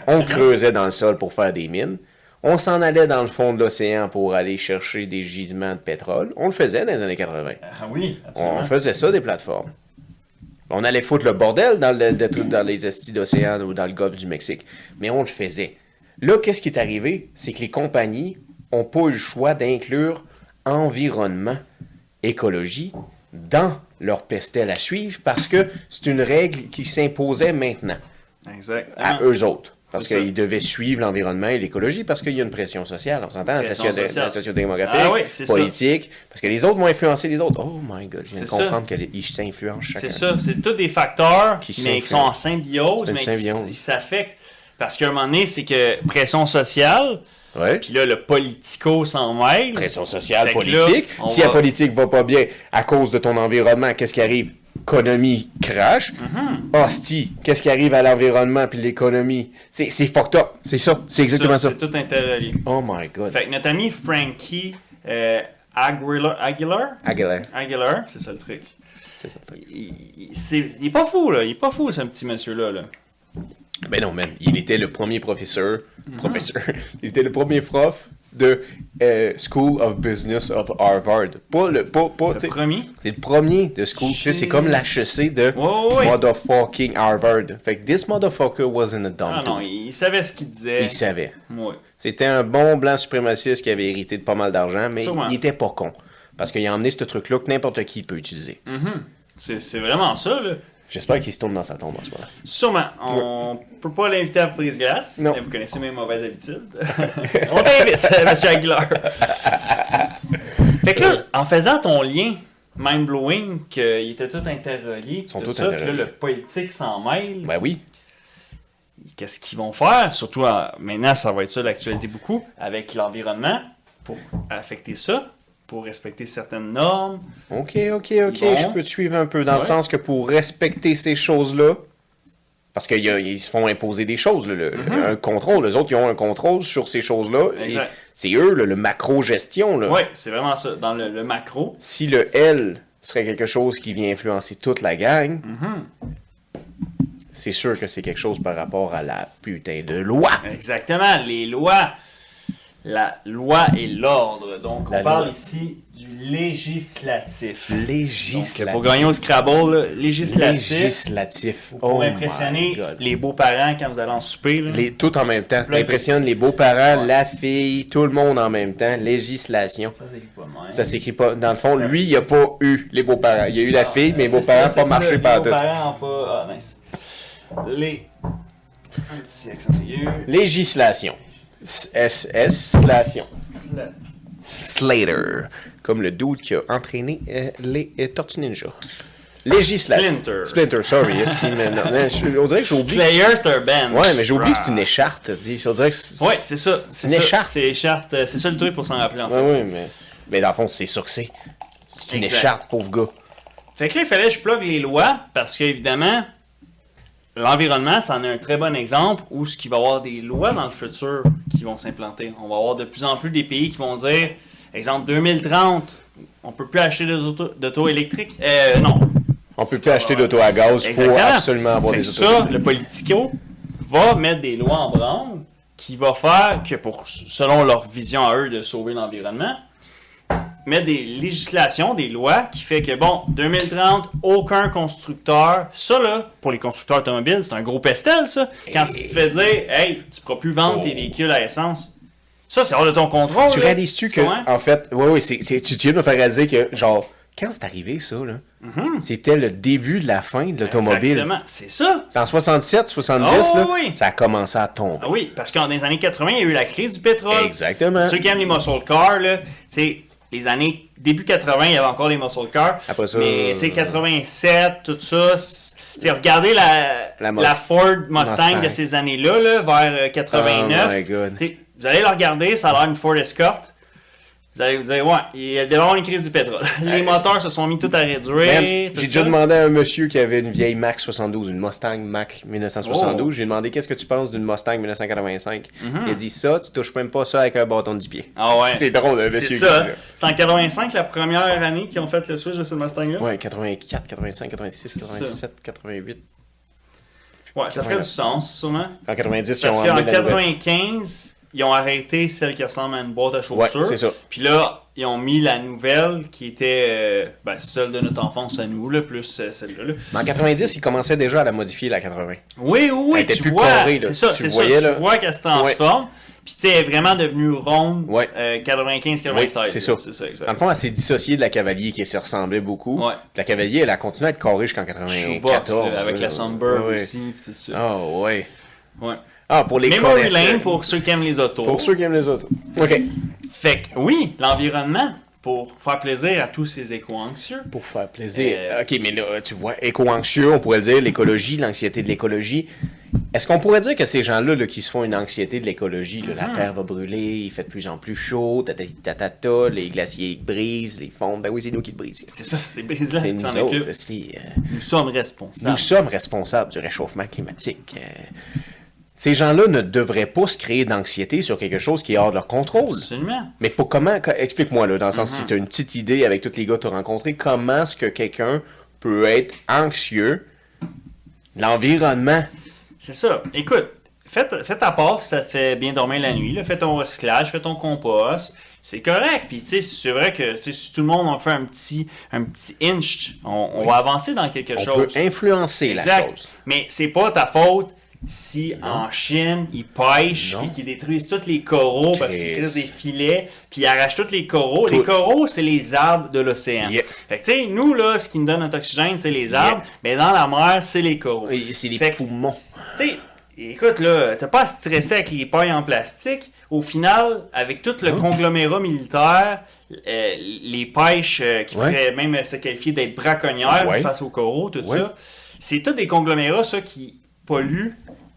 [SPEAKER 1] on creusait dans le sol pour faire des mines, on s'en allait dans le fond de l'océan pour aller chercher des gisements de pétrole. On le faisait dans les années 80.
[SPEAKER 2] Ah oui, absolument.
[SPEAKER 1] On faisait ça des plateformes. On allait foutre le bordel dans, le- de tout- dans les estis d'océan ou dans le golfe du Mexique. Mais on le faisait. Là, qu'est-ce qui est arrivé? C'est que les compagnies n'ont pas eu le choix d'inclure environnement, écologie dans leur pestel à suivre parce que c'est une règle qui s'imposait maintenant
[SPEAKER 2] Exact. Hein?
[SPEAKER 1] à eux autres. Parce
[SPEAKER 2] Ah. C'est ça.
[SPEAKER 1] qu'ils devaient suivre l'environnement et l'écologie parce qu'il y a une pression sociale. On s'entend, la
[SPEAKER 2] Pression
[SPEAKER 1] socio-
[SPEAKER 2] sociale.
[SPEAKER 1] la sociodémographique,
[SPEAKER 2] Ah oui, c'est ça.
[SPEAKER 1] politique, parce que les autres vont influencer les autres. Oh my god, je viens de
[SPEAKER 2] C'est ça.
[SPEAKER 1] comprendre qu'ils s'influencent chacun.
[SPEAKER 2] C'est ça, c'est tous des facteurs
[SPEAKER 1] Qui
[SPEAKER 2] qui, mais, qui sont
[SPEAKER 1] s'influent-
[SPEAKER 2] en symbiose,
[SPEAKER 1] C'est une
[SPEAKER 2] mais qui
[SPEAKER 1] symbiose.
[SPEAKER 2] s- qui s'affectent. Parce qu'à un moment donné, c'est que pression sociale,
[SPEAKER 1] Ouais.
[SPEAKER 2] puis là, le politico s'en mêle.
[SPEAKER 1] Pression sociale,
[SPEAKER 2] Fait que là,
[SPEAKER 1] politique.
[SPEAKER 2] on
[SPEAKER 1] si
[SPEAKER 2] va-
[SPEAKER 1] la politique va pas bien à cause de ton environnement, qu'est-ce qui arrive? Économie crash.
[SPEAKER 2] Mm-hmm.
[SPEAKER 1] Hostie, qu'est-ce qui arrive à l'environnement puis l'économie? C'est c'est fucked up. C'est ça. C'est exactement ça.
[SPEAKER 2] C'est tout interrelié.
[SPEAKER 1] Oh my god.
[SPEAKER 2] Fait que notre ami Frankie euh, Aguilar, Aguilar,
[SPEAKER 1] Aguilar.
[SPEAKER 2] Aguilar, c'est ça le truc.
[SPEAKER 1] C'est ça le truc.
[SPEAKER 2] Il, il- c'est- il est pas fou, là. Il est pas fou, ce petit monsieur-là. Là.
[SPEAKER 1] Ben non, man. Il était le premier professeur. Professeur. Il était le premier prof de euh, School of Business of Harvard. Pas le. Pas, pas,
[SPEAKER 2] Le
[SPEAKER 1] t'sais,
[SPEAKER 2] premier.
[SPEAKER 1] c'est le premier de school. Tu sais, c'est comme l'HEC de
[SPEAKER 2] ouais, ouais.
[SPEAKER 1] motherfucking Harvard. Fait que this motherfucker wasn't a dumb
[SPEAKER 2] Ah non,
[SPEAKER 1] dude.
[SPEAKER 2] il, il savait ce qu'il disait.
[SPEAKER 1] Il savait.
[SPEAKER 2] Ouais.
[SPEAKER 1] C'était un bon blanc suprémaciste qui avait hérité de pas mal d'argent, mais
[SPEAKER 2] Sûrement.
[SPEAKER 1] il était pas con. Parce qu'il a emmené ce truc-là que n'importe qui peut utiliser.
[SPEAKER 2] Mhm. C'est c'est vraiment ça, là.
[SPEAKER 1] J'espère qu'il se tourne dans sa tombe en ce moment.
[SPEAKER 2] Sûrement, on peut pas l'inviter à prise glace.
[SPEAKER 1] Non.
[SPEAKER 2] mais Vous connaissez mes mauvaises habitudes. on t'invite, monsieur Aguilar. fait que là, en faisant ton lien mind-blowing, qu'ils étaient tous interreliés, puis
[SPEAKER 1] sont
[SPEAKER 2] tout
[SPEAKER 1] tous
[SPEAKER 2] ça, puis là,
[SPEAKER 1] interreliés.
[SPEAKER 2] le politique s'en mêle.
[SPEAKER 1] Ben oui.
[SPEAKER 2] qu'est-ce qu'ils vont faire, surtout euh, maintenant, ça va être ça l'actualité beaucoup, avec l'environnement, pour affecter ça, pour respecter certaines normes.
[SPEAKER 1] Ok, ok, ok,
[SPEAKER 2] Bon.
[SPEAKER 1] je peux te suivre un peu dans le
[SPEAKER 2] Ouais.
[SPEAKER 1] sens que pour respecter ces choses-là, parce qu'ils se font imposer des choses, là, le- le- un contrôle, les autres, ils ont un contrôle sur ces choses-là. et
[SPEAKER 2] Mhm. Exact.
[SPEAKER 1] C'est eux, là, le macro-gestion. là.
[SPEAKER 2] Oui, c'est vraiment ça, dans le, le macro.
[SPEAKER 1] Si le L serait quelque chose qui vient influencer toute la gang,
[SPEAKER 2] Mhm.
[SPEAKER 1] c'est sûr que c'est quelque chose par rapport à la putain de loi.
[SPEAKER 2] Exactement, les lois. La loi et l'ordre. Donc, on
[SPEAKER 1] La
[SPEAKER 2] parle
[SPEAKER 1] loi.
[SPEAKER 2] ici du législatif.
[SPEAKER 1] Législatif.
[SPEAKER 2] Donc, pour gagner au Scrabble, là, législatif,
[SPEAKER 1] Législatif.
[SPEAKER 2] pour
[SPEAKER 1] Oh my
[SPEAKER 2] impressionner
[SPEAKER 1] God.
[SPEAKER 2] les beaux-parents quand vous allez en souper. là.
[SPEAKER 1] Les, tout en même temps.
[SPEAKER 2] Plein de-
[SPEAKER 1] T'impressionnes les beaux-parents,
[SPEAKER 2] Ouais.
[SPEAKER 1] la fille, tout le monde en même temps. Législation.
[SPEAKER 2] Ça, c'est pas mal.
[SPEAKER 1] Ça s'écrit pas. Dans le fond, lui, il a pas eu les beaux-parents. Il a eu la fille, mais les
[SPEAKER 2] C'est
[SPEAKER 1] beaux-parents
[SPEAKER 2] ça, c'est
[SPEAKER 1] pas
[SPEAKER 2] ça.
[SPEAKER 1] marché par
[SPEAKER 2] Les
[SPEAKER 1] tout.
[SPEAKER 2] beaux-parents ont pas. Ah, mince. Les. Un petit accent aigu.
[SPEAKER 1] Législation. SS slation.
[SPEAKER 2] La-
[SPEAKER 1] Slater. Comme le dude qui a entraîné euh, les euh, Tortues Ninja. Législation.
[SPEAKER 2] Splinter.
[SPEAKER 1] Splinter, sorry. esti, mais non, mais je- on dirait que j'ai oublié.
[SPEAKER 2] Slayer, c'est un band.
[SPEAKER 1] Ouais, mais j'ai oublié que c'est une écharpe. dis. On dirait que c'est-
[SPEAKER 2] Ouais, c'est ça. C'est
[SPEAKER 1] une
[SPEAKER 2] ça.
[SPEAKER 1] écharpe.
[SPEAKER 2] C'est écharpe, euh, C'est ça le truc pour s'en rappeler en fait.
[SPEAKER 1] Ouais, ouais, mais. Mais dans le fond, c'est ça que c'est. C'est une
[SPEAKER 2] Exact.
[SPEAKER 1] écharpe, pauvre gars.
[SPEAKER 2] Fait que là, il fallait que je plug les lois parce qu'évidemment, l'environnement, c'en est un très bon exemple où ce qu'il va y avoir des lois dans le futur qui vont s'implanter. On va avoir de plus en plus des pays qui vont dire, exemple 2030, on peut plus acheter des autos- d'auto électriques. Euh, non,
[SPEAKER 1] On peut plus acheter d'auto à gaz, faut absolument avoir
[SPEAKER 2] Fait
[SPEAKER 1] des
[SPEAKER 2] que
[SPEAKER 1] autos.
[SPEAKER 2] ça, le politico va mettre des lois en branle qui va faire que, pour, selon leur vision à eux de sauver l'environnement, mettre des législations, des lois qui fait que, bon, 2030, aucun constructeur, ça là, pour les constructeurs automobiles, c'est un gros pestel ça. Quand tu te fais dire, hey, tu pourras plus vendre tes
[SPEAKER 1] Oh.
[SPEAKER 2] véhicules à essence, ça c'est hors de ton contrôle.
[SPEAKER 1] Tu
[SPEAKER 2] là.
[SPEAKER 1] réalises-tu que,
[SPEAKER 2] comprends?
[SPEAKER 1] en fait, ouais, ouais, c'est, c'est- tu tu viens de me faire réaliser que, genre, Quand c'est arrivé, ça, là, c'était le début de la fin de l'automobile.
[SPEAKER 2] Mm-hmm. Exactement, c'est ça.
[SPEAKER 1] C'est en 67, 70,
[SPEAKER 2] Oh,
[SPEAKER 1] là,
[SPEAKER 2] oui.
[SPEAKER 1] ça a commencé à tomber.
[SPEAKER 2] Ah oui, parce qu'en dans les années 80, il y a eu la crise du pétrole.
[SPEAKER 1] Exactement.
[SPEAKER 2] Ah, Ceux qui aiment les muscle cars, là, tu sais, les années début 80, il y avait encore les muscle cars.
[SPEAKER 1] Après ça, euh,
[SPEAKER 2] Mais tu sais, 87, tout ça. c'est- Tu sais, regardez la,
[SPEAKER 1] La
[SPEAKER 2] la,
[SPEAKER 1] Mus-
[SPEAKER 2] Ford Mustang,
[SPEAKER 1] Mustang.
[SPEAKER 2] de ces années-là, là, vers euh, 89.
[SPEAKER 1] Oh my God.
[SPEAKER 2] Tu sais, vous allez la regarder, ça a l'air une Ford Escort. Vous allez vous dire, ouais, il y a d'abord une crise du pétrole. Les moteurs se sont mis tout à réduire.
[SPEAKER 1] Man,
[SPEAKER 2] tout
[SPEAKER 1] J'ai déjà
[SPEAKER 2] ça.
[SPEAKER 1] demandé à un monsieur qui avait une vieille Mac 72, une Mustang Mac 1972.
[SPEAKER 2] Oh. Mm-hmm.
[SPEAKER 1] J'ai demandé qu'est-ce que tu penses d'une Mustang 1985. Il a dit ça, tu touches même pas ça avec un bâton de 10 pieds.
[SPEAKER 2] Ah ouais.
[SPEAKER 1] C'est drôle, le monsieur.
[SPEAKER 2] C'est
[SPEAKER 1] qui
[SPEAKER 2] ça.
[SPEAKER 1] dit
[SPEAKER 2] C'est en 85, la première année qu'ils ont fait le switch de cette Mustang-là.
[SPEAKER 1] Ouais, 84, 85, 86,
[SPEAKER 2] ça.
[SPEAKER 1] 87, 88.
[SPEAKER 2] Ouais, ça ferait
[SPEAKER 1] 80.
[SPEAKER 2] du sens, sûrement.
[SPEAKER 1] En 90, Ah, ils ont
[SPEAKER 2] Parce qu'en
[SPEAKER 1] emmené la nouvelle.
[SPEAKER 2] 95, ils ont arrêté celle qui ressemble à une boîte à chaussures.
[SPEAKER 1] Ouais, c'est ça.
[SPEAKER 2] Puis là, ils ont mis la nouvelle qui était euh, ben, celle de notre enfance à nous, là, plus euh, celle-là. là.
[SPEAKER 1] Mais en 90, ils commençaient déjà à la modifier, la 80.
[SPEAKER 2] Oui, oui,
[SPEAKER 1] Elle
[SPEAKER 2] oui,
[SPEAKER 1] était
[SPEAKER 2] tu
[SPEAKER 1] plus
[SPEAKER 2] vois.
[SPEAKER 1] carrée, là.
[SPEAKER 2] C'est ça,
[SPEAKER 1] Tu
[SPEAKER 2] c'est
[SPEAKER 1] voyais,
[SPEAKER 2] ça.
[SPEAKER 1] là.
[SPEAKER 2] Tu vois qu'elle se transforme. Puis tu sais, elle est vraiment devenue ronde
[SPEAKER 1] Ouais.
[SPEAKER 2] euh, 95-96.
[SPEAKER 1] Oui, c'est ça.
[SPEAKER 2] C'est ça,
[SPEAKER 1] Dans
[SPEAKER 2] exact.
[SPEAKER 1] le fond, elle s'est dissociée de la Cavalier qui se ressemblait beaucoup.
[SPEAKER 2] Ouais.
[SPEAKER 1] La Cavalier, elle a continué à être carrée jusqu'en
[SPEAKER 2] Shoebox,
[SPEAKER 1] 94.
[SPEAKER 2] là, avec
[SPEAKER 1] euh,
[SPEAKER 2] la Sunbird
[SPEAKER 1] ouais.
[SPEAKER 2] aussi, puis tout ça.
[SPEAKER 1] Ah ouais.
[SPEAKER 2] Ouais.
[SPEAKER 1] Ah, pour les
[SPEAKER 2] Memory
[SPEAKER 1] connaisseurs.
[SPEAKER 2] Lane pour ceux qui aiment les autos.
[SPEAKER 1] Pour ceux qui aiment les autos. OK.
[SPEAKER 2] Fait que oui, l'environnement pour faire plaisir à tous ces éco-anxieux.
[SPEAKER 1] Pour faire plaisir.
[SPEAKER 2] Euh,
[SPEAKER 1] OK, mais là, tu vois, éco-anxieux, on pourrait le dire, l'écologie, l'anxiété de l'écologie. Est-ce qu'on pourrait dire que ces gens-là là, qui se font une anxiété de l'écologie, là,
[SPEAKER 2] Ah.
[SPEAKER 1] la Terre va brûler, il fait de plus en plus chaud, tatatata, les glaciers brisent, les fonds, ben oui, c'est nous qui le brisons.
[SPEAKER 2] C'est ça, c'est Brise-là
[SPEAKER 1] C'est
[SPEAKER 2] qui s'en
[SPEAKER 1] nous autres.
[SPEAKER 2] occupe.
[SPEAKER 1] aussi, euh,
[SPEAKER 2] Nous sommes
[SPEAKER 1] nous
[SPEAKER 2] responsables.
[SPEAKER 1] sommes responsables du réchauffement climatique. Euh, ces gens-là ne devraient pas se créer d'anxiété sur quelque chose qui est hors de leur contrôle.
[SPEAKER 2] Absolument.
[SPEAKER 1] Mais pour comment, co- explique-moi là, dans le sens
[SPEAKER 2] Mhm.
[SPEAKER 1] si tu as une petite idée avec tous les gars que tu as rencontrés, comment est-ce que quelqu'un peut être anxieux de l'environnement?
[SPEAKER 2] C'est ça. Écoute, fais, fais ta part si ça te fait bien dormir la nuit. Là. Fais ton recyclage, fais ton compost. C'est correct. Puis, tu sais, c'est vrai que tu sais, si tout le monde en fait un petit, un petit inch, on, on va avancer dans quelque
[SPEAKER 1] On
[SPEAKER 2] chose.
[SPEAKER 1] peut influencer la
[SPEAKER 2] Exact.
[SPEAKER 1] chose.
[SPEAKER 2] Mais c'est pas ta faute si en Chine, ils pêchent
[SPEAKER 1] Non.
[SPEAKER 2] et qu'ils détruisent tous les coraux parce qu'ils
[SPEAKER 1] Chris.
[SPEAKER 2] créent des filets puis ils arrachent tous les coraux.
[SPEAKER 1] Tout.
[SPEAKER 2] Les coraux, c'est les arbres de l'océan.
[SPEAKER 1] Yeah.
[SPEAKER 2] Fait que, tu sais, nous, là, ce qui nous donne notre oxygène, c'est les arbres, mais dans la mer, c'est les coraux.
[SPEAKER 1] Et C'est les
[SPEAKER 2] Fait que,
[SPEAKER 1] poumons.
[SPEAKER 2] tu sais, écoute, là, t'as pas à stresser avec les pailles en plastique. Au final, avec tout le conglomérat militaire, euh, les pêches euh, qui
[SPEAKER 1] Ouais.
[SPEAKER 2] pourraient même se qualifier d'être braconnières
[SPEAKER 1] Ouais.
[SPEAKER 2] face aux coraux, tout
[SPEAKER 1] Ouais.
[SPEAKER 2] ça, c'est tous des conglomérats, ça, qui polluent.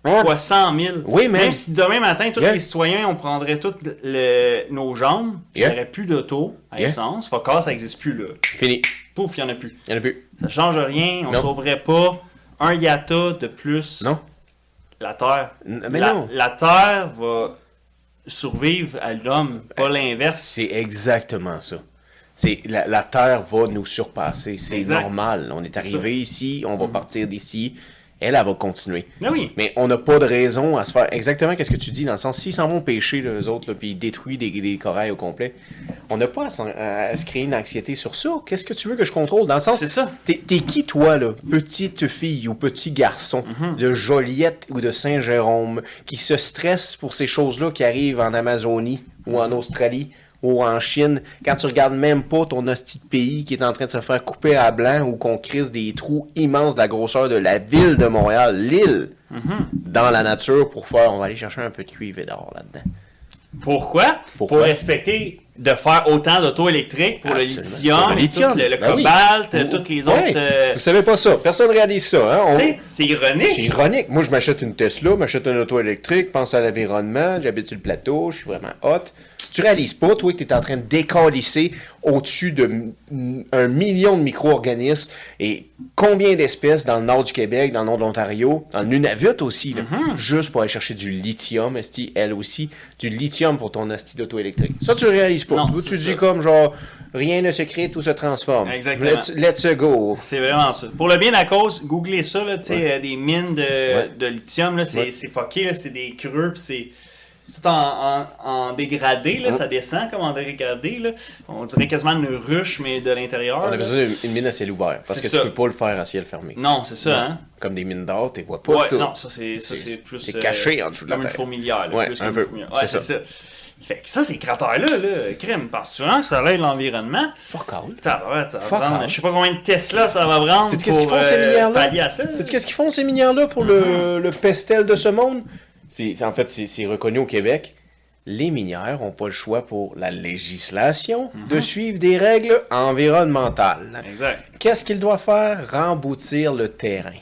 [SPEAKER 1] Ouais.
[SPEAKER 2] Quoi, 100 000.
[SPEAKER 1] Hein? Oui, mais-
[SPEAKER 2] Même si demain matin, tous
[SPEAKER 1] Yeah.
[SPEAKER 2] les citoyens, on prendrait toutes le- nos jambes, puis il
[SPEAKER 1] Yeah.
[SPEAKER 2] n'y aurait plus d'auto à
[SPEAKER 1] Yeah.
[SPEAKER 2] essence. Focus, ça n'existe plus, là.
[SPEAKER 1] Fini.
[SPEAKER 2] Pouf, il n'y en a plus.
[SPEAKER 1] Il y en a plus.
[SPEAKER 2] Ça change rien, on
[SPEAKER 1] Non.
[SPEAKER 2] sauverait pas un yata de plus.
[SPEAKER 1] Non?
[SPEAKER 2] La Terre.
[SPEAKER 1] N- mais
[SPEAKER 2] la,
[SPEAKER 1] non.
[SPEAKER 2] la Terre va survivre à l'homme, pas l'inverse.
[SPEAKER 1] Ben, C'est exactement ça. C'est la, la Terre va nous surpasser. C'est
[SPEAKER 2] Exact.
[SPEAKER 1] normal. On est
[SPEAKER 2] ça. Mhm.
[SPEAKER 1] arrivé ici, on va partir d'ici. Elle, elle va continuer.
[SPEAKER 2] Mais oui.
[SPEAKER 1] Mais on n'a pas de raison à se faire exactement qu'est-ce que tu dis, dans le sens, s'ils s'en vont pêcher, les autres, là, puis ils détruisent des, des corails au complet, on n'a pas à, s'en- à- à se créer une anxiété sur ça. Qu'est-ce que tu veux que je contrôle? Dans le sens,
[SPEAKER 2] C'est ça.
[SPEAKER 1] T'es, t'es qui, toi, là, petite fille ou petit garçon
[SPEAKER 2] Mhm.
[SPEAKER 1] de Joliette ou de Saint-Jérôme qui se stresse pour ces choses-là qui arrivent en Amazonie ou en Australie ou en Chine, quand tu regardes même pas ton hostie de pays qui est en train de se faire couper à blanc ou qu'on crisse des trous immenses de la grosseur de la ville de Montréal, l'île,
[SPEAKER 2] Mhm.
[SPEAKER 1] dans la nature pour faire, on va aller chercher un peu de cuivre et d'or là-dedans.
[SPEAKER 2] Pourquoi?
[SPEAKER 1] Pourquoi?
[SPEAKER 2] Pour respecter de faire autant d'auto électrique pour
[SPEAKER 1] Absolument.
[SPEAKER 2] le lithium,
[SPEAKER 1] Pour
[SPEAKER 2] et
[SPEAKER 1] le
[SPEAKER 2] tout
[SPEAKER 1] lithium,
[SPEAKER 2] le, le
[SPEAKER 1] ben oui.
[SPEAKER 2] cobalt,
[SPEAKER 1] Ou-
[SPEAKER 2] toutes les
[SPEAKER 1] ouais.
[SPEAKER 2] autres. euh,
[SPEAKER 1] Vous savez pas ça. Personne réalise ça. Hein? On-
[SPEAKER 2] tu sais, c'est
[SPEAKER 1] C'est
[SPEAKER 2] ironique.
[SPEAKER 1] ironique. Moi, je m'achète une Tesla, m'achète un auto électrique, pense à l'environnement, j'habite sur le plateau, je suis vraiment hot. Tu réalises pas, toi, que tu es en train de décalisser au-dessus de m- un million de micro-organismes et combien d'espèces dans le nord du Québec, dans le nord de l'Ontario, dans le Nunavut aussi, là,
[SPEAKER 2] Mm-hmm.
[SPEAKER 1] juste pour aller chercher du lithium, esti, elle aussi, du lithium pour ton asti d'auto électrique. Ça, tu le réalises pas.
[SPEAKER 2] Non,
[SPEAKER 1] Toi,
[SPEAKER 2] c'est
[SPEAKER 1] tu dis
[SPEAKER 2] ça.
[SPEAKER 1] comme genre, rien ne se crée, tout se transforme.
[SPEAKER 2] Exactement.
[SPEAKER 1] Let's, let's go.
[SPEAKER 2] C'est vraiment ça. Pour le bien de la cause, googlez ça, là, tu sais,
[SPEAKER 1] Ouais.
[SPEAKER 2] euh, des mines de, de lithium, là, c'est
[SPEAKER 1] Ouais.
[SPEAKER 2] c'est fucké, là, c'est des creux, puis c'est c'est tout en, en- en dégradé, là, ça descend comme en dégradé. Là. On dirait quasiment une ruche, mais de l'intérieur.
[SPEAKER 1] On a
[SPEAKER 2] là.
[SPEAKER 1] besoin d'une une mine à ciel ouvert parce
[SPEAKER 2] C'est
[SPEAKER 1] que
[SPEAKER 2] ça.
[SPEAKER 1] tu peux pas le faire à ciel fermé.
[SPEAKER 2] Non, c'est ça, hein?
[SPEAKER 1] Comme des mines d'or, tu vois pas
[SPEAKER 2] Ouais,
[SPEAKER 1] tout.
[SPEAKER 2] non, ça c'est ça, c'est plus.
[SPEAKER 1] c'est caché en dessous de la
[SPEAKER 2] Comme
[SPEAKER 1] terre.
[SPEAKER 2] une fourmilière. là,
[SPEAKER 1] Ouais,
[SPEAKER 2] plus
[SPEAKER 1] un
[SPEAKER 2] qu'une
[SPEAKER 1] peu.
[SPEAKER 2] fourmilière. Ouais,
[SPEAKER 1] C'est
[SPEAKER 2] c'est
[SPEAKER 1] ça.
[SPEAKER 2] ça. Fait que ça, ces cratères-là, là, crime, parce que souvent que ça l'aide l'environnement,
[SPEAKER 1] Fuck all.
[SPEAKER 2] tabarouette, ça va
[SPEAKER 1] Fuck
[SPEAKER 2] prendre,
[SPEAKER 1] off.
[SPEAKER 2] je sais pas combien de Tesla ça va prendre
[SPEAKER 1] Sais-tu
[SPEAKER 2] pour
[SPEAKER 1] qu'est-ce qu'ils font, ces
[SPEAKER 2] euh,
[SPEAKER 1] milliards-là?
[SPEAKER 2] pallier à ça.
[SPEAKER 1] Sais-tu qu'est-ce qu'ils font, ces milliards-là, pour le, le pestel de ce monde? C'est, c'est- en fait, c'est, c'est reconnu au Québec. Les minières n'ont pas le choix pour la législation de suivre des règles environnementales.
[SPEAKER 2] Mhm. Exact.
[SPEAKER 1] Qu'est-ce qu'ils doivent faire? Remboutir le terrain.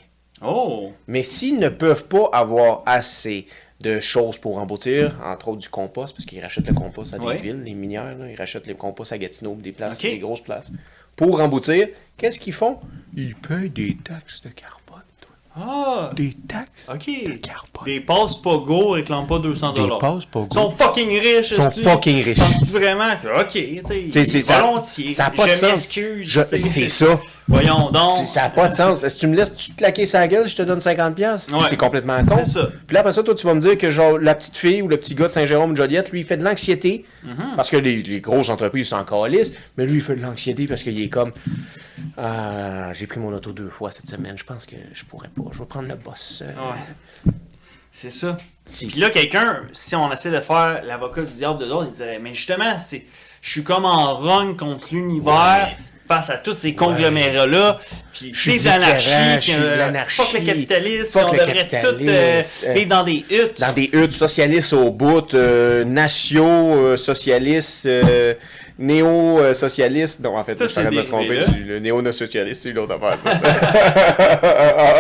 [SPEAKER 2] Oh!
[SPEAKER 1] Mais s'ils ne peuvent pas avoir assez de choses pour emboutir, entre autres du compost, parce qu'ils rachètent le compost à des
[SPEAKER 2] Ouais.
[SPEAKER 1] villes, les minières, là, ils rachètent les compost à Gatineau, des places,
[SPEAKER 2] Ok.
[SPEAKER 1] des grosses places, pour emboutir, qu'est-ce qu'ils font? Ils payent des taxes de carbone, toi.
[SPEAKER 2] Ah!
[SPEAKER 1] Des taxes
[SPEAKER 2] Ok.
[SPEAKER 1] de carbone.
[SPEAKER 2] Des passes pas go réclament pas 200
[SPEAKER 1] Des passes pas go.
[SPEAKER 2] Ils sont fucking riches.
[SPEAKER 1] Ils sont
[SPEAKER 2] esti.
[SPEAKER 1] fucking riches.
[SPEAKER 2] Penses-tu vraiment que, ok,
[SPEAKER 1] Tu
[SPEAKER 2] tu
[SPEAKER 1] sais, c'est
[SPEAKER 2] sais,
[SPEAKER 1] ça-
[SPEAKER 2] volontiers.
[SPEAKER 1] ça a pas de
[SPEAKER 2] je
[SPEAKER 1] sens.
[SPEAKER 2] m'excuse.
[SPEAKER 1] Je-
[SPEAKER 2] tu sais.
[SPEAKER 1] c'est ça.
[SPEAKER 2] Voyons donc.
[SPEAKER 1] Si ça n'a pas de sens. Si tu me laisses tu te claquer sa gueule, je te donne 50$. piastres.
[SPEAKER 2] Ouais.
[SPEAKER 1] C'est complètement con.
[SPEAKER 2] C'est ça.
[SPEAKER 1] Puis là, après ça, toi, tu vas me dire que genre la petite fille ou le petit gars de Saint-Jérôme de Joliette, lui, il fait de l'anxiété
[SPEAKER 2] Mm-hmm.
[SPEAKER 1] parce que les, les grosses entreprises s'en calissent, mais lui, il fait de l'anxiété parce qu'il est comme Ah, j'ai pris mon auto deux fois cette semaine, je pense que je pourrais pas. Je vais prendre le boss. Euh,
[SPEAKER 2] Ouais. C'est ça.
[SPEAKER 1] si-
[SPEAKER 2] Puis là, quelqu'un, si on essaie de faire l'avocat du diable de l'autre, il dirait Mais justement, c'est, je suis comme en rogne contre l'univers face à tous ces conglomérats-là. Puis
[SPEAKER 1] Je suis
[SPEAKER 2] des
[SPEAKER 1] différent, je
[SPEAKER 2] anarchies,
[SPEAKER 1] suis
[SPEAKER 2] que-
[SPEAKER 1] de l'anarchie,
[SPEAKER 2] fuck le capitalisme,
[SPEAKER 1] fuck
[SPEAKER 2] on
[SPEAKER 1] le
[SPEAKER 2] devrait tout euh,
[SPEAKER 1] capitalisme, euh,
[SPEAKER 2] vivre dans des huttes.
[SPEAKER 1] dans des huttes socialistes au bout, euh, nationaux, euh, socialistes, euh, néo-socialistes. Non, en fait,
[SPEAKER 2] Ça,
[SPEAKER 1] je serais
[SPEAKER 2] c'est
[SPEAKER 1] de me
[SPEAKER 2] des-
[SPEAKER 1] tromper.
[SPEAKER 2] là.
[SPEAKER 1] du- Le néo-socialiste, c'est une autre affaire. ça.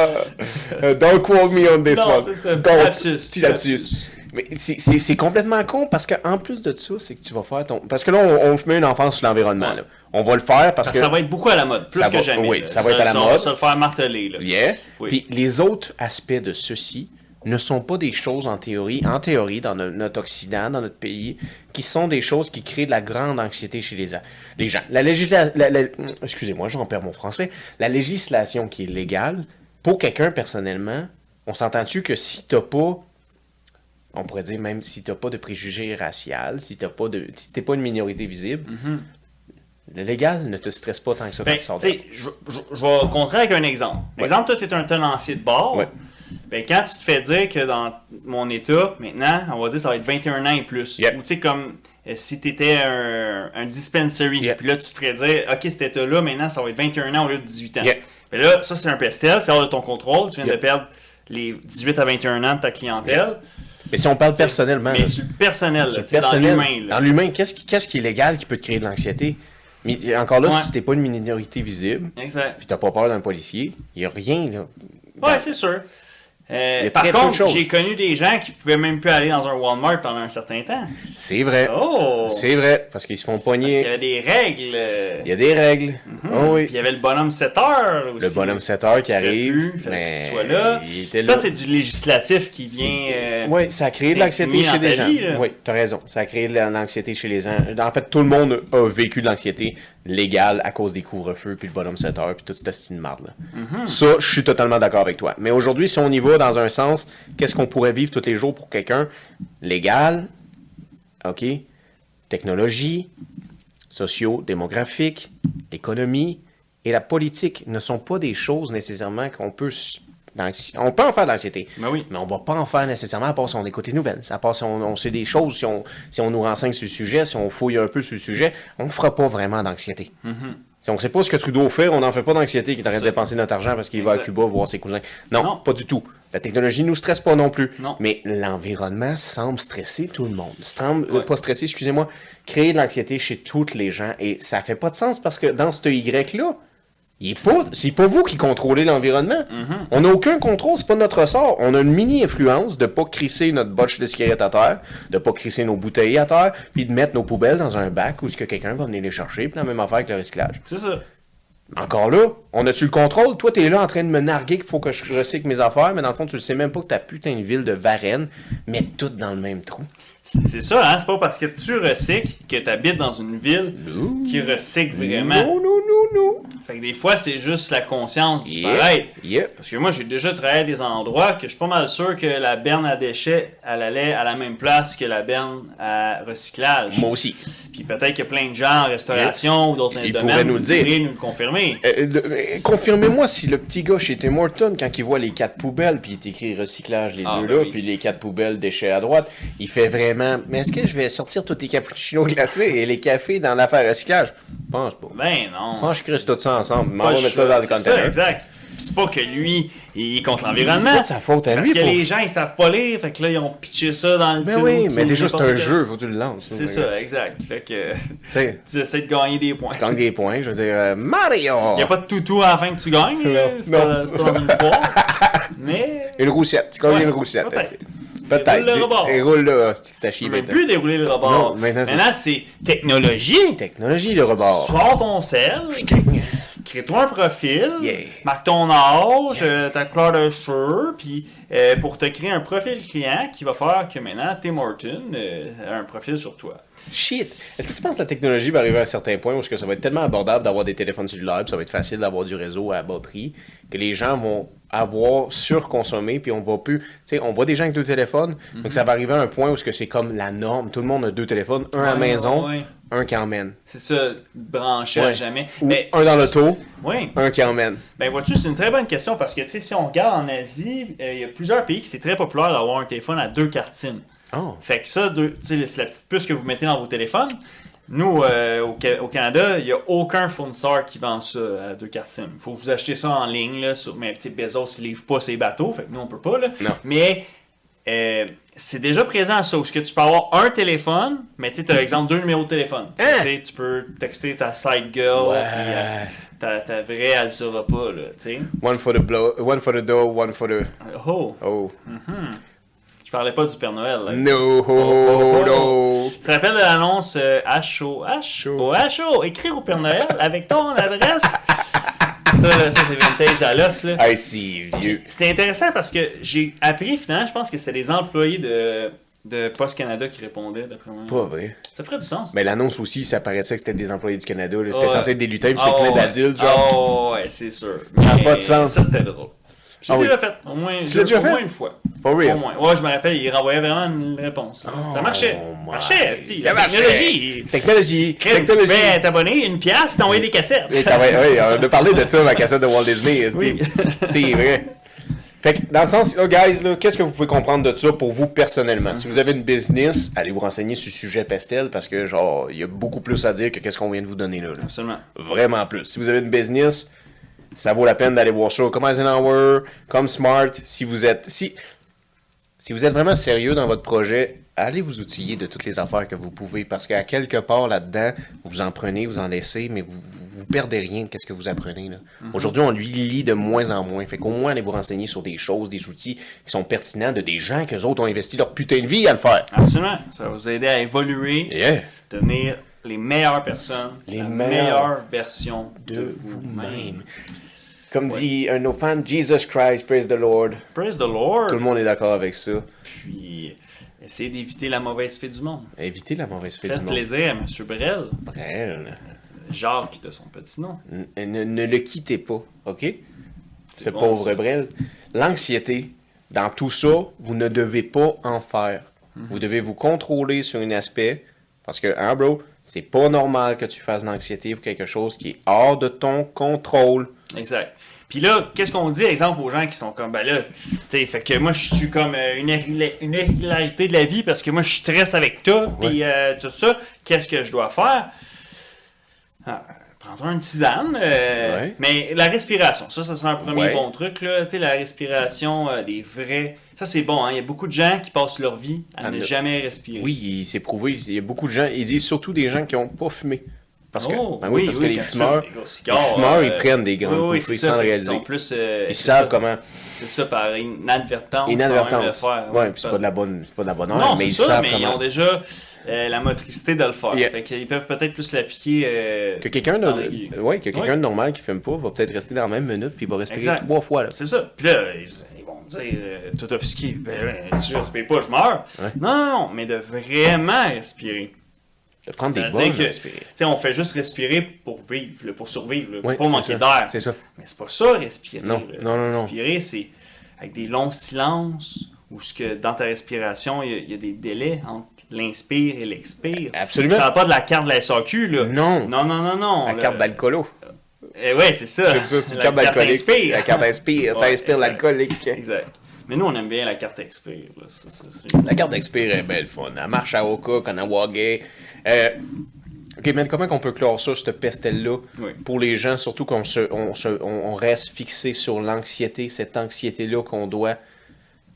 [SPEAKER 1] Euh, Don't quote me on this
[SPEAKER 2] Non,
[SPEAKER 1] one.
[SPEAKER 2] c'est ça.
[SPEAKER 1] Don't-
[SPEAKER 2] Lapsus,
[SPEAKER 1] Petit
[SPEAKER 2] lapsus.
[SPEAKER 1] lapsus. Mais c'est- c'est c'est complètement con parce qu'en plus de ça, c'est que tu vas faire ton. Parce que là, on, on met une enfance sur l'environnement.
[SPEAKER 2] Ouais.
[SPEAKER 1] là. On va le faire parce que.
[SPEAKER 2] Ça va être beaucoup à la mode, plus
[SPEAKER 1] Ça
[SPEAKER 2] que
[SPEAKER 1] va-
[SPEAKER 2] jamais.
[SPEAKER 1] oui,
[SPEAKER 2] là.
[SPEAKER 1] ça va être à la
[SPEAKER 2] on
[SPEAKER 1] mode.
[SPEAKER 2] se le faire marteler. Là.
[SPEAKER 1] Yeah.
[SPEAKER 2] Oui.
[SPEAKER 1] Puis les autres aspects de ceci ne sont pas des choses en théorie, en théorie dans no- notre Occident, dans notre pays, qui sont des choses qui créent de la grande anxiété chez les, a- les gens. La législation, excusez-moi, j'en perds mon français. La législation qui est légale pour quelqu'un personnellement, on s'entend-tu que si t'as pas on pourrait dire même si t'as pas de préjugés racial, si t'as pas de, si t'es pas une minorité visible, le légal ne te stresse pas tant que ça quand tu
[SPEAKER 2] Mm-hmm. Ben, tu
[SPEAKER 1] sors
[SPEAKER 2] sais, je, je, je vais contrer avec un exemple. Exemple, toi, tu es un tenancier de bar.
[SPEAKER 1] Ouais.
[SPEAKER 2] Ben, quand tu te fais dire que dans mon état, maintenant, on va dire ça va être 21 ans et plus.
[SPEAKER 1] Yeah.
[SPEAKER 2] Ou tu sais, comme euh, si tu étais un, un dispensary.
[SPEAKER 1] Yeah.
[SPEAKER 2] Puis là, tu te ferais dire, OK, cet état-là, maintenant, ça va être 21 ans au lieu de 18 ans.
[SPEAKER 1] Yeah.
[SPEAKER 2] Mais là, ça, c'est un pestel, c'est hors de ton contrôle. Tu viens
[SPEAKER 1] Yeah.
[SPEAKER 2] de perdre les 18 à 21 ans de ta clientèle.
[SPEAKER 1] Mais si on parle personnellement,
[SPEAKER 2] Mais
[SPEAKER 1] là,
[SPEAKER 2] sur le personnel, là, tu sais,
[SPEAKER 1] personnel,
[SPEAKER 2] dans l'humain. là.
[SPEAKER 1] Dans l'humain, qu'est-ce qui, qu'est-ce qui est légal qui peut te créer de l'anxiété? Mais encore là,
[SPEAKER 2] Ouais.
[SPEAKER 1] si t'es pas une minorité visible,
[SPEAKER 2] Exact.
[SPEAKER 1] puis t'as pas peur d'un policier, il y a rien, là.
[SPEAKER 2] Ouais,
[SPEAKER 1] Dans-
[SPEAKER 2] c'est sûr. Euh,
[SPEAKER 1] Il y a
[SPEAKER 2] par
[SPEAKER 1] très peu de
[SPEAKER 2] contre,
[SPEAKER 1] choses.
[SPEAKER 2] j'ai connu des gens qui pouvaient même plus aller dans un Walmart pendant un certain temps.
[SPEAKER 1] c'est vrai.
[SPEAKER 2] Oh! Parce
[SPEAKER 1] C'est vrai, parce qu'ils se font
[SPEAKER 2] qu'il
[SPEAKER 1] pogner.
[SPEAKER 2] y avait des règles. euh,
[SPEAKER 1] Il y a des règles. Oh
[SPEAKER 2] Puis
[SPEAKER 1] oui.
[SPEAKER 2] il y avait le bonhomme 7 heures aussi.
[SPEAKER 1] Le bonhomme 7 heures qui
[SPEAKER 2] Il pouvait
[SPEAKER 1] arrive,
[SPEAKER 2] plus, il fallait
[SPEAKER 1] mais
[SPEAKER 2] qu'il soit là.
[SPEAKER 1] il était
[SPEAKER 2] Ça,
[SPEAKER 1] là.
[SPEAKER 2] c'est du législatif qui vient. euh,
[SPEAKER 1] Oui, ça a créé de
[SPEAKER 2] t'es
[SPEAKER 1] l'anxiété
[SPEAKER 2] mis
[SPEAKER 1] chez
[SPEAKER 2] dans
[SPEAKER 1] des
[SPEAKER 2] ta
[SPEAKER 1] gens.
[SPEAKER 2] vie, là.
[SPEAKER 1] oui, t'as raison. Ça a créé de l'anxiété chez les gens. En fait, tout le monde a vécu de l'anxiété légale à cause des couvre-feux, puis le bonhomme 7 heures, puis toute cette style de marde, là.
[SPEAKER 2] Mhm.
[SPEAKER 1] Ça, je suis totalement d'accord avec toi. Mais aujourd'hui, si on y va dans un sens, qu'est-ce qu'on pourrait vivre tous les jours pour quelqu'un Légal, OK Technologie, socio-démographique, économie et la politique ne sont pas des choses nécessairement qu'on peut. s- d'anxi- On peut en faire de l'anxiété.
[SPEAKER 2] Ben oui.
[SPEAKER 1] Mais on va pas en faire nécessairement à part si on écoute les nouvelles, à part si on, on sait des choses, si on, si on nous renseigne sur le sujet, si on fouille un peu sur le sujet, on fera pas vraiment d'anxiété. Si on sait pas ce que Trudeau fait, on n'en fait pas d'anxiété qu'il est en train de
[SPEAKER 2] Mm-hmm. Ça.
[SPEAKER 1] dépenser notre argent parce qu'il va à
[SPEAKER 2] Exact.
[SPEAKER 1] Cuba voir ses cousins. Non,
[SPEAKER 2] Non.
[SPEAKER 1] pas du tout. La technologie nous stresse pas non plus.
[SPEAKER 2] Non.
[SPEAKER 1] Mais l'environnement semble stresser tout le monde. Semble,
[SPEAKER 2] Ouais.
[SPEAKER 1] euh, pas stresser, excusez-moi, créer de l'anxiété chez toutes les gens. Et ça fait pas de sens parce que dans ce Y-là, il est pas, c'est pas vous qui contrôlez l'environnement. On n'a aucun contrôle, c'est pas notre ressort. On a une mini-influence de pas crisser notre botche de cigarette à terre, de pas crisser nos bouteilles à terre, puis de mettre nos poubelles dans un bac où ce que quelqu'un va venir les chercher, puis la même affaire avec le recyclage.
[SPEAKER 2] C'est ça.
[SPEAKER 1] Encore là, on a-tu le contrôle? Toi, t'es là en train de me narguer qu'il faut que je recycle mes affaires, mais dans le fond, tu le sais même pas que ta putain de ville de Varennes met tout dans le même trou.
[SPEAKER 2] C'est c'est ça, hein? C'est pas parce que tu recycles que tu habites dans une ville
[SPEAKER 1] Non.
[SPEAKER 2] qui recycle vraiment.
[SPEAKER 1] Non, non, non, non.
[SPEAKER 2] Fait que des fois, c'est juste la conscience du
[SPEAKER 1] Yep,
[SPEAKER 2] pareil.
[SPEAKER 1] yep.
[SPEAKER 2] Parce que moi, j'ai déjà travaillé à des endroits que je suis pas mal sûr que la berne à déchets, elle allait à la même place que la berne à recyclage.
[SPEAKER 1] Moi aussi.
[SPEAKER 2] Puis Puis peut-être qu'il y a plein de gens en restauration ou d'autres
[SPEAKER 1] il
[SPEAKER 2] domaines
[SPEAKER 1] pourrait nous le
[SPEAKER 2] vous
[SPEAKER 1] dire.
[SPEAKER 2] pourriez nous le confirmer.
[SPEAKER 1] Euh, de- euh, Confirmez-moi si le petit gars chez Tim Horton, quand il voit les quatre poubelles, puis il est écrit recyclage les
[SPEAKER 2] Ah,
[SPEAKER 1] deux
[SPEAKER 2] ben
[SPEAKER 1] là,
[SPEAKER 2] oui.
[SPEAKER 1] puis les quatre poubelles déchets à droite, il fait vraiment. Mais est-ce que je vais sortir tous les cappuccinos glacés et les cafés dans l'affaire recyclage Je pense pas.
[SPEAKER 2] Ben non.
[SPEAKER 1] Je pense que je crisse tout ça ensemble. mais On
[SPEAKER 2] Pas
[SPEAKER 1] va
[SPEAKER 2] le
[SPEAKER 1] mettre ça
[SPEAKER 2] choix,
[SPEAKER 1] dans le
[SPEAKER 2] c'est ça,
[SPEAKER 1] container.
[SPEAKER 2] exact. Puis C'est pas que lui, il est contre
[SPEAKER 1] C'est
[SPEAKER 2] l'environnement.
[SPEAKER 1] pas de sa faute à
[SPEAKER 2] Parce
[SPEAKER 1] lui,
[SPEAKER 2] que
[SPEAKER 1] pour-
[SPEAKER 2] les gens, ils savent pas lire, fait que là, ils ont pitché ça dans le
[SPEAKER 1] Mais
[SPEAKER 2] trou,
[SPEAKER 1] oui,
[SPEAKER 2] tout,
[SPEAKER 1] mais déjà c'est
[SPEAKER 2] n'importe
[SPEAKER 1] un
[SPEAKER 2] quoi.
[SPEAKER 1] jeu, faut que tu le lances.
[SPEAKER 2] C'est ça, exact. Fait que
[SPEAKER 1] Tu sais,
[SPEAKER 2] tu essaies de gagner des points.
[SPEAKER 1] tu gagnes des points, je veux dire, euh, Mario
[SPEAKER 2] Il n'y a pas de toutou à la fin que tu gagnes,
[SPEAKER 1] Non.
[SPEAKER 2] là. c'est
[SPEAKER 1] Non.
[SPEAKER 2] pas, c'est pas dans une foire. Mais
[SPEAKER 1] Une roussette, tu gagnes
[SPEAKER 2] Ouais,
[SPEAKER 1] une roussette.
[SPEAKER 2] peut-être.
[SPEAKER 1] est-ce que-
[SPEAKER 2] Roule le rebord.
[SPEAKER 1] Peut-être. Et roule là, c'est que c'est à chier
[SPEAKER 2] tu ne
[SPEAKER 1] maintenant.
[SPEAKER 2] plus dérouler le rebord.
[SPEAKER 1] Non, maintenant, c'est-
[SPEAKER 2] maintenant c'est technologie.
[SPEAKER 1] Technologie, le rebord.
[SPEAKER 2] Sors ton sel, crée-toi un profil,
[SPEAKER 1] Yeah.
[SPEAKER 2] marque ton âge, euh, ta couleur de cheveux, puis euh, pour te créer un profil client qui va faire que maintenant Tim Horton euh, a un profil sur toi.
[SPEAKER 1] Shit! Est-ce que tu penses que la technologie va arriver à un certain point où est-ce que ça va être tellement abordable d'avoir des téléphones cellulaires, puis ça va être facile d'avoir du réseau à bas prix, que les gens vont avoir surconsommé, puis on va plus... Tu sais, on voit des gens avec deux téléphones, donc ça va arriver à un point où est-ce que c'est comme la norme. Tout le monde a deux téléphones, un à la
[SPEAKER 2] Ouais,
[SPEAKER 1] maison,
[SPEAKER 2] ouais.
[SPEAKER 1] un qui emmène.
[SPEAKER 2] C'est ça, branché à
[SPEAKER 1] Ouais.
[SPEAKER 2] jamais.
[SPEAKER 1] Ou
[SPEAKER 2] Mais
[SPEAKER 1] un dans l'auto,
[SPEAKER 2] oui.
[SPEAKER 1] un qui emmène.
[SPEAKER 2] Ben vois-tu, c'est une très bonne question parce que tu sais, si on regarde en Asie, euh, il y a plusieurs pays qui c'est très populaire d'avoir un téléphone à deux cartes SIM.
[SPEAKER 1] Oh!
[SPEAKER 2] Fait que ça, deux- tu sais, c'est la petite puce que vous mettez dans vos téléphones. Nous, euh, au, Ca- au Canada, il n'y a aucun fournisseur qui vend ça à deux cartes SIM. faut que vous achetez ça en ligne. Là, sur, mais petit Bezos, il livre pas ses bateaux. Fait que nous, on peut pas. Là.
[SPEAKER 1] Non.
[SPEAKER 2] Mais euh, c'est déjà présent ça. Où est-ce que tu peux avoir un téléphone, mais tu sais, as, exemple, deux numéros de téléphone.
[SPEAKER 1] Hein?
[SPEAKER 2] Tu sais, Tu peux texter ta side girl.
[SPEAKER 1] Ouais.
[SPEAKER 2] puis, euh, ta, ta vraie, elle ne saura pas. Là, tu sais.
[SPEAKER 1] One for the blow, one for the door, one for the...
[SPEAKER 2] oh,
[SPEAKER 1] Oh!
[SPEAKER 2] je parlais pas du Père Noël. là.
[SPEAKER 1] No!
[SPEAKER 2] oh,
[SPEAKER 1] no.
[SPEAKER 2] Tu te rappelles de l'annonce euh, HOH
[SPEAKER 1] Chaud.
[SPEAKER 2] HO, écrire au Père Noël avec ton adresse. ça, là, ça c'est vintage à l'os. là.
[SPEAKER 1] Hey, c'est vieux.
[SPEAKER 2] C'est intéressant parce que j'ai appris finalement, je pense que c'était les employés de, de Post Canada qui répondaient d'après moi.
[SPEAKER 1] Pas vrai.
[SPEAKER 2] Ça ferait du sens.
[SPEAKER 1] Mais l'annonce aussi, ça paraissait que c'était des employés du Canada. là. C'était
[SPEAKER 2] Ouais.
[SPEAKER 1] censé être des lutins, puis
[SPEAKER 2] Ah,
[SPEAKER 1] c'est plein
[SPEAKER 2] ouais.
[SPEAKER 1] d'adultes. Genre.
[SPEAKER 2] Ah, ouais, c'est sûr.
[SPEAKER 1] Ça a
[SPEAKER 2] Mais
[SPEAKER 1] pas de sens.
[SPEAKER 2] Ça, c'était drôle. J'ai
[SPEAKER 1] Ah oui.
[SPEAKER 2] déjà fait, au moins,
[SPEAKER 1] Tu l'as déjà
[SPEAKER 2] au moins
[SPEAKER 1] fait?
[SPEAKER 2] une fois.
[SPEAKER 1] For
[SPEAKER 2] Au
[SPEAKER 1] real. Oh
[SPEAKER 2] moins. Ouais, je me rappelle, il renvoyait vraiment une réponse. ça marchait.
[SPEAKER 1] my.
[SPEAKER 2] marchait, si,
[SPEAKER 1] Ça
[SPEAKER 2] la
[SPEAKER 1] marchait.
[SPEAKER 2] technologie.
[SPEAKER 1] Technologie.
[SPEAKER 2] Crème, tu
[SPEAKER 1] Technologie.
[SPEAKER 2] pouvais t'abonner, une pièce, t'envoyer des cassettes.
[SPEAKER 1] Et ah. t'as- ouais, ouais, on a parlé de ça, ma cassette de Walt Disney. euh,
[SPEAKER 2] Oui.
[SPEAKER 1] c'est- C'est vrai. Fait que, dans le sens, là, guys, là, qu'est-ce que vous pouvez comprendre de ça pour vous personnellement? Si vous avez une business, allez vous renseigner sur le sujet pastel parce que, genre, il y a beaucoup plus à dire que qu'est-ce qu'on vient de vous donner là. là.
[SPEAKER 2] Absolument.
[SPEAKER 1] Vraiment plus. Si vous avez une business, ça vaut la peine d'aller voir ça comme Eisenhower, comme Smart. Si vous êtes. Si, si vous êtes vraiment sérieux dans votre projet, allez vous outiller de toutes les affaires que vous pouvez parce qu'à quelque part là-dedans, vous en prenez, vous en laissez, mais vous, vous, vous perdez rien de ce que vous apprenez. là. Aujourd'hui, on lui lit de moins en moins. Fait qu'au moins, allez vous renseigner sur des choses, des outils qui sont pertinents de des gens que les autres ont investi leur putain de vie à le faire.
[SPEAKER 2] Absolument. Ça va vous aider à évoluer,
[SPEAKER 1] Yeah.
[SPEAKER 2] devenir les meilleures personnes,
[SPEAKER 1] Les
[SPEAKER 2] la
[SPEAKER 1] meilleures
[SPEAKER 2] meilleure version de,
[SPEAKER 1] de
[SPEAKER 2] vous-même.
[SPEAKER 1] vous-même. Comme dit un de nos fans, Jesus Christ, praise the Lord.
[SPEAKER 2] Praise the Lord.
[SPEAKER 1] Tout le monde est d'accord avec ça.
[SPEAKER 2] Puis, euh, essayez d'éviter la mauvaise fée du monde.
[SPEAKER 1] Évitez la mauvaise fête du
[SPEAKER 2] Faites
[SPEAKER 1] monde.
[SPEAKER 2] plaisir à M. Brel,
[SPEAKER 1] Brel,
[SPEAKER 2] Jacques de son petit nom.
[SPEAKER 1] n- Ne, ne le quittez pas, OK? Ce
[SPEAKER 2] bon,
[SPEAKER 1] pauvre
[SPEAKER 2] ça.
[SPEAKER 1] Brel. L'anxiété, dans tout ça, vous ne devez pas en faire.
[SPEAKER 2] Mhm.
[SPEAKER 1] Vous devez vous contrôler sur un aspect. Parce que, hein, bro, c'est pas normal que tu fasses de l'anxiété pour quelque chose qui est hors de ton contrôle.
[SPEAKER 2] Exact. Puis là, qu'est-ce qu'on dit, exemple, aux gens qui sont comme, ben là, tu sais, fait que moi, je suis comme euh, une, irrégula- une irrégularité de la vie parce que moi, je stresse avec toi, puis euh, tout ça, qu'est-ce que je dois faire? Ah, Prends-toi une tisane. euh,
[SPEAKER 1] Ouais.
[SPEAKER 2] Mais la respiration, ça, ça serait un premier
[SPEAKER 1] Ouais.
[SPEAKER 2] bon truc, là, tu sais, la respiration euh, des vrais. Ça, c'est bon, hein, il y a beaucoup de gens qui passent leur vie à
[SPEAKER 1] Ah,
[SPEAKER 2] ne
[SPEAKER 1] le-
[SPEAKER 2] jamais respirer.
[SPEAKER 1] Oui, c'est prouvé. Il y a beaucoup de gens, ils disent surtout des gens qui n'ont pas fumé. Parce que,
[SPEAKER 2] Oh,
[SPEAKER 1] ben oui, parce que les
[SPEAKER 2] quand tu
[SPEAKER 1] fumeurs,
[SPEAKER 2] fumes des gros
[SPEAKER 1] les
[SPEAKER 2] cigares,
[SPEAKER 1] fumeurs, ils
[SPEAKER 2] euh,
[SPEAKER 1] prennent des
[SPEAKER 2] oui,
[SPEAKER 1] grandes
[SPEAKER 2] oui,
[SPEAKER 1] bouffées
[SPEAKER 2] c'est
[SPEAKER 1] sans
[SPEAKER 2] ça,
[SPEAKER 1] le
[SPEAKER 2] fait qu'ils sont
[SPEAKER 1] réaliser.
[SPEAKER 2] plus, euh,
[SPEAKER 1] Ils
[SPEAKER 2] c'est
[SPEAKER 1] savent
[SPEAKER 2] ça.
[SPEAKER 1] comment.
[SPEAKER 2] C'est ça, par inadvertance. sans même le
[SPEAKER 1] Inadvertance.
[SPEAKER 2] faire.
[SPEAKER 1] Ouais, puis c'est pas de la bonne, c'est pas de la bonne heure,
[SPEAKER 2] Non,
[SPEAKER 1] mais
[SPEAKER 2] c'est
[SPEAKER 1] ils
[SPEAKER 2] ça,
[SPEAKER 1] savent
[SPEAKER 2] mais ils
[SPEAKER 1] comment.
[SPEAKER 2] ont déjà euh, la motricité de le faire.
[SPEAKER 1] Yeah.
[SPEAKER 2] Fait qu'ils peuvent peut-être plus l'appliquer. euh,
[SPEAKER 1] Que quelqu'un
[SPEAKER 2] dans
[SPEAKER 1] de,
[SPEAKER 2] la vie.
[SPEAKER 1] ouais, que quelqu'un
[SPEAKER 2] Ouais.
[SPEAKER 1] de normal qui fume pas va peut-être rester dans la même minute puis il va respirer
[SPEAKER 2] Exact.
[SPEAKER 1] trois fois là.
[SPEAKER 2] C'est ça. Puis là, ils, ils vont me dire, euh, tout offusqué, ben, ben, si je respire pas, je meurs. Non, non, non, mais de vraiment respirer.
[SPEAKER 1] De prendre des
[SPEAKER 2] C'est-à-dire
[SPEAKER 1] bonnes
[SPEAKER 2] que, tu
[SPEAKER 1] respirer.
[SPEAKER 2] sais, on fait juste respirer pour vivre, là, pour survivre, là, pour
[SPEAKER 1] Ouais,
[SPEAKER 2] pas
[SPEAKER 1] c'est
[SPEAKER 2] manquer
[SPEAKER 1] ça.
[SPEAKER 2] d'air.
[SPEAKER 1] C'est ça.
[SPEAKER 2] Mais c'est pas ça, respirer.
[SPEAKER 1] Non,
[SPEAKER 2] là.
[SPEAKER 1] non, non, non.
[SPEAKER 2] Respirer, c'est avec des longs silences, ou ce que dans ta respiration, il y a- il y, a des délais entre l'inspire et l'expire.
[SPEAKER 1] Absolument.
[SPEAKER 2] Je parle pas de la carte de la SAQ, là.
[SPEAKER 1] Non.
[SPEAKER 2] Non, non, non, non.
[SPEAKER 1] La
[SPEAKER 2] Le-
[SPEAKER 1] carte d'alcoolo.
[SPEAKER 2] Eh ouais, c'est ça.
[SPEAKER 1] Comme ça, c'est une
[SPEAKER 2] La
[SPEAKER 1] carte d'alcoolique.
[SPEAKER 2] inspire.
[SPEAKER 1] La carte d'inspire, ça
[SPEAKER 2] Ouais,
[SPEAKER 1] inspire
[SPEAKER 2] exact.
[SPEAKER 1] l'alcoolique.
[SPEAKER 2] Exact. Mais nous, on aime bien la carte expire. là. Ça, ça, c'est-
[SPEAKER 1] La carte d'expire est belle fun. Elle marche à Oka, Kanawagé. Euh, ok, mais comment qu'on peut clore ça, cette pestel-là,
[SPEAKER 2] Oui.
[SPEAKER 1] pour les gens, surtout qu'on se, on, se- on- on reste fixé sur l'anxiété, cette anxiété-là qu'on doit,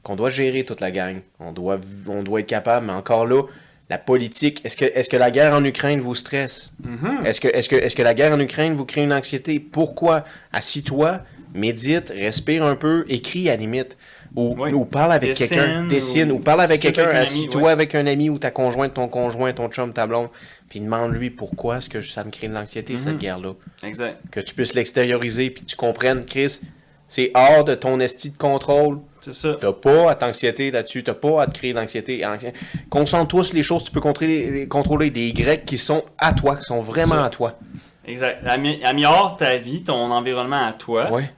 [SPEAKER 1] qu'on doit gérer toute la gang. On doit, on doit être capable, mais encore là, la politique, est-ce que, est que la guerre en Ukraine vous stresse?
[SPEAKER 2] Mm-hmm.
[SPEAKER 1] Est-ce que, est que, est que la guerre en Ukraine vous crée une anxiété? Pourquoi? Assis-toi, médite, respire un peu, écris à la limite. Ou,
[SPEAKER 2] Oui.
[SPEAKER 1] ou parle avec
[SPEAKER 2] Dessine,
[SPEAKER 1] quelqu'un,
[SPEAKER 2] ou-
[SPEAKER 1] dessine, ou parle avec
[SPEAKER 2] discute
[SPEAKER 1] quelqu'un,
[SPEAKER 2] avec un ami,
[SPEAKER 1] assis-toi
[SPEAKER 2] ouais.
[SPEAKER 1] avec un ami ou ta conjointe, ton conjoint, ton chum, ta blonde, puis demande-lui pourquoi est-ce que ça me crée de l'anxiété,
[SPEAKER 2] Mm-hmm.
[SPEAKER 1] cette guerre-là.
[SPEAKER 2] Exact.
[SPEAKER 1] Que tu puisses l'extérioriser, puis que tu comprennes, Chris, c'est hors de ton esti de contrôle.
[SPEAKER 2] C'est ça.
[SPEAKER 1] T'as pas à t'anxiété là-dessus, t'as pas à te créer d'anxiété. Anxi- Concentre-toi sur les choses que tu peux contrôler, contrôler des Y qui sont à toi, qui sont vraiment
[SPEAKER 2] Ça.
[SPEAKER 1] à toi.
[SPEAKER 2] Exact. Ami- Améliore ta vie, ton environnement à toi,
[SPEAKER 1] Ouais,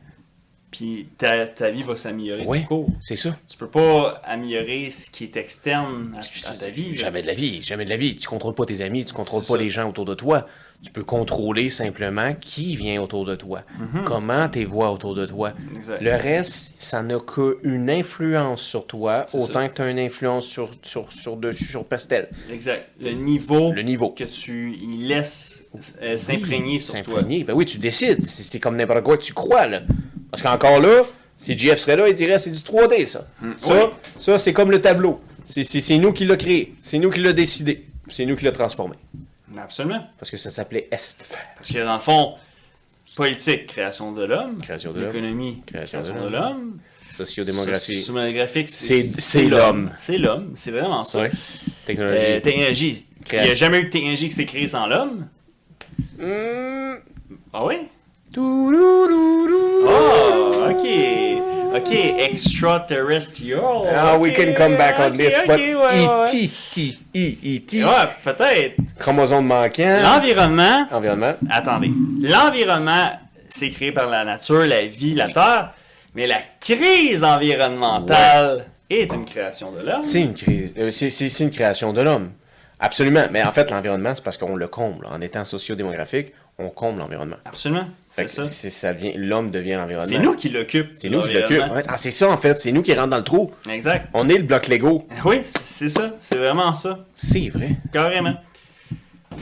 [SPEAKER 2] puis ta, ta vie va s'améliorer
[SPEAKER 1] Ouais.
[SPEAKER 2] tout court.
[SPEAKER 1] c'est ça.
[SPEAKER 2] Tu peux pas améliorer ce qui est externe à, à ta vie. là.
[SPEAKER 1] Jamais de la vie, jamais de la vie. Tu contrôles pas tes amis, tu contrôles
[SPEAKER 2] C'est
[SPEAKER 1] pas
[SPEAKER 2] ça.
[SPEAKER 1] les gens autour de toi. Tu peux contrôler simplement qui vient autour de toi, comment t'es voix autour de toi.
[SPEAKER 2] Mm-hmm. Exact.
[SPEAKER 1] Le reste, ça n'a qu'une influence sur toi, autant que tu as une influence sur, sur, sur, dessus, sur Pastel.
[SPEAKER 2] Exact. Le niveau,
[SPEAKER 1] Le niveau.
[SPEAKER 2] que tu y laisses euh, s'imprégner
[SPEAKER 1] Oui,
[SPEAKER 2] sur toi.
[SPEAKER 1] s'imprégner. Ben oui, tu décides. C'est c'est comme n'importe quoi que tu crois, là. Parce qu'encore là, si JF serait là, il dirait c'est du 3D, ça. Ça,
[SPEAKER 2] Hum, oui.
[SPEAKER 1] ça c'est comme le tableau. C'est- C'est c'est nous qui l'a créé. C'est nous qui l'a décidé. C'est nous qui l'a transformé.
[SPEAKER 2] Absolument.
[SPEAKER 1] Parce que ça s'appelait ESP.
[SPEAKER 2] Parce que dans le fond, politique, création de l'homme.
[SPEAKER 1] Création de l'homme.
[SPEAKER 2] Économie,
[SPEAKER 1] Création
[SPEAKER 2] création,
[SPEAKER 1] de
[SPEAKER 2] de l'homme.
[SPEAKER 1] Sociodémographie.
[SPEAKER 2] Sur- sur le graphique,
[SPEAKER 1] C'est- c'est l'homme.
[SPEAKER 2] C'est l'homme, c'est vraiment ça.
[SPEAKER 1] Ouais. Technologie.
[SPEAKER 2] Euh, technologie. Il n'y
[SPEAKER 1] Création.
[SPEAKER 2] a jamais eu de technologie qui s'est créée sans l'homme. Ah oui? Oh, ok. Ok, extraterrestrial.
[SPEAKER 1] Ah, we
[SPEAKER 2] Ok,
[SPEAKER 1] can come back on
[SPEAKER 2] ok,
[SPEAKER 1] this,
[SPEAKER 2] ok,
[SPEAKER 1] but
[SPEAKER 2] ouais, ouais,
[SPEAKER 1] E.T., T, E, E.T.,
[SPEAKER 2] ouais. Ouais, peut-être.
[SPEAKER 1] chromosome manquant,
[SPEAKER 2] L'environnement.
[SPEAKER 1] environnement,
[SPEAKER 2] Attendez. L'environnement, c'est créé par la nature, la vie, la terre. Mais la crise environnementale est une création de l'homme.
[SPEAKER 1] c'est une, cré- euh, c'est- c'est- c'est une création de l'homme. Absolument. Mais en fait, l'environnement, c'est parce qu'on le comble. En étant socio-démographique, on comble l'environnement.
[SPEAKER 2] Absolument.
[SPEAKER 1] Fait
[SPEAKER 2] C'est
[SPEAKER 1] que
[SPEAKER 2] ça.
[SPEAKER 1] c'est- ça devient- L'homme devient l'environnement.
[SPEAKER 2] C'est nous qui l'occupons.
[SPEAKER 1] C'est nous qui l'occupons.
[SPEAKER 2] l'environnement.
[SPEAKER 1] Ouais, ah, c'est ça, en fait. C'est nous qui rentrons dans le trou.
[SPEAKER 2] Exact.
[SPEAKER 1] On est le bloc Lego.
[SPEAKER 2] Oui, c'est- c'est ça. C'est vraiment ça.
[SPEAKER 1] C'est vrai.
[SPEAKER 2] Carrément.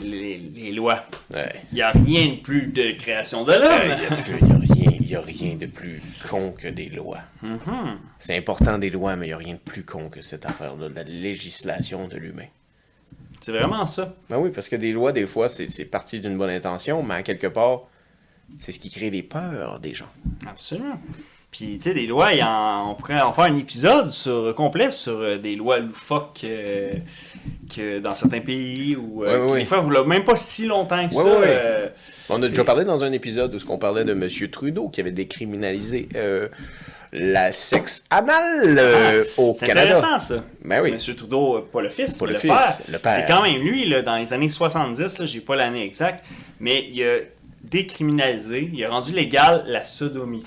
[SPEAKER 2] Les, les lois.
[SPEAKER 1] Ouais.
[SPEAKER 2] Il n'y a rien de plus de création de l'homme.
[SPEAKER 1] Ben, Il n'y a, rien- y a rien de plus con que des lois.
[SPEAKER 2] Mm-hmm.
[SPEAKER 1] C'est important des lois, mais il n'y a rien de plus con que cette affaire-là, de la législation de l'humain.
[SPEAKER 2] C'est vraiment ça.
[SPEAKER 1] Ben oui, parce que des lois, des fois, c'est c'est parti d'une bonne intention, mais à quelque part, c'est ce qui crée les peurs des gens.
[SPEAKER 2] Absolument. Puis, tu sais, des lois, il y en- on pourrait en faire un épisode sur, complet sur euh, des lois loufoques euh, que dans certains pays ou euh,
[SPEAKER 1] Ouais, ouais,
[SPEAKER 2] qui,
[SPEAKER 1] ouais.
[SPEAKER 2] des fois, vous l'avez même pas si longtemps que
[SPEAKER 1] Ouais,
[SPEAKER 2] ça.
[SPEAKER 1] ouais, ouais.
[SPEAKER 2] euh,
[SPEAKER 1] On a déjà parlé dans un épisode où ce qu'on parlait de Monsieur Trudeau qui avait décriminalisé euh, la sexe anale euh, au
[SPEAKER 2] Ah, c'est
[SPEAKER 1] Canada.
[SPEAKER 2] intéressant, ça.
[SPEAKER 1] Ben oui.
[SPEAKER 2] Monsieur Trudeau, euh, pas le fils,
[SPEAKER 1] Pas
[SPEAKER 2] mais
[SPEAKER 1] le
[SPEAKER 2] le,
[SPEAKER 1] fils,
[SPEAKER 2] père.
[SPEAKER 1] le père.
[SPEAKER 2] C'est quand même lui, là, dans les années 70, là, j'ai pas l'année exacte, mais il a décriminalisé, il a rendu légal la sodomie.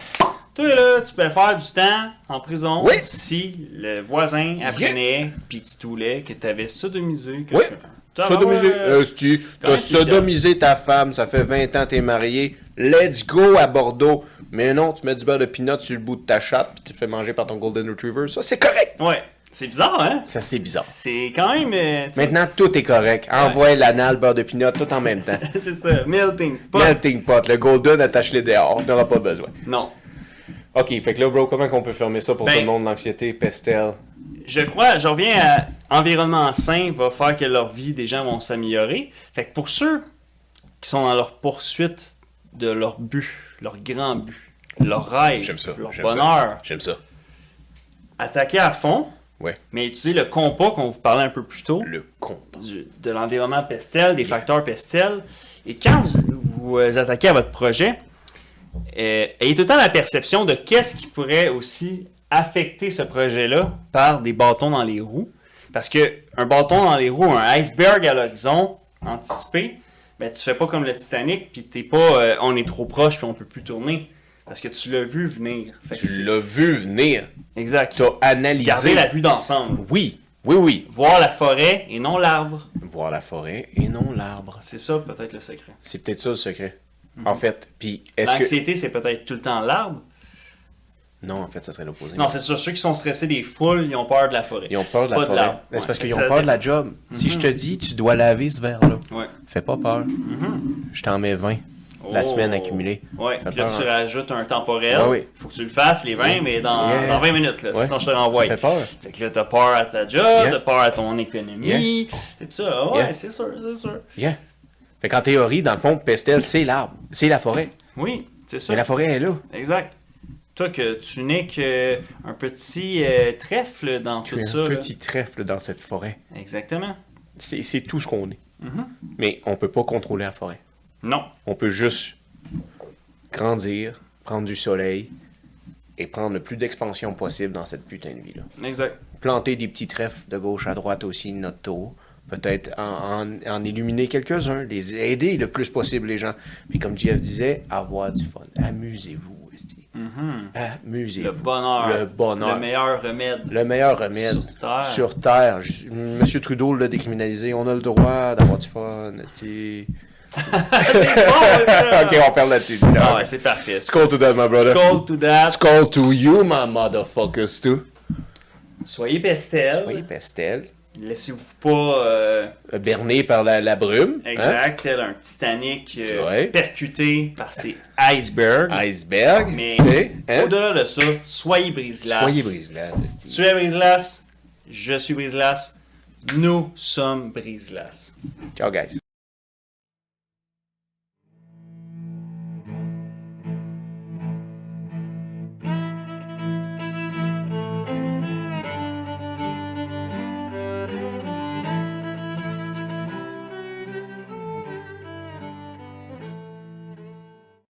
[SPEAKER 2] Toi, là, tu peux faire du temps en prison
[SPEAKER 1] Oui.
[SPEAKER 2] si le voisin apprenait, puis tu toulais que tu avais sodomisé
[SPEAKER 1] Oui.
[SPEAKER 2] quelqu'un. Ça va,
[SPEAKER 1] Sodomisé,
[SPEAKER 2] ouais.
[SPEAKER 1] euh, tu
[SPEAKER 2] Quand
[SPEAKER 1] t'as
[SPEAKER 2] même
[SPEAKER 1] sodomisé ta femme, ça fait 20 ans t'es marié, let's go à Bordeaux. Mais non, tu mets du beurre de peanut sur le bout de ta chatte puis tu te fais manger par ton golden retriever, ça c'est correct.
[SPEAKER 2] Ouais. C'est bizarre, hein?
[SPEAKER 1] Ça Euh, c'est bizarre.
[SPEAKER 2] C'est quand même. euh, tu sais,
[SPEAKER 1] Maintenant tout est correct, envoie l'anal, beurre de peanut, tout en même temps.
[SPEAKER 2] c'est ça, melting pot.
[SPEAKER 1] Melting pot, le golden attache les dehors, on n'aura pas besoin.
[SPEAKER 2] Non.
[SPEAKER 1] Ok, fait que là bro, comment qu'on peut fermer ça pour
[SPEAKER 2] Ben-
[SPEAKER 1] tout le monde, l'anxiété, pestel?
[SPEAKER 2] Je crois, je reviens à environnement sain va faire que leur vie des gens vont s'améliorer. Fait que pour ceux qui sont dans leur poursuite de leur but, leur grand but, leur rêve,
[SPEAKER 1] J'aime ça,
[SPEAKER 2] leur
[SPEAKER 1] j'aime
[SPEAKER 2] bonheur,
[SPEAKER 1] J'aime ça.
[SPEAKER 2] attaquer à fond,
[SPEAKER 1] Ouais,
[SPEAKER 2] mais utiliser le compas qu'on vous parlait un peu plus tôt,
[SPEAKER 1] le compas.
[SPEAKER 2] du- de l'environnement pestel, des facteurs pestels. Et quand vous vous euh, attaquez à votre projet, euh, ayez tout le temps la perception de qu'est-ce qui pourrait aussi affecter ce projet-là par des bâtons dans les roues. Parce que un bâton dans les roues, un iceberg à l'horizon anticipé, ben, tu fais pas comme le Titanic, puis t'es pas euh, on est trop proche, puis on peut plus tourner. Parce que tu l'as vu venir. Fait que
[SPEAKER 1] Tu
[SPEAKER 2] c'est-
[SPEAKER 1] l'as vu venir,
[SPEAKER 2] Exact.
[SPEAKER 1] t'as analysé.
[SPEAKER 2] Garder la vue d'ensemble.
[SPEAKER 1] Oui, Oui, oui.
[SPEAKER 2] Voir la forêt et non l'arbre.
[SPEAKER 1] Voir la forêt et non l'arbre.
[SPEAKER 2] C'est ça peut-être le secret.
[SPEAKER 1] C'est peut-être ça le secret. En fait, puis est-ce que...
[SPEAKER 2] L'anxiété, Mhm. Ben, c'est peut-être tout le temps l'arbre.
[SPEAKER 1] Non, en fait, ça serait l'opposé.
[SPEAKER 2] Non, c'est sûr, ceux qui sont stressés des foules, ils ont peur de la forêt.
[SPEAKER 1] Ils ont peur de la
[SPEAKER 2] Pas
[SPEAKER 1] forêt.
[SPEAKER 2] l'arbre.
[SPEAKER 1] Mais C'est
[SPEAKER 2] Ouais.
[SPEAKER 1] parce qu'ils ont
[SPEAKER 2] Ça- Mhm.
[SPEAKER 1] peur de la job. Si je te dis, tu dois laver ce verre-là,
[SPEAKER 2] Ouais.
[SPEAKER 1] fais pas peur. Je t'en mets 20 la
[SPEAKER 2] Mhm. Oh.
[SPEAKER 1] semaine accumulée.
[SPEAKER 2] Ouais,
[SPEAKER 1] Fait
[SPEAKER 2] puis là,
[SPEAKER 1] peur,
[SPEAKER 2] tu
[SPEAKER 1] hein.
[SPEAKER 2] rajoutes un temporel.
[SPEAKER 1] Ouais, oui.
[SPEAKER 2] Faut que tu le fasses, les 20, mais dans,
[SPEAKER 1] Yeah.
[SPEAKER 2] dans 20 minutes, là,
[SPEAKER 1] Ouais.
[SPEAKER 2] sinon je te renvoie.
[SPEAKER 1] Ça fait peur.
[SPEAKER 2] Fait que là, t'as peur à ta job, t'as peur à ton économie. C'est ça, ouais,
[SPEAKER 1] Yeah.
[SPEAKER 2] c'est sûr, c'est sûr.
[SPEAKER 1] Yeah. Fait qu'en théorie, dans le fond, Pestel, c'est l'arbre. C'est la forêt.
[SPEAKER 2] Oui, c'est ça.
[SPEAKER 1] Mais la forêt est là.
[SPEAKER 2] Exact. Toi, que tu n'es qu'un petit euh, trèfle dans
[SPEAKER 1] Tu
[SPEAKER 2] tout
[SPEAKER 1] es
[SPEAKER 2] ça.
[SPEAKER 1] un
[SPEAKER 2] là.
[SPEAKER 1] petit trèfle dans cette forêt.
[SPEAKER 2] Exactement.
[SPEAKER 1] C'est c'est tout ce qu'on est.
[SPEAKER 2] Mhm.
[SPEAKER 1] Mais on peut pas contrôler la forêt.
[SPEAKER 2] Non.
[SPEAKER 1] On peut juste grandir, prendre du soleil et prendre le plus d'expansion possible dans cette putain de vie-là.
[SPEAKER 2] Exact.
[SPEAKER 1] Planter des petits trèfles de gauche à droite aussi, de notre tour. Peut-être en, en- en illuminer quelques-uns, les aider le plus possible les gens. Puis comme Jeff disait, avoir du fun. Amusez-vous, esti.
[SPEAKER 2] Mm. Mhm. Le
[SPEAKER 1] Amusez-vous.
[SPEAKER 2] bonheur.
[SPEAKER 1] Le bonheur.
[SPEAKER 2] Le meilleur remède.
[SPEAKER 1] Le meilleur remède.
[SPEAKER 2] Sur Terre.
[SPEAKER 1] Sur Terre. Je- Monsieur Trudeau l'a décriminalisé. On a le droit d'avoir du fun. esti. Ah,
[SPEAKER 2] Oh, ça!
[SPEAKER 1] ok, hein. on perd là-dessus.
[SPEAKER 2] Ah ouais, c'est parfait.
[SPEAKER 1] Skull to that, my brother.
[SPEAKER 2] Call to that.
[SPEAKER 1] Skull to you, my motherfuckers, too.
[SPEAKER 2] Soyez pestel.
[SPEAKER 1] Soyez pastel.
[SPEAKER 2] Laissez-vous pas
[SPEAKER 1] Hein?
[SPEAKER 2] euh,
[SPEAKER 1] Berné par la, la brume. hein?
[SPEAKER 2] exact, tel un Titanic euh,
[SPEAKER 1] C'est vrai.
[SPEAKER 2] percuté par ces icebergs.
[SPEAKER 1] Iceberg.
[SPEAKER 2] Mais
[SPEAKER 1] tu sais, hein?
[SPEAKER 2] au-delà de ça, soyez brise-glace.
[SPEAKER 1] Soyez brise-glace, esti.
[SPEAKER 2] Tu es brise-glace. Je suis brise-glace. Nous sommes brise-glace.
[SPEAKER 1] Ciao, guys.